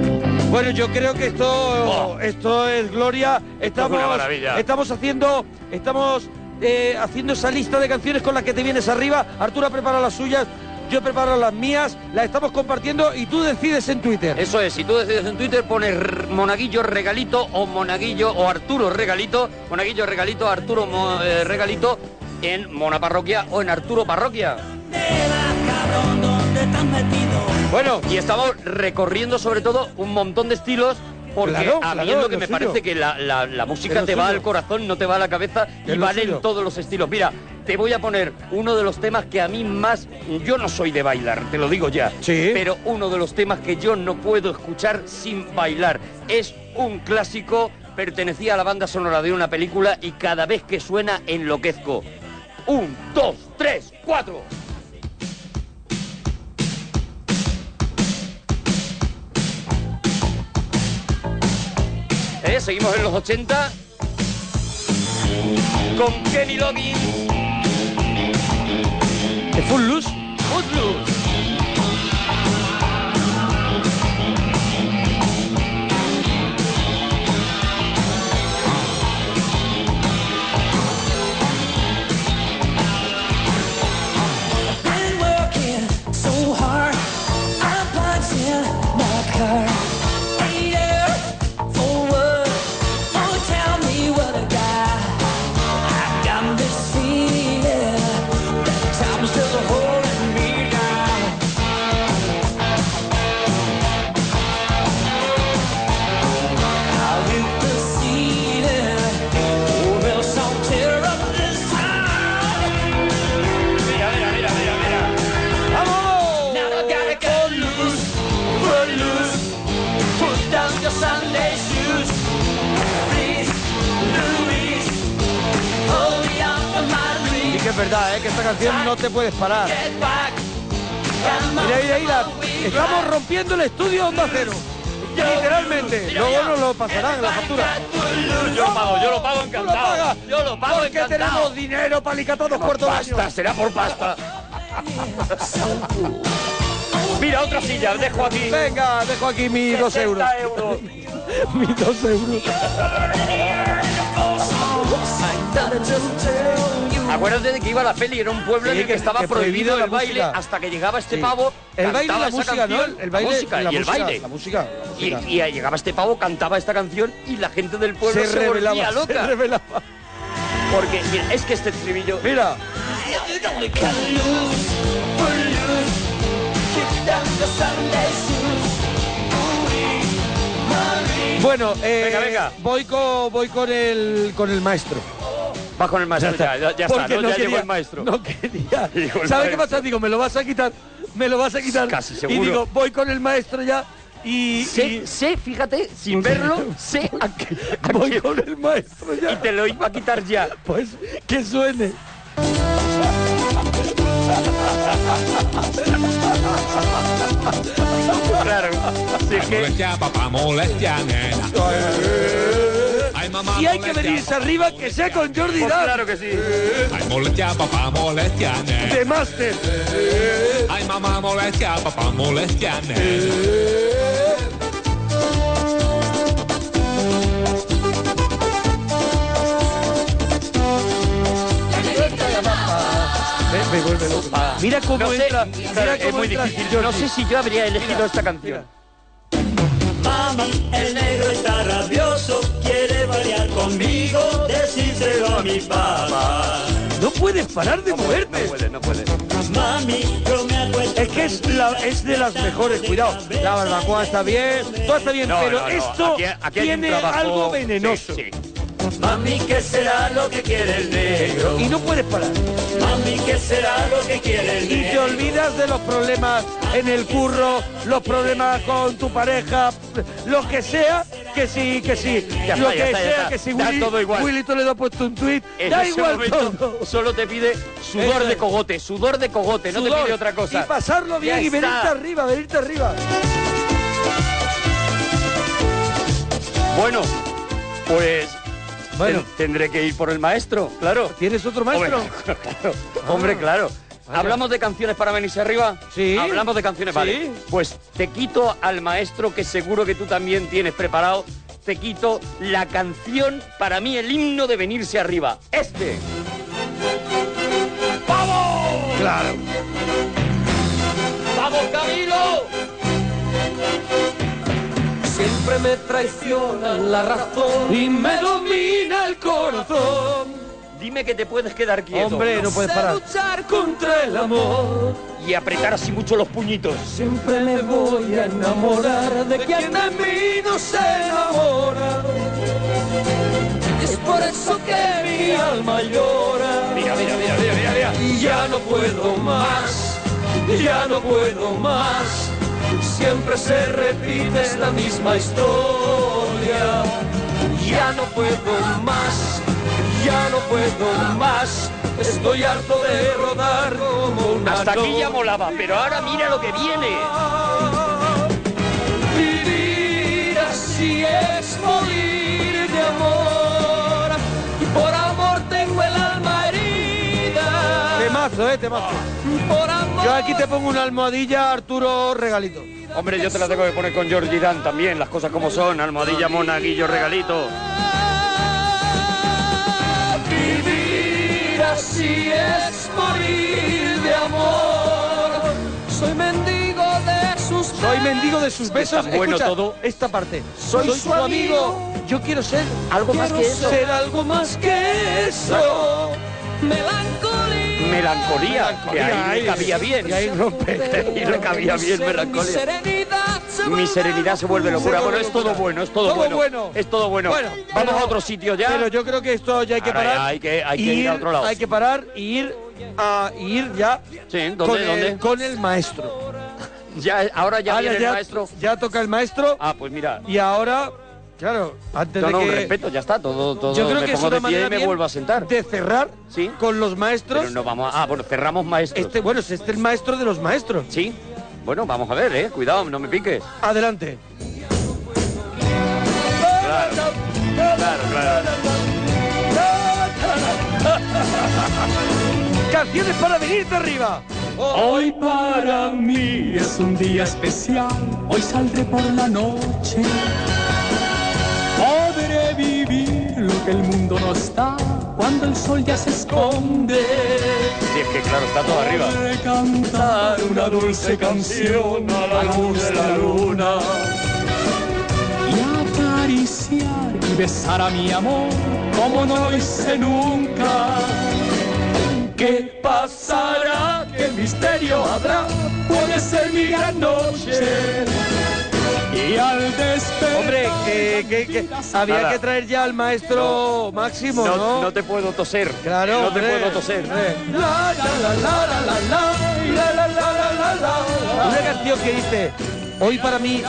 S5: siguiente.
S25: Bueno, yo creo que esto, esto es gloria. Estamos,
S3: una maravilla.
S25: estamos haciendo, estamos eh, haciendo esa lista de canciones con las que te vienes arriba. Arturo prepara las suyas. yo he preparado las mías, las estamos compartiendo y tú decides en Twitter.
S3: Eso es, si tú decides en Twitter pones r- Monaguillo Regalito o Monaguillo o Arturo Regalito, Monaguillo Regalito, Arturo Mo- eh, Regalito en Mona Parroquia o en Arturo Parroquia. Bueno, y estamos recorriendo sobre todo un montón de estilos porque
S25: Claro,
S3: a
S25: claro,
S3: mí es lo
S25: es
S3: que
S25: lo
S3: me
S25: suyo.
S3: parece que la, la- la
S25: Es
S3: música
S25: lo
S3: te va
S25: suyo.
S3: al corazón, no te va a la cabeza y
S25: Es lo
S3: vale en
S25: suyo.
S3: todos los estilos. Mira, te voy a poner uno de los temas que a mí más... Yo no soy de bailar, te lo digo ya. Pero uno de los temas que yo no puedo escuchar sin bailar. Es un clásico, pertenecía a la banda sonora de una película y cada vez que suena enloquezco. Un, dos, tres, cuatro. Eh, Seguimos en los 80 con Kenny Loggins.
S25: ¿De Footloose?
S3: Footloose.
S1: Been working so hard. I'm punching my car. Ain't there for what? Oh, tell me what I got. I got this feeling that time's still holding me down. I hit the ceiling. Oh, there's some tear up this time.
S3: Mira, mira, mira, mira, mira.
S1: ¡Vamos! Now I gotta go loose, foot loose. Put down your Sunday shoes. Please, Louise, hold me up on my
S25: Y
S1: knees.
S25: que es verdad, ¿eh? que esta canción no te puedes parar.
S1: Get back. Come on,
S25: Mira, mira, mira, estamos rompiendo el estudio Onda Cero. Literalmente, luego nos lo pasarán la factura.
S3: Yo lo pago, yo lo
S25: Tú
S3: pago
S25: lo
S3: encantado.
S25: pagas.
S3: Yo lo pago
S25: Porque
S3: encantado.
S25: tenemos dinero para licatados cortos de año.
S3: Pasta, será por pasta. Mira, otra silla, dejo aquí.
S25: Venga, dejo aquí mis dos euros.
S3: 60 euros.
S25: mis dos euros.
S3: Acuérdate de que iba la peli, era un pueblo en
S25: Sí,
S3: el que,
S25: que-
S3: estaba
S25: que prohibido
S3: prohibido
S25: la
S3: el baile
S25: música.
S3: hasta que llegaba este
S25: Sí.
S3: pavo.
S25: El baile y
S3: cantaba
S25: la
S3: esa
S25: música, ¿no?
S3: canción,
S25: El baile
S3: la música
S25: y la
S3: y el
S25: música,
S3: baile.
S25: la música, la
S3: Y,
S25: música.
S3: y llegaba este pavo, cantaba esta canción y la gente del pueblo se,
S25: Se revelaba,
S3: volvía
S25: se
S3: loca. Porque mira, es que este estribillo.
S25: Mira.
S1: Cut loose, foot loose. Kick down your Sunday shoes. Louise, Marie.
S25: Bueno, eh,
S3: Venga, venga.
S25: Voy, con, voy con, el, con el maestro.
S3: Vas con el maestro, ya, ya, ya está,
S25: Porque
S3: ¿no? ya
S25: quería-
S3: llegó el maestro.
S25: No quería.
S3: Llegó el
S25: ¿Sabes qué
S3: maestro.
S25: pasa? Digo, me lo vas a quitar, me lo vas a quitar.
S3: Casi
S25: Y
S3: seguro.
S25: digo, voy con el maestro ya y...
S3: Sé-
S25: y-
S3: sé, fíjate, sin verlo, sé a qué- a qué-
S25: el maestro ya.
S3: Y te lo iba a quitar ya.
S25: Pues que suene.
S3: Claro.
S26: Molestia, papá, molestia, nena. Ay, mamá,
S25: Y hay que
S26: molestia,
S25: venirse arriba, que sea con Jordi Dan.
S3: Pues claro que sí.
S26: Ay, molestia, papá, molestia, nena.
S25: De máster.
S26: Ay, mamá, molestia, papá, molestia, nena.
S25: Me, vuelve loco. Mira cómo
S3: No sé,
S25: entra.
S3: claro,
S25: mira
S3: es
S25: cómo
S3: muy
S25: entra
S3: difícil.
S25: Jordi.
S3: No sé si yo habría elegido esta canción.
S1: Mami, el negro está rabioso, quiere variar conmigo, decíselo a mi papá.
S25: No puedes parar de moverte. No puedes,
S3: no puedes.
S1: Mami, yo me acuesto.
S25: Es que es, la- es de las mejores, cuidado. La barbacoa está bien, todo está bien,
S1: No,
S25: pero
S1: no, no,
S25: esto
S1: aquí- aquí hay un
S25: tiene
S1: trabajo-
S25: algo venenoso.
S1: Mami, ¿qué será lo que quiere el negro?
S25: Y no puedes parar.
S1: Mami, ¿qué será lo que quiere el
S25: Y te
S1: negro?
S25: olvidas de los problemas en el curro, los problemas con tu pareja, lo que sea, que sí, que sí.
S3: Ya está,
S25: lo
S3: ya
S25: que
S3: está, ya
S25: sea,
S3: está.
S25: que sí,
S3: Da
S25: Willy,
S3: todo igual.
S25: Willy Toledo ha puesto un tuit.
S3: En
S25: Da
S3: ese
S25: igual
S3: momento
S25: todo.
S3: Solo te pide
S25: Eso
S3: sudor
S25: es.
S3: de cogote, sudor de cogote, no te
S25: Sudor.
S3: pide otra cosa.
S25: Y pasarlo bien
S3: Ya
S25: y venirte
S3: está.
S25: arriba, venirte arriba.
S3: Bueno, pues
S25: Bueno.
S3: ten- tendré que ir por el maestro, claro.
S25: ¿Tienes otro maestro? Ah,
S3: Hombre, claro. Hombre, claro. ¿Hablamos de canciones para venirse arriba?
S25: Sí.
S3: Hablamos de canciones,
S25: Sí.
S3: vale. Pues te quito al maestro que seguro que tú también tienes preparado. Te quito la canción, para mí el himno de venirse arriba. Este. ¡Vamos!
S25: Claro.
S10: Siempre me traiciona la razón y me domina el corazón.
S3: Dime que te puedes quedar quieto.
S25: Hombre, no puedes
S10: Sé
S25: parar.
S10: luchar contra el amor.
S3: Y apretar así mucho los puñitos.
S10: Siempre me voy a enamorar de quien de mí no se enamora. Y es por eso que mi alma llora.
S3: Mira, mira, mira, mira, mira, mira.
S10: Y ya no puedo más, ya no puedo más. Siempre se repite esta misma historia. Ya no puedo más, ya no puedo más. Estoy harto de rodar como un
S3: Hasta aquí
S10: atón.
S3: ya molaba, pero ahora mira lo que viene.
S10: Vivir así es morir de amor. Y por amor tengo el alma herida.
S25: Temazo, eh, temazo. Yo aquí te pongo una almohadilla, Arturo Regalito.
S3: Hombre, yo te la tengo que poner con Georgie Dan también, las cosas como son, almohadilla, monaguillo, regalito.
S10: Vivir así es morir de amor. Soy mendigo de sus
S25: Soy mendigo de sus besos.
S3: Está bueno
S25: Escucha
S3: todo.
S25: Esta parte.
S10: Soy su amigo.
S25: Yo quiero ser
S10: Algo
S25: más que eso.
S10: ser algo más que eso. Melancolía.
S3: Melancolía, que ahí le cabía bien.
S25: Y ahí rompe.
S3: Y le cabía bien
S10: Mi
S3: melancolía.
S10: serenidad se
S3: Mi serenidad se vuelve locura.
S25: Se vuelve
S3: Bueno, es todo
S25: locura.
S3: bueno, es todo,
S25: Todo
S3: bueno.
S25: bueno.
S3: Es todo bueno.
S25: Bueno,
S3: Vamos
S25: pero-
S3: a otro sitio ya.
S25: Pero yo creo que esto ya hay que
S3: Ahora
S25: parar.
S3: ya hay que- hay que
S25: y
S3: ir a otro lado.
S25: Hay que parar y ir a y ir ya
S3: ¿dónde,
S25: con,
S3: dónde?
S25: El, con el maestro.
S3: Ya, ahora ya viene el maestro.
S25: Ya toca el maestro.
S3: Ah, pues mira.
S25: Y ahora, claro, antes
S3: No,
S25: de
S3: no,
S25: que.
S3: respeto, ya está, todo, todo.
S25: Yo creo
S3: me
S25: que es
S3: pongo
S25: una
S3: de pie
S25: manera
S3: y me
S25: bien
S3: vuelvo a sentar.
S25: de cerrar con los maestros.
S3: Pero no vamos a... Ah, bueno, cerramos maestros.
S25: Este, bueno, este es el maestro de los maestros.
S3: Sí. Bueno, vamos a ver, eh. Cuidado, no me piques.
S25: Adelante.
S3: Claro, claro, claro.
S25: Canciones para venirte arriba.
S10: Hoy para mí es un día especial, hoy saldré por la noche. Podré vivir lo que el mundo nos da cuando el sol ya se esconde.
S3: Sí, es que claro, está todo arriba.
S10: Podré cantar una dulce canción a la luz de la luna. Y acariciar y besar a mi amor como no lo hice nunca. ¿Qué pasará? ¿Qué misterio habrá? Puede ser mi gran noche. Y al despertar.
S25: Hombre, que, que- que había
S3: Nada.
S25: que traer ya al maestro Máximo, ¿no?
S3: No, no te puedo toser.
S25: Claro,
S3: No te
S25: hombre, Eh.
S3: puedo toser.
S25: hombre.
S10: La, la, la, la, la, la, la, la, la, la, la,
S25: Una
S10: la.
S25: canción que dice, hoy para mí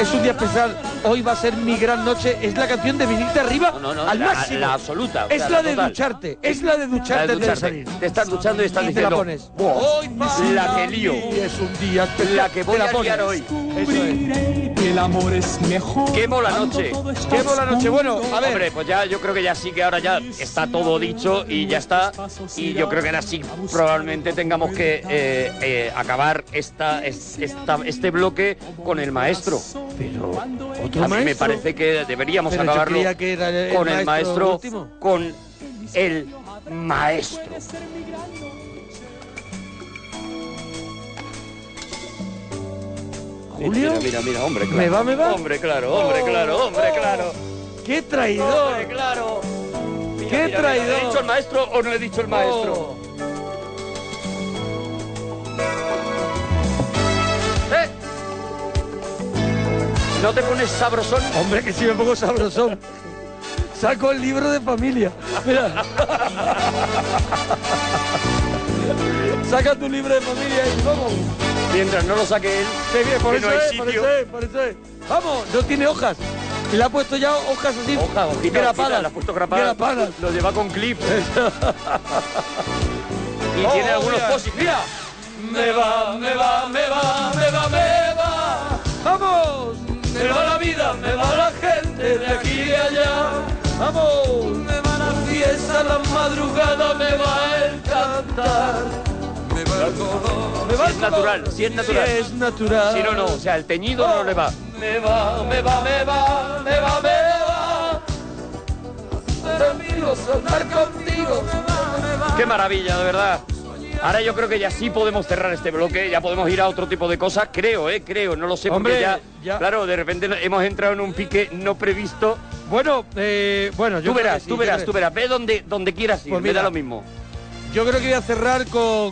S25: es un día especial, hoy va a ser mi gran noche, es la canción de venirte arriba
S3: No, no,
S25: al
S3: la-
S25: máximo.
S3: la absoluta, o
S25: Es
S3: sea,
S25: la,
S3: la
S25: de
S3: total.
S25: ducharte, es la de ducharte,
S3: de
S25: antes de
S3: ducharte.
S25: salir.
S3: Te estás duchando y estás
S25: Y te la
S3: diciendo,
S25: pones.
S3: "Buah,
S25: Hoy
S3: la que lío,
S25: Es un día especial.
S3: la que voy
S25: Te la
S3: a liar hoy.
S25: pones. Eso es.
S10: Que el amor es mejor.
S3: Quemo la noche.
S25: Quemo la noche. Bueno, a ver.
S3: Hombre, pues ya yo creo que ya sí que ahora ya está todo dicho y ya está. Y yo creo que ahora sí probablemente tengamos que eh, eh, acabar esta, es- esta- este bloque con el maestro. Pero
S25: ¿otro
S3: a mí me
S25: maestro?
S3: parece que deberíamos
S25: Pero yo
S3: acabarlo
S25: creía que era el- el
S3: con el
S25: maestro
S3: maestro,
S25: último.
S3: con el maestro.
S25: Julio.
S3: Mira, mira, mira, hombre, claro.
S25: ¿Me va, me va?
S3: Hombre, claro, hombre, claro,
S10: Oh.
S3: hombre, claro.
S25: ¡Qué traidor!
S3: Hombre, claro. Mira,
S25: ¡Qué
S3: mira, mira,
S25: traidor!
S3: ¿Le he dicho el maestro o no le he dicho el maestro? ¿Eh? ¿No te pones sabrosón?
S25: Hombre, que sí me pongo sabrosón. Saco el libro de familia. Mira. Saca tu libro de familia y vamos.
S3: Mientras no lo saque él,
S25: Qué bien, por
S3: que
S25: eso,
S3: no hay
S25: es,
S3: sitio.
S25: por eso es, por eso es. Vamos, no tiene hojas. Le ha puesto ya hojas así.
S3: Hoja, hojita, hojita,
S25: grapadas.
S3: la has puesto grapada.
S25: Grapadas.
S3: Lo lleva con clip. y
S25: Oh,
S3: tiene algunos
S25: mira,
S3: posits. Mira.
S10: Me va, me va, me va, me va, me va.
S25: ¡Vamos!
S10: Me va la vida, me va la gente de aquí y allá.
S25: ¡Vamos!
S10: Me va la fiesta, la madrugada, me va el cantar. Me va el color.
S25: Me va
S3: Si es natural, si es natural.
S25: Si es natural. Oh.
S3: Si no, no. O sea, el teñido no le va.
S10: Me va, me va, me va, me va, me va. Ser amigo, saltar contigo. Me va, me va.
S3: Qué maravilla, de verdad.
S14: Ahora yo creo que ya sí podemos cerrar este bloque, ya podemos ir a otro tipo de cosas, creo, eh, creo, no lo sé,
S3: Hombre,
S14: porque ya,
S3: ya-
S14: claro, de repente hemos entrado en un pique no previsto.
S3: Bueno, eh, bueno, yo
S14: tú
S3: creo
S14: verás,
S3: que sí,
S14: tú
S3: yo
S14: verás,
S3: creo-
S14: tú verás, ve donde, donde quieras ir,
S3: Pues
S14: me
S3: mira.
S14: da lo mismo.
S3: Yo creo que voy a cerrar con.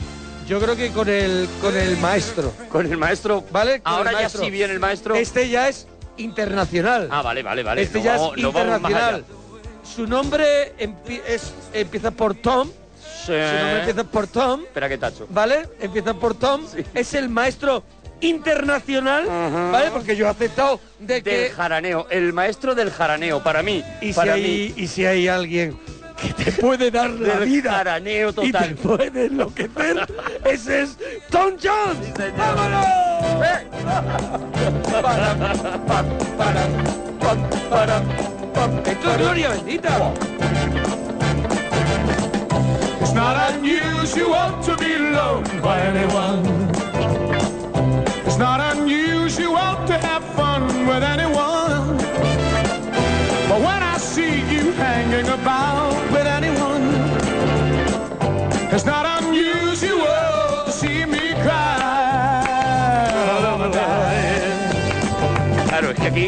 S3: Yo creo que con el con el maestro.
S14: Con el maestro.
S3: ¿Vale? Con
S14: Ahora
S3: el
S14: ya
S3: maestro.
S14: sí viene el maestro.
S3: Este ya es internacional.
S14: Ah, vale, vale, vale.
S3: este
S14: no
S3: ya
S14: vamos-
S3: es
S14: no vamos más allá.
S3: internacional. Su nombre empi- es- empieza por Tom. Su nombre empieza por Tom.
S14: Espera que tacho.
S3: ¿Vale? Empieza por Tom. Es el maestro internacional. ¿Vale? Porque yo he aceptado de
S14: Del
S3: que.
S14: jaraneo, el maestro del jaraneo, para mí.
S3: Y si,
S14: para
S3: hay,
S14: mí.
S3: y si hay alguien que te puede dar la
S14: Del
S3: vida
S14: jaraneo
S3: y
S14: total.
S3: te puede enloquecer, ese es Tom Jones. ¡Vámonos! Esto es gloria bendita.
S10: It's not unusual to be loved by anyone. It's not unusual to have fun with anyone. But when I see you hanging about with anyone, it's not unusual to see me cry.
S14: Claro, es que aquí.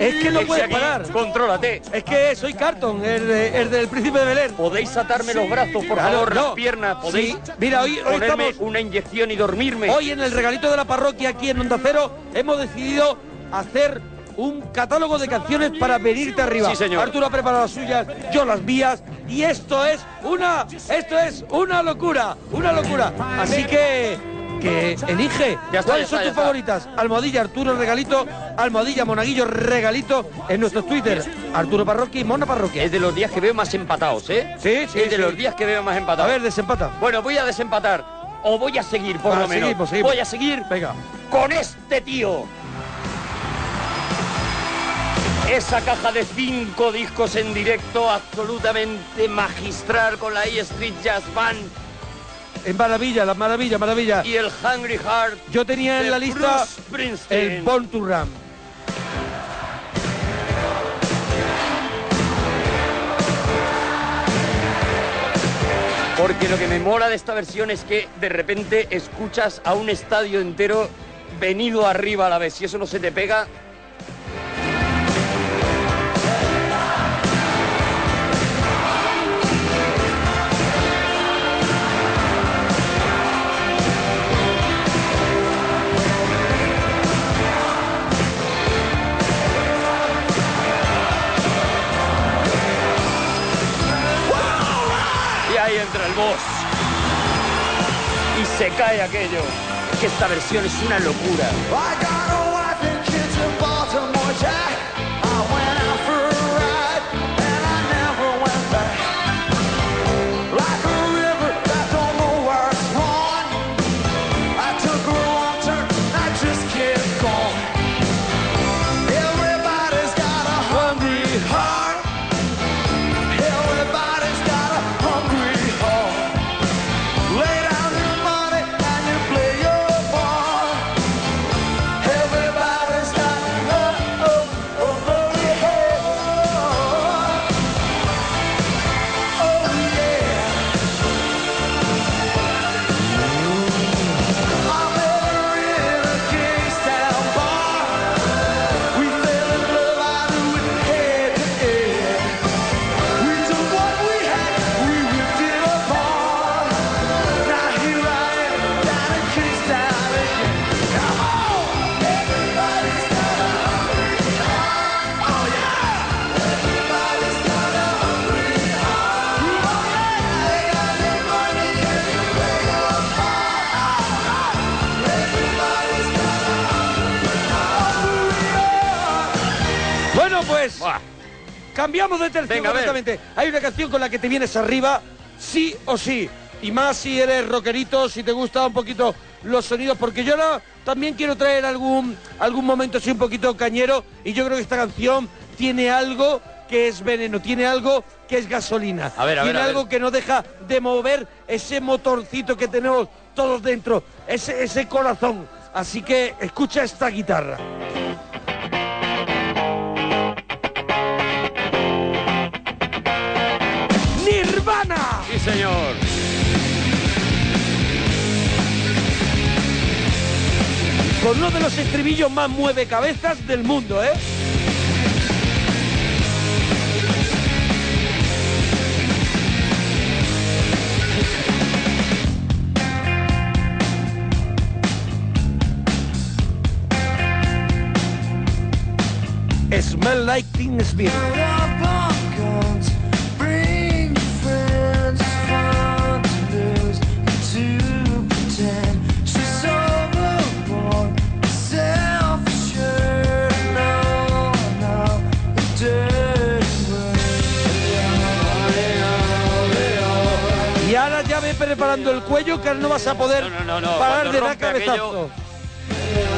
S3: Es que no
S14: es
S3: puedes
S14: aquí-
S3: parar.
S14: Contrólate.
S3: Es que soy Carton, el, de- el del príncipe de Belén.
S14: Podéis atarme los brazos, por
S3: Claro,
S14: favor,
S3: no.
S14: las piernas. Podéis
S3: Sí. Mira, hoy, hoy
S14: ponerme
S3: estamos.
S14: una inyección y dormirme.
S3: Hoy en el regalito de la parroquia aquí en Onda Cero hemos decidido hacer un catálogo de canciones para venirte arriba.
S14: Sí, señor.
S3: Arturo ha preparado las suyas, yo las mías y esto es una esto es una locura, una locura. Así que que elige
S14: Ya
S3: cuáles
S14: está, ya está,
S3: son
S14: ya
S3: tus
S14: está.
S3: favoritas. Almohadilla Arturo Regalito, Almohadilla Monaguillo Regalito en nuestro Twitter. Arturo Parroquia y Mona Parroquia.
S14: Es de los días que veo más empatados, ¿eh?
S3: Sí, sí,
S14: Es
S3: sí.
S14: de los días que veo más
S3: A
S14: empatados.
S3: ver, desempata.
S14: Bueno, voy a desempatar. O voy a seguir, por
S3: Ah,
S14: lo menos.
S3: seguimos, seguimos.
S14: Voy a seguir
S3: Venga.
S14: con este tío. Esa caja de cinco discos en directo absolutamente magistral con la E Street Jazz Band
S3: En maravilla, la maravilla, maravilla.
S14: y el Hungry Heart.
S3: Yo tenía en
S14: de
S3: la lista
S14: Bruce Springsteen.
S3: el Born to Run.
S14: Porque lo que me mola de esta versión es que de repente escuchas a un estadio entero venido arriba a la vez. Si eso no se te pega. Y ahí entra el boss. Y se cae aquello. Es que esta versión es una locura.
S10: I got a wife and kids in Baltimore, Jack. I went out for a ride and I never went back. Like a river that don't know where it's gone. I took a wrong turn, I just kept going. Everybody's got a hungry heart. Everybody's got a hungry heart. Lay down your money and you play your part. Everybody's got a- a- a hungry heart. Oh, yeah. I met her in a Kingstown bar. We fell in love, I knew it head to head. We took what we had, we ripped it apart. Now here I am, down in Kingstown again. Come on, everybody's got a hungry heart. Oh yeah, everybody's got a hungry heart. Oh yeah, they got the money and they play your part. Everybody's got a hungry heart.
S3: Bueno, pues cambiamos de tercio
S14: Venga, a ver.
S3: completamente. Hay una canción con la que te vienes arriba, sí o sí. Y más si eres rockerito, si te gusta un poquito los sonidos, porque yo ahora también quiero traer algún, algún momento así un poquito cañero. Y yo creo que esta canción tiene algo que es veneno, tiene algo que es gasolina.
S14: A ver, a
S3: tiene
S14: ver, a
S3: algo
S14: ver.
S3: que no deja de mover ese motorcito que tenemos todos dentro, ese, ese corazón. Así que escucha esta guitarra.
S14: ¡Nirvana! Sí, señor.
S3: con uno de los estribillos más mueve cabezas del mundo, ¿eh? Smell like Teen Smith. Y ahora ya ve preparando el cuello que ahora no vas a poder
S14: no,
S3: parar
S14: cuando
S3: de dar
S14: rompe
S3: cabezazo.
S14: aquello-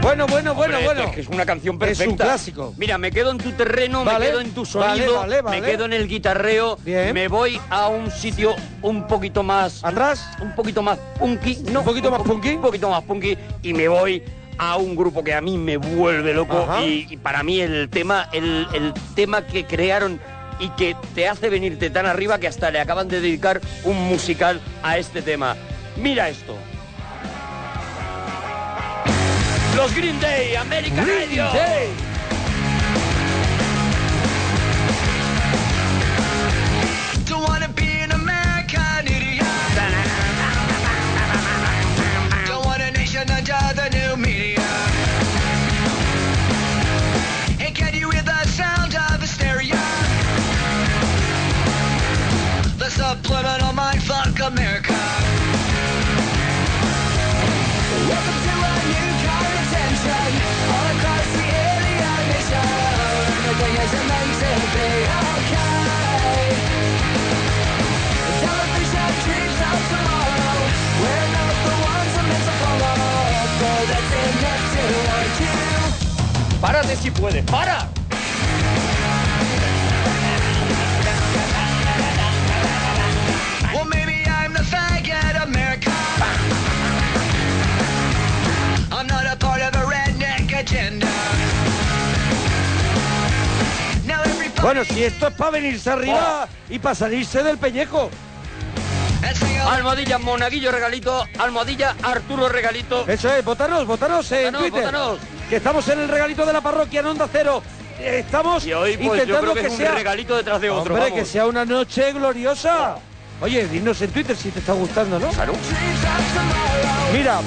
S14: Bueno, bueno, bueno, bueno. Es que es una canción perfecta.
S3: Es un clásico.
S14: Mira, me quedo en tu terreno,
S3: Vale,
S14: me quedo en tu
S3: vale,
S14: sonido,
S3: vale, vale.
S14: me quedo en el guitarreo,
S3: Bien.
S14: me voy a un sitio un poquito más
S3: atrás,
S14: un poquito más punky, no, un poquito más punky, un poquito más punky y me voy a un grupo que a mí me vuelve loco
S3: Ajá.
S14: y, y para mí el tema el, el tema que crearon y que te hace venirte tan arriba que hasta le acaban de dedicar un musical a este tema. Mira esto. Los Green Day, América
S10: Green
S14: Radio.
S10: Day. Don't wanna be an American idiot. Don't want a nation under the new media. And can you hear the sound of hysteria? The subliminal mind fuck America. Welcome to a new kind of tension. All across the alien nation. Everything is meant to be okay. Television dreams of tomorrow. We're not the ones who meant to follow. Though that's enough to argue.
S14: Párate si puedes, para.
S10: Well, maybe I'm the faggot America. I'm not a part of a redneck agenda. Now every
S3: Bueno, si esto es para venirse
S14: Oh.
S3: arriba y para salirse del pellejo.
S14: Almohadilla Monaguillo Regalito, Almohadilla Arturo Regalito.
S3: Eso es, votanos, votanos en
S14: Votanos,
S3: Twitter.
S14: votanos.
S3: Que estamos en el regalito de la parroquia en Onda Cero. Eh, Estamos
S14: Y hoy, pues, yo
S3: intentando
S14: creo que
S3: que,
S14: es un
S3: sea
S14: regalito detrás de otro,
S3: Hombre,
S14: vamos.
S3: que sea una noche gloriosa. Oye, dinos en Twitter si te está gustando, ¿no? Claro. Mira,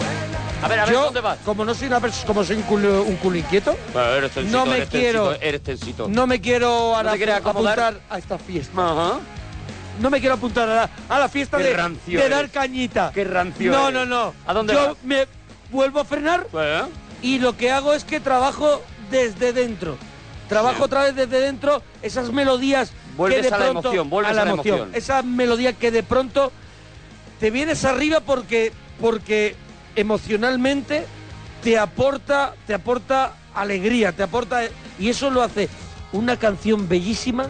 S14: A ver, a ver,
S3: yo,
S14: ¿dónde vas?
S3: Como no soy una persona, como soy un culo, un culo inquieto,
S14: Bueno, eres tensito,
S3: no me
S14: eres
S3: quiero,
S14: tensito, eres tensito.
S3: no me quiero ahora
S14: te quieres acomodar?
S3: apuntar a esta fiesta. No me quiero apuntar a la, a la fiesta
S14: Qué
S3: de,
S14: rancio
S3: de
S14: eres.
S3: dar cañita.
S14: Qué rancio
S3: No, no,
S14: eres.
S3: no.
S14: ¿A dónde
S3: Yo
S14: vas?
S3: me vuelvo a frenar y lo que hago es que trabajo desde dentro. Trabajo otra vez desde dentro esas melodías
S14: Vuelves
S3: que de
S14: a la
S3: pronto-
S14: emoción, vuelves a la emoción.
S3: Esa melodía que de pronto te vienes arriba porque porque emocionalmente te aporta te aporta alegría te aporta y eso lo hace una canción bellísima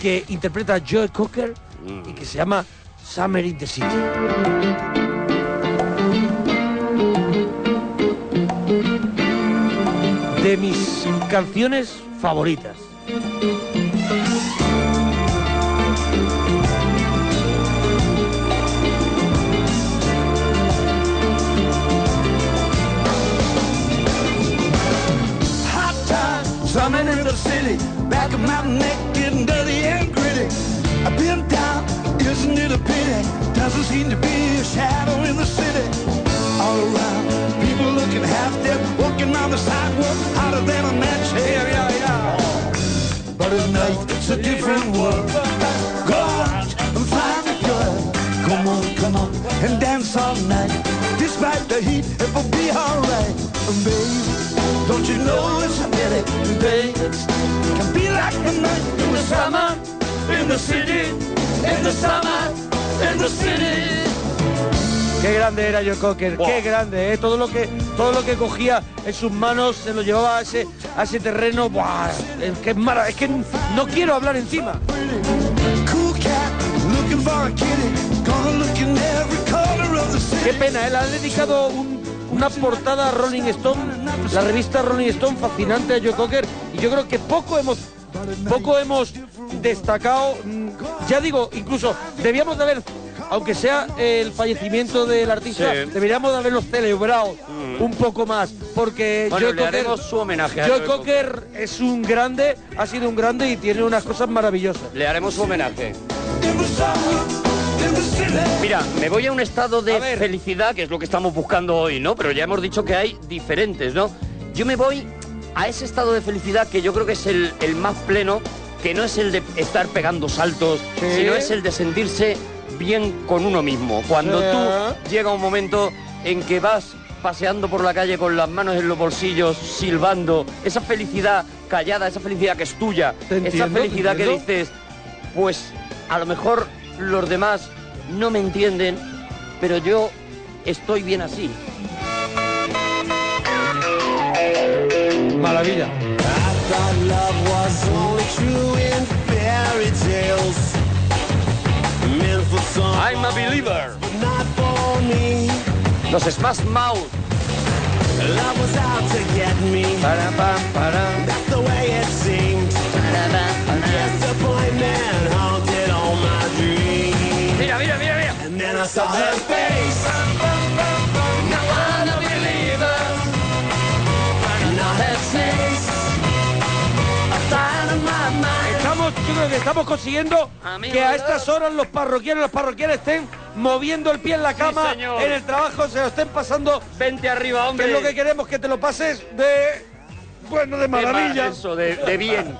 S3: que interpreta Joe Cocker y que se llama Summer in the City de mis canciones favoritas
S10: Hot time, summer in the city. Back of my neck getting dirty and gritty. I've been down, isn't it a pity? Doesn't seem to be a shadow in the city. All around, people looking half dead, walking on the sidewalk, hotter than a match. Yeah, yeah, yeah. But at night, it's a different world. Go out and find a girl. Come on, come on, and dance all night. Despite the heat, it will be alright. And baby,
S1: Don't you know it's a pity days can be like the night in the summer, in the city, in the summer, in the city.
S3: Qué grande era Joe Cocker, qué grande, ¿eh? todo lo que todo lo que cogía en sus manos se lo llevaba a ese, a ese terreno. Buah, es que es mara- es que no quiero hablar encima. Qué pena, ¿eh? le ha dedicado un- una portada a Rolling Stone, la revista Rolling Stone fascinante a Joe Cocker y yo creo que poco hemos poco hemos destacado, mm, ya digo, incluso debíamos de haber, aunque sea eh, el fallecimiento del artista,
S14: Sí.
S3: deberíamos de haberlo celebrado
S14: Mm.
S3: un poco más, porque
S14: Bueno,
S3: Joe
S14: le haremos su homenaje a
S3: Joe
S14: Joe
S3: Cocker es un grande, ha sido un grande y tiene unas cosas maravillosas.
S14: Le haremos su homenaje. Mira, me voy a un estado de felicidad, que es lo que estamos buscando hoy, ¿no? Pero ya hemos dicho que hay diferentes, ¿no? Yo me voy a ese estado de felicidad que yo creo que es el, el más pleno, que no es el de estar pegando saltos,
S27: Sí.
S14: sino es el de sentirse bien con uno mismo. Cuando
S27: Sí.
S14: tú llega un momento en que vas paseando por la calle con las manos en los bolsillos, silbando, esa felicidad callada, esa felicidad que es tuya, esa
S3: entiendo, te
S14: felicidad que
S3: entiendo.
S14: dices, pues a lo mejor los demás no me entienden, pero yo estoy bien así.
S3: Maravilla.
S1: I thought love was only true in fairy tales. Meant for someone,
S14: I'm a believer.
S1: But not for me.
S14: Los Smash Mouth.
S1: Love was out to get me.
S3: Para, pam, para.
S1: That's the way it seemed. Disappointment haunted all my dreams.
S14: Mira, mira, mira, mira.
S1: And then I saw her face. Now I'm a believer. Not her face. A sign of my mind.
S3: Estamos, yo creo que estamos consiguiendo
S1: Amigo,
S3: que a
S1: ¿verdad?
S3: estas horas los parroquianos y las parroquianas estén moviendo el pie en la cama,
S14: señor.
S3: en el trabajo, se lo estén pasando.
S14: Vente arriba, hombre.
S3: Que es lo que queremos, que te lo pases de. Bueno, de
S14: ma-
S3: maravilla.
S14: eso, de- de bien.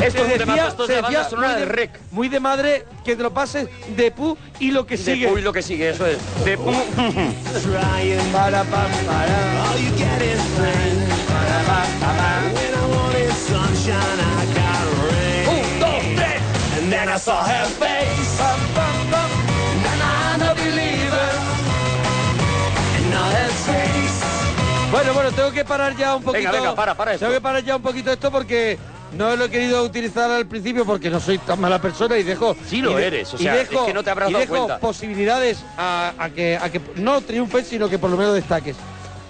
S14: Esto
S3: Se
S14: es un
S3: decía,
S14: temazo, esto es
S3: se
S14: de banda
S3: decía
S14: sonora
S3: muy,
S14: de
S3: de,
S14: Rec.
S3: muy de madre que te lo pases de pu y lo que
S14: De
S3: sigue.
S14: pu y lo que sigue, eso es. De pu.
S1: Trying.
S3: Para, pa, para.
S1: All you get is rain. When I wanted sunshine, I got rain. And then I saw her face. And I'm a believer. And now her face.
S3: Bueno, bueno, tengo que parar ya un poquito.
S14: Venga, venga, para, para esto.
S3: Tengo que parar ya un poquito esto porque no lo he querido utilizar al principio porque no soy tan mala persona y dejo.
S14: Sí lo
S3: y de-
S14: eres, o
S3: y
S14: sea, es
S3: dejo-
S14: que no te habrás
S3: y
S14: dado
S3: dejo
S14: cuenta.
S3: posibilidades a, a que, a que no triunfes, sino que por lo menos destaques.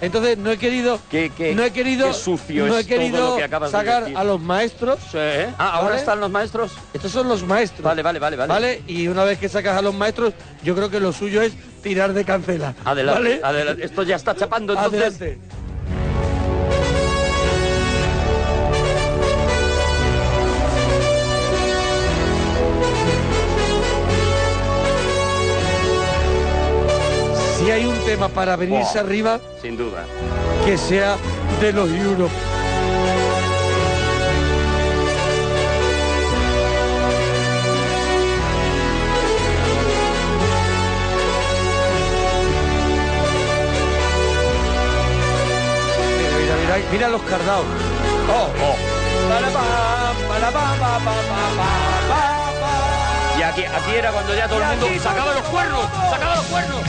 S3: Entonces no he querido, no he querido,
S14: qué sucio
S3: no he
S14: es todo
S3: querido
S14: lo que acabas de
S3: sacar
S14: decir.
S3: a los maestros.
S14: Ah, ahora
S3: ¿vale?
S14: están los maestros.
S3: Estos son los maestros.
S14: Vale, vale, vale, vale.
S3: ¿Vale? Y una vez que sacas a los maestros, yo creo que lo suyo es tirar de cancela.
S14: Adelante,
S3: ¿vale?
S14: adelante. Esto ya está chapando entonces.
S3: Adelante. Si hay un tema para venirse
S14: Oh.
S3: arriba,
S14: Sin duda.
S3: que sea de los Europe. Mira, mira, mira, mira los cardados. Oh, oh. Para, pa, para, pa, pa, pa, pa, pa, pa.
S14: Y aquí, aquí era cuando ya todo el mundo sacaba los cuernos, sacaba los cuernos.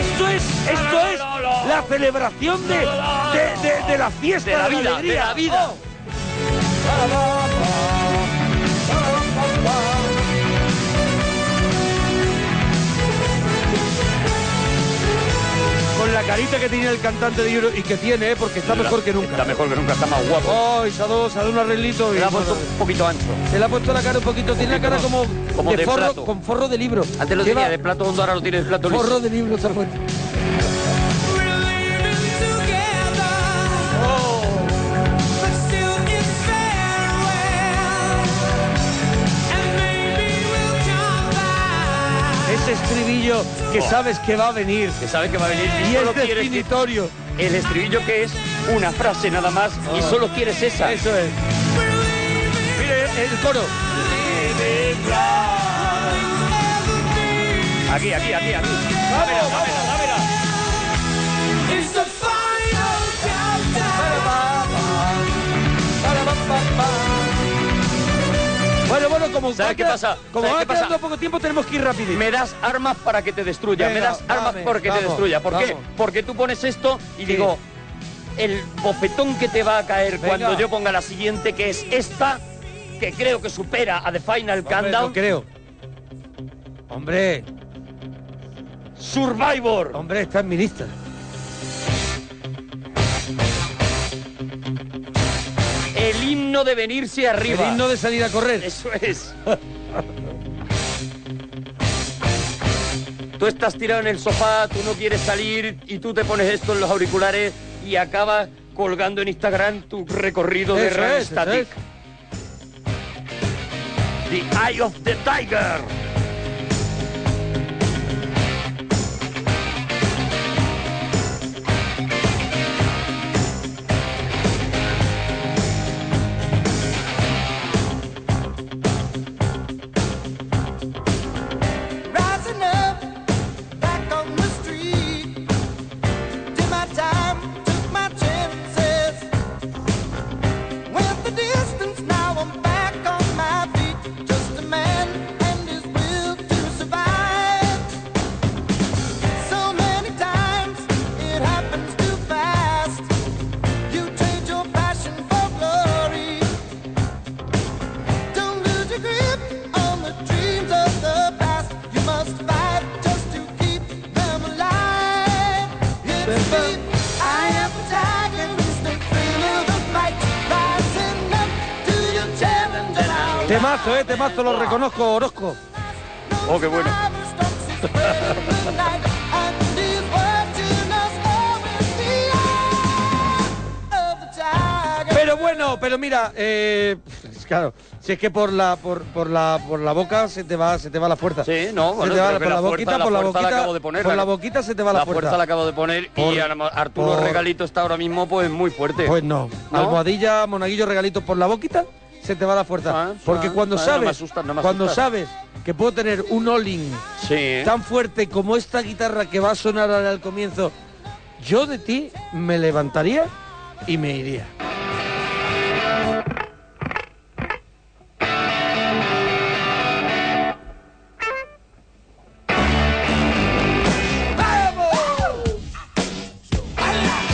S3: Esto es, esto es la celebración de, de, de- de la fiesta,
S14: De la Oh. vida,
S3: alegría.
S14: de la vida.
S3: Con la carita que tenía el cantante de Euro y que tiene, ¿eh? porque está mejor que nunca. Está
S14: mejor que nunca, está más guapo.
S3: Oh, y se ha dado, se ha dado un arreglito.
S14: Se le ha
S3: y-
S14: puesto un poquito ancho.
S3: Se le ha puesto la cara un poquito, tiene la cara como,
S14: Como de
S3: forro,
S14: plato.
S3: con forro de libro.
S14: Antes lo
S3: Lleva
S14: tenía de plato hondo, ahora lo tiene de plato liso.
S3: Forro de libro, se ha puesto. Ese estribillo que sabes que va a venir.
S14: Que sabes que va a venir.
S3: Y es
S14: solo quieres que-
S3: definitorio.
S14: El estribillo que es una frase nada más y
S3: Oh.
S14: solo quieres esa.
S3: Eso es. Mire el coro.
S14: Aquí, aquí, aquí, aquí. Dámela, dámela, dámela.
S25: Pero como
S3: ¿Sabes
S25: va
S3: qué
S25: queda-
S3: pasa?
S25: Como
S3: ¿Sabes
S25: va
S3: qué pasa?
S25: quedando poco tiempo, tenemos que ir rápido.
S3: Me das armas para que te destruya, me
S25: Venga,
S3: das armas
S25: dame,
S3: porque te
S25: vamos,
S3: destruya. ¿Por qué?
S25: vamos.
S3: Porque tú pones esto y digo, el bofetón que te va a caer
S25: Venga.
S3: cuando yo ponga la siguiente, que es esta, que creo que supera a The Final Countdown.
S17: no creo. Hombre.
S3: Survivor.
S17: Hombre, está en mi lista.
S3: El himno de venirse arriba.
S17: El himno de salir a correr.
S3: Eso es. tú estás tirado en el sofá, tú no quieres salir y tú te pones esto en los auriculares y acabas colgando en Instagram tu recorrido de
S17: Eso
S3: Run
S17: es, eso
S3: Static. The Eye of the Tiger.
S1: Rising up, back on the street. Did my time, took my chances. Went the distance, now I'm back on my feet. Just a man and his will to survive. So many times it happens too fast. You trade your passion for glory. Don't lose your grip on the dreams of the past. You must fight just to keep them alive. It's deep. I am a tiger who's the thrill of the fight. Rising up to your challenge and I'll
S17: Temazo, eh, temazo, lo reconozco, Orozco.
S3: Oh, qué bueno.
S17: Pero bueno, pero mira, eh, claro, si es que por la por, por la por la boca se te va se te va la fuerza. Sí,
S3: No, bueno,
S17: se te va
S3: creo que
S17: por la, boquita,
S3: fuerza-
S17: por la
S3: fuerza
S17: boquita,
S3: acabo de poner,
S17: por la
S3: la-
S17: boquita se te va la,
S3: fuerza. la acabo de poner y
S17: Por-
S3: ahora Arturo
S17: por-
S3: Regalito está ahora mismo pues muy fuerte.
S17: Pues no.
S3: ¿No?
S17: Almohadilla, monaguillo, regalito por la boquita, se te va la fuerza. Porque
S3: ah,
S17: cuando
S3: ah, no
S17: sabes,
S3: me asustas, no me
S17: cuando
S3: asustas.
S17: sabes que puedo tener un all-in
S14: ¿eh?
S17: tan fuerte como esta guitarra que va a sonar ahora al comienzo, yo de ti me levantaría y me iría.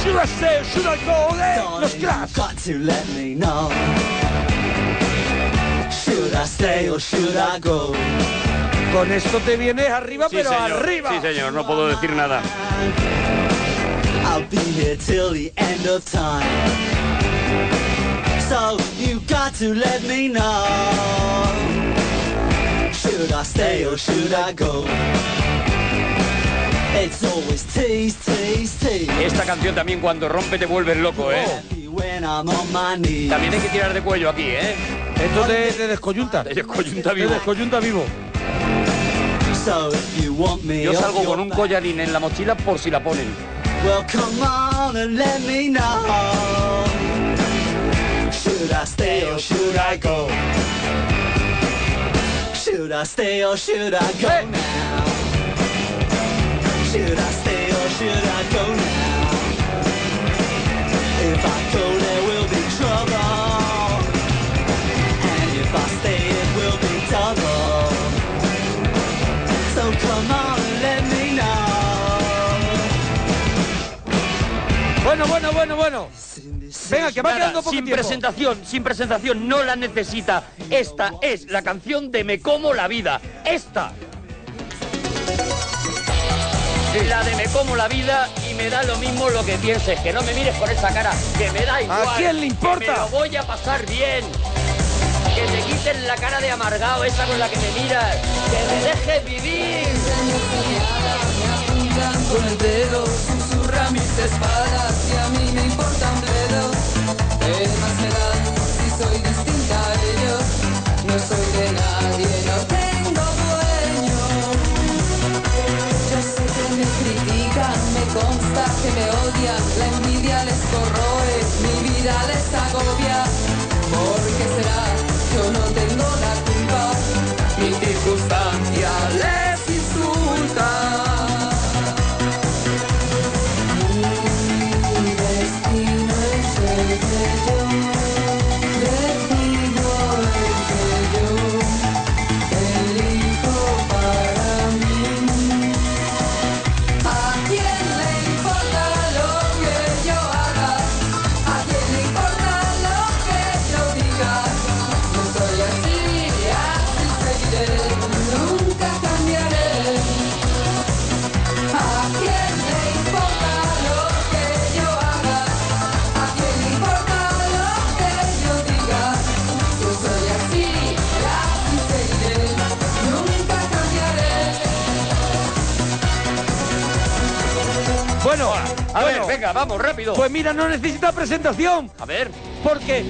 S1: Should I stay? Should I go there? Los Clash. Got to let me know. Should I stay or should I go?
S17: Con esto te vienes arriba,
S3: Sí,
S17: pero
S3: señor.
S17: arriba.
S3: Sí, señor, no puedo decir nada.
S1: I'll be here till the end of time. So you got to let me know. Should I stay or should I go? It's always tease, tease, tease.
S3: Esta canción también cuando rompe te vuelves loco, ¿eh?
S17: Oh.
S1: When I'm on my knees.
S3: También hay que tirar de cuello aquí, ¿eh?
S17: Esto te, te descoyunta. Te
S3: descoyunta vivo.
S17: Te descoyunta vivo.
S1: So if you want me
S3: Yo
S1: off
S3: salgo
S1: your
S3: con un collarín en la mochila por si la ponen.
S1: Well, come on and let me know. Should I stay or should I go? Should I stay or should I go now? Should I stay or should I go now? If I go, there will be trouble. And if I stay, it will be double. So come on and let me know.
S17: Bueno, bueno, bueno, bueno.
S3: Venga,
S17: que va quedando poco
S3: Sin
S17: tiempo.
S3: presentación, sin presentación, no la necesita. Esta es la canción de Me Como la Vida. Esta. La de Me Como la Vida y me da lo mismo lo que pienses. Que no me mires con esa cara, que me da igual.
S17: quién le
S3: que
S17: importa?
S3: me lo voy a pasar bien. Que te quiten la cara de amargado, esa con la que me miras. Que me dejes vivir.
S1: Con el dedo susurra mis espaldas y a mí me importa un bledo. ¿Qué más me dan si soy distinta a ellos? No soy de nadie, no tengo dueño. Yo sé que me critican, me consta que me odian. La envidia les corroe, mi vida les agobia. ¿Por qué será? Yo no tengo la culpa. Mi circunstancia les insulta. Mi destino es el que yo defino el que yo Venga, vamos, rápido.
S3: Pues mira, no necesita presentación.
S1: A ver.
S3: Porque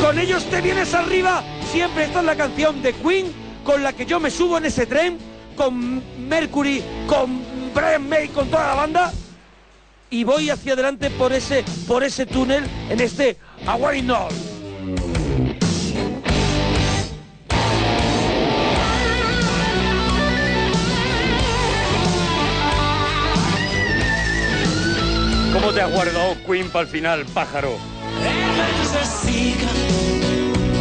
S3: con ellos te vienes arriba. Siempre esta es la canción de Queen con la que yo me subo en ese tren. Con Mercury, con Brian May, con toda la banda. Y voy hacia adelante por ese, por ese túnel en este Away North.
S1: ¿Cómo te has guardado Queen para el final, pájaro?
S10: There's a seeker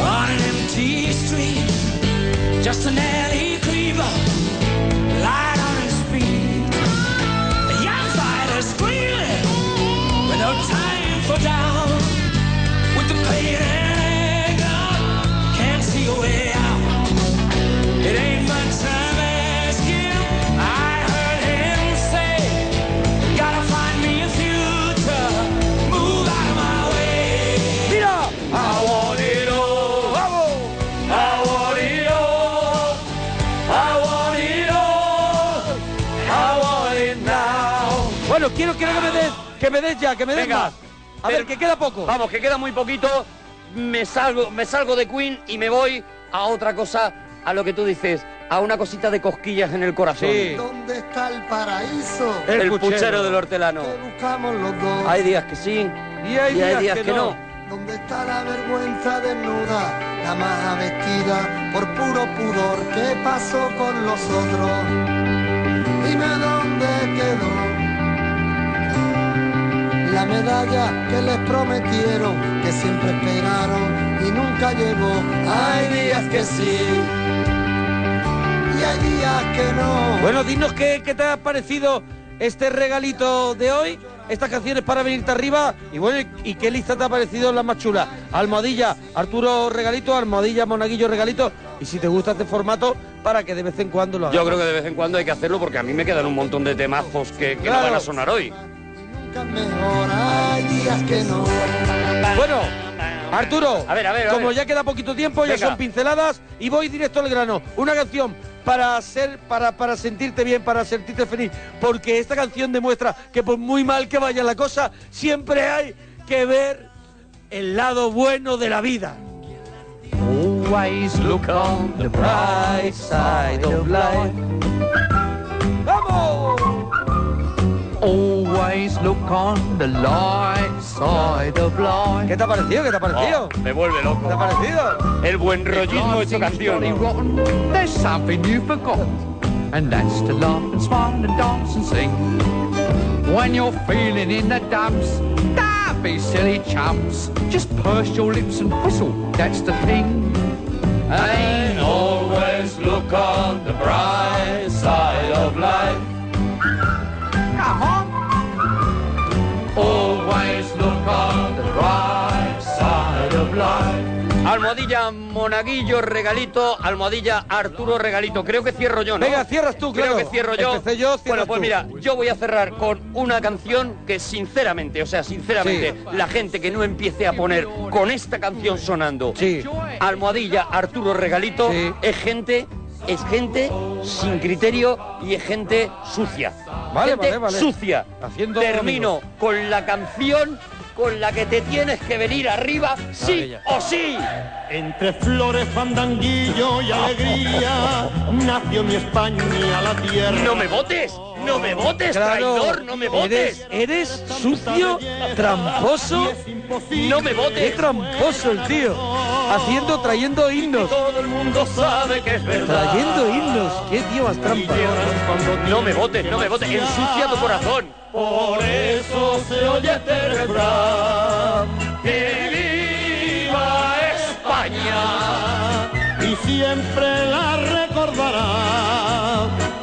S10: on an empty street. Just an alley creeper, light on his feet. The young fighter squealing with no time for down. With the pain and anger, can't see a way out. It ain't much I'm asking. I heard him say, Gotta find me a future, move out of my way.
S3: Mira,
S10: I want it all. I want it all. I want it all. I want it now.
S3: Bueno, quiero, quiero que me des, que me des ya, que me des
S1: Venga.
S3: más. A ver, que queda poco.
S1: Vamos, que queda muy poquito. Me salgo, me salgo de Queen y me voy a otra cosa, a lo que tú dices, a una cosita de cosquillas en el corazón.
S14: ¿Dónde está el paraíso?
S1: El, puchero. del hortelano.
S14: Buscamos los dos.
S1: Hay días que sí
S14: Y
S1: hay días que no.
S14: ¿Dónde está la vergüenza desnuda? La maja vestida por puro pudor. ¿Qué pasó con los otros? Dime dónde quedó la medalla que les prometieron, que siempre esperaron y nunca llegó. Hay días que sí y hay días que no.
S3: Bueno, dinos qué, qué te ha parecido este regalito de hoy, estas canciones para venirte arriba y bueno, y qué lista te ha parecido la más chula. Almohadilla, Arturo Regalito, Almohadilla, Monaguillo Regalito y si te gusta este formato para que de vez en cuando lo hagas.
S1: Yo creo que de vez en cuando hay que hacerlo porque a mí me quedan un montón de temazos que, que no van a sonar hoy.
S14: Hay días que no.
S3: Bueno, Arturo,
S14: a ver, a
S3: como
S14: ver.
S3: ya queda poquito tiempo, ya
S14: Venga.
S3: son pinceladas y voy directo al grano. Una canción para ser, para, para sentirte bien, para sentirte feliz, porque esta canción demuestra que por muy mal que vaya la cosa, siempre hay que ver el lado bueno de la vida.
S10: Always look on the bright side of life. Always look on the light side of life.
S3: ¿Qué te ha parecido? ¿Qué te ha parecido?
S1: Oh, me vuelve loco.
S3: ¿Te ha parecido?
S1: El buen rollismo hecho canciones.
S10: There's something you forgot, and that's to laugh and smile and dance and sing. When you're feeling in the dumps, don't be silly chumps. Just purse your lips and whistle, that's the thing. And always look on the bright side of life. Come on. Always look on the bright side of life.
S1: Almohadilla Monaguillo Regalito, Almohadilla Arturo Regalito. Creo que cierro yo, ¿no?
S3: Venga, cierras tú, claro.
S1: Creo que cierro yo.
S3: Empecé yo, cierras
S1: bueno, pues
S3: tú.
S1: mira, yo voy a cerrar con una canción que sinceramente, o sea, sinceramente, la gente que no empiece a poner con esta canción sonando Almohadilla Arturo Regalito es gente es gente sin criterio y es gente sucia.
S3: Vale,
S1: gente
S3: vale, vale.
S1: sucia.
S3: Haciendo
S1: Termino con la canción con la que te tienes que venir arriba, sí
S10: Maravilla.
S1: o sí.
S28: Entre flores, fandanguillo y
S3: Ah,
S28: alegría, nació mi España, la tierra.
S1: No me votes, no me votes,
S28: Claro,
S1: traidor, no me votes.
S28: eres-
S3: Eres sucio, tramposo.
S1: No me votes.
S3: Qué tramposo el tío. Haciendo, trayendo himnos.
S1: Todo el mundo sabe que es verdad.
S3: Trayendo himnos. Qué tío más trampa.
S1: No me votes, no me votes, ensucia tu corazón.
S28: Por eso se oye este refrán, que viva España. Y siempre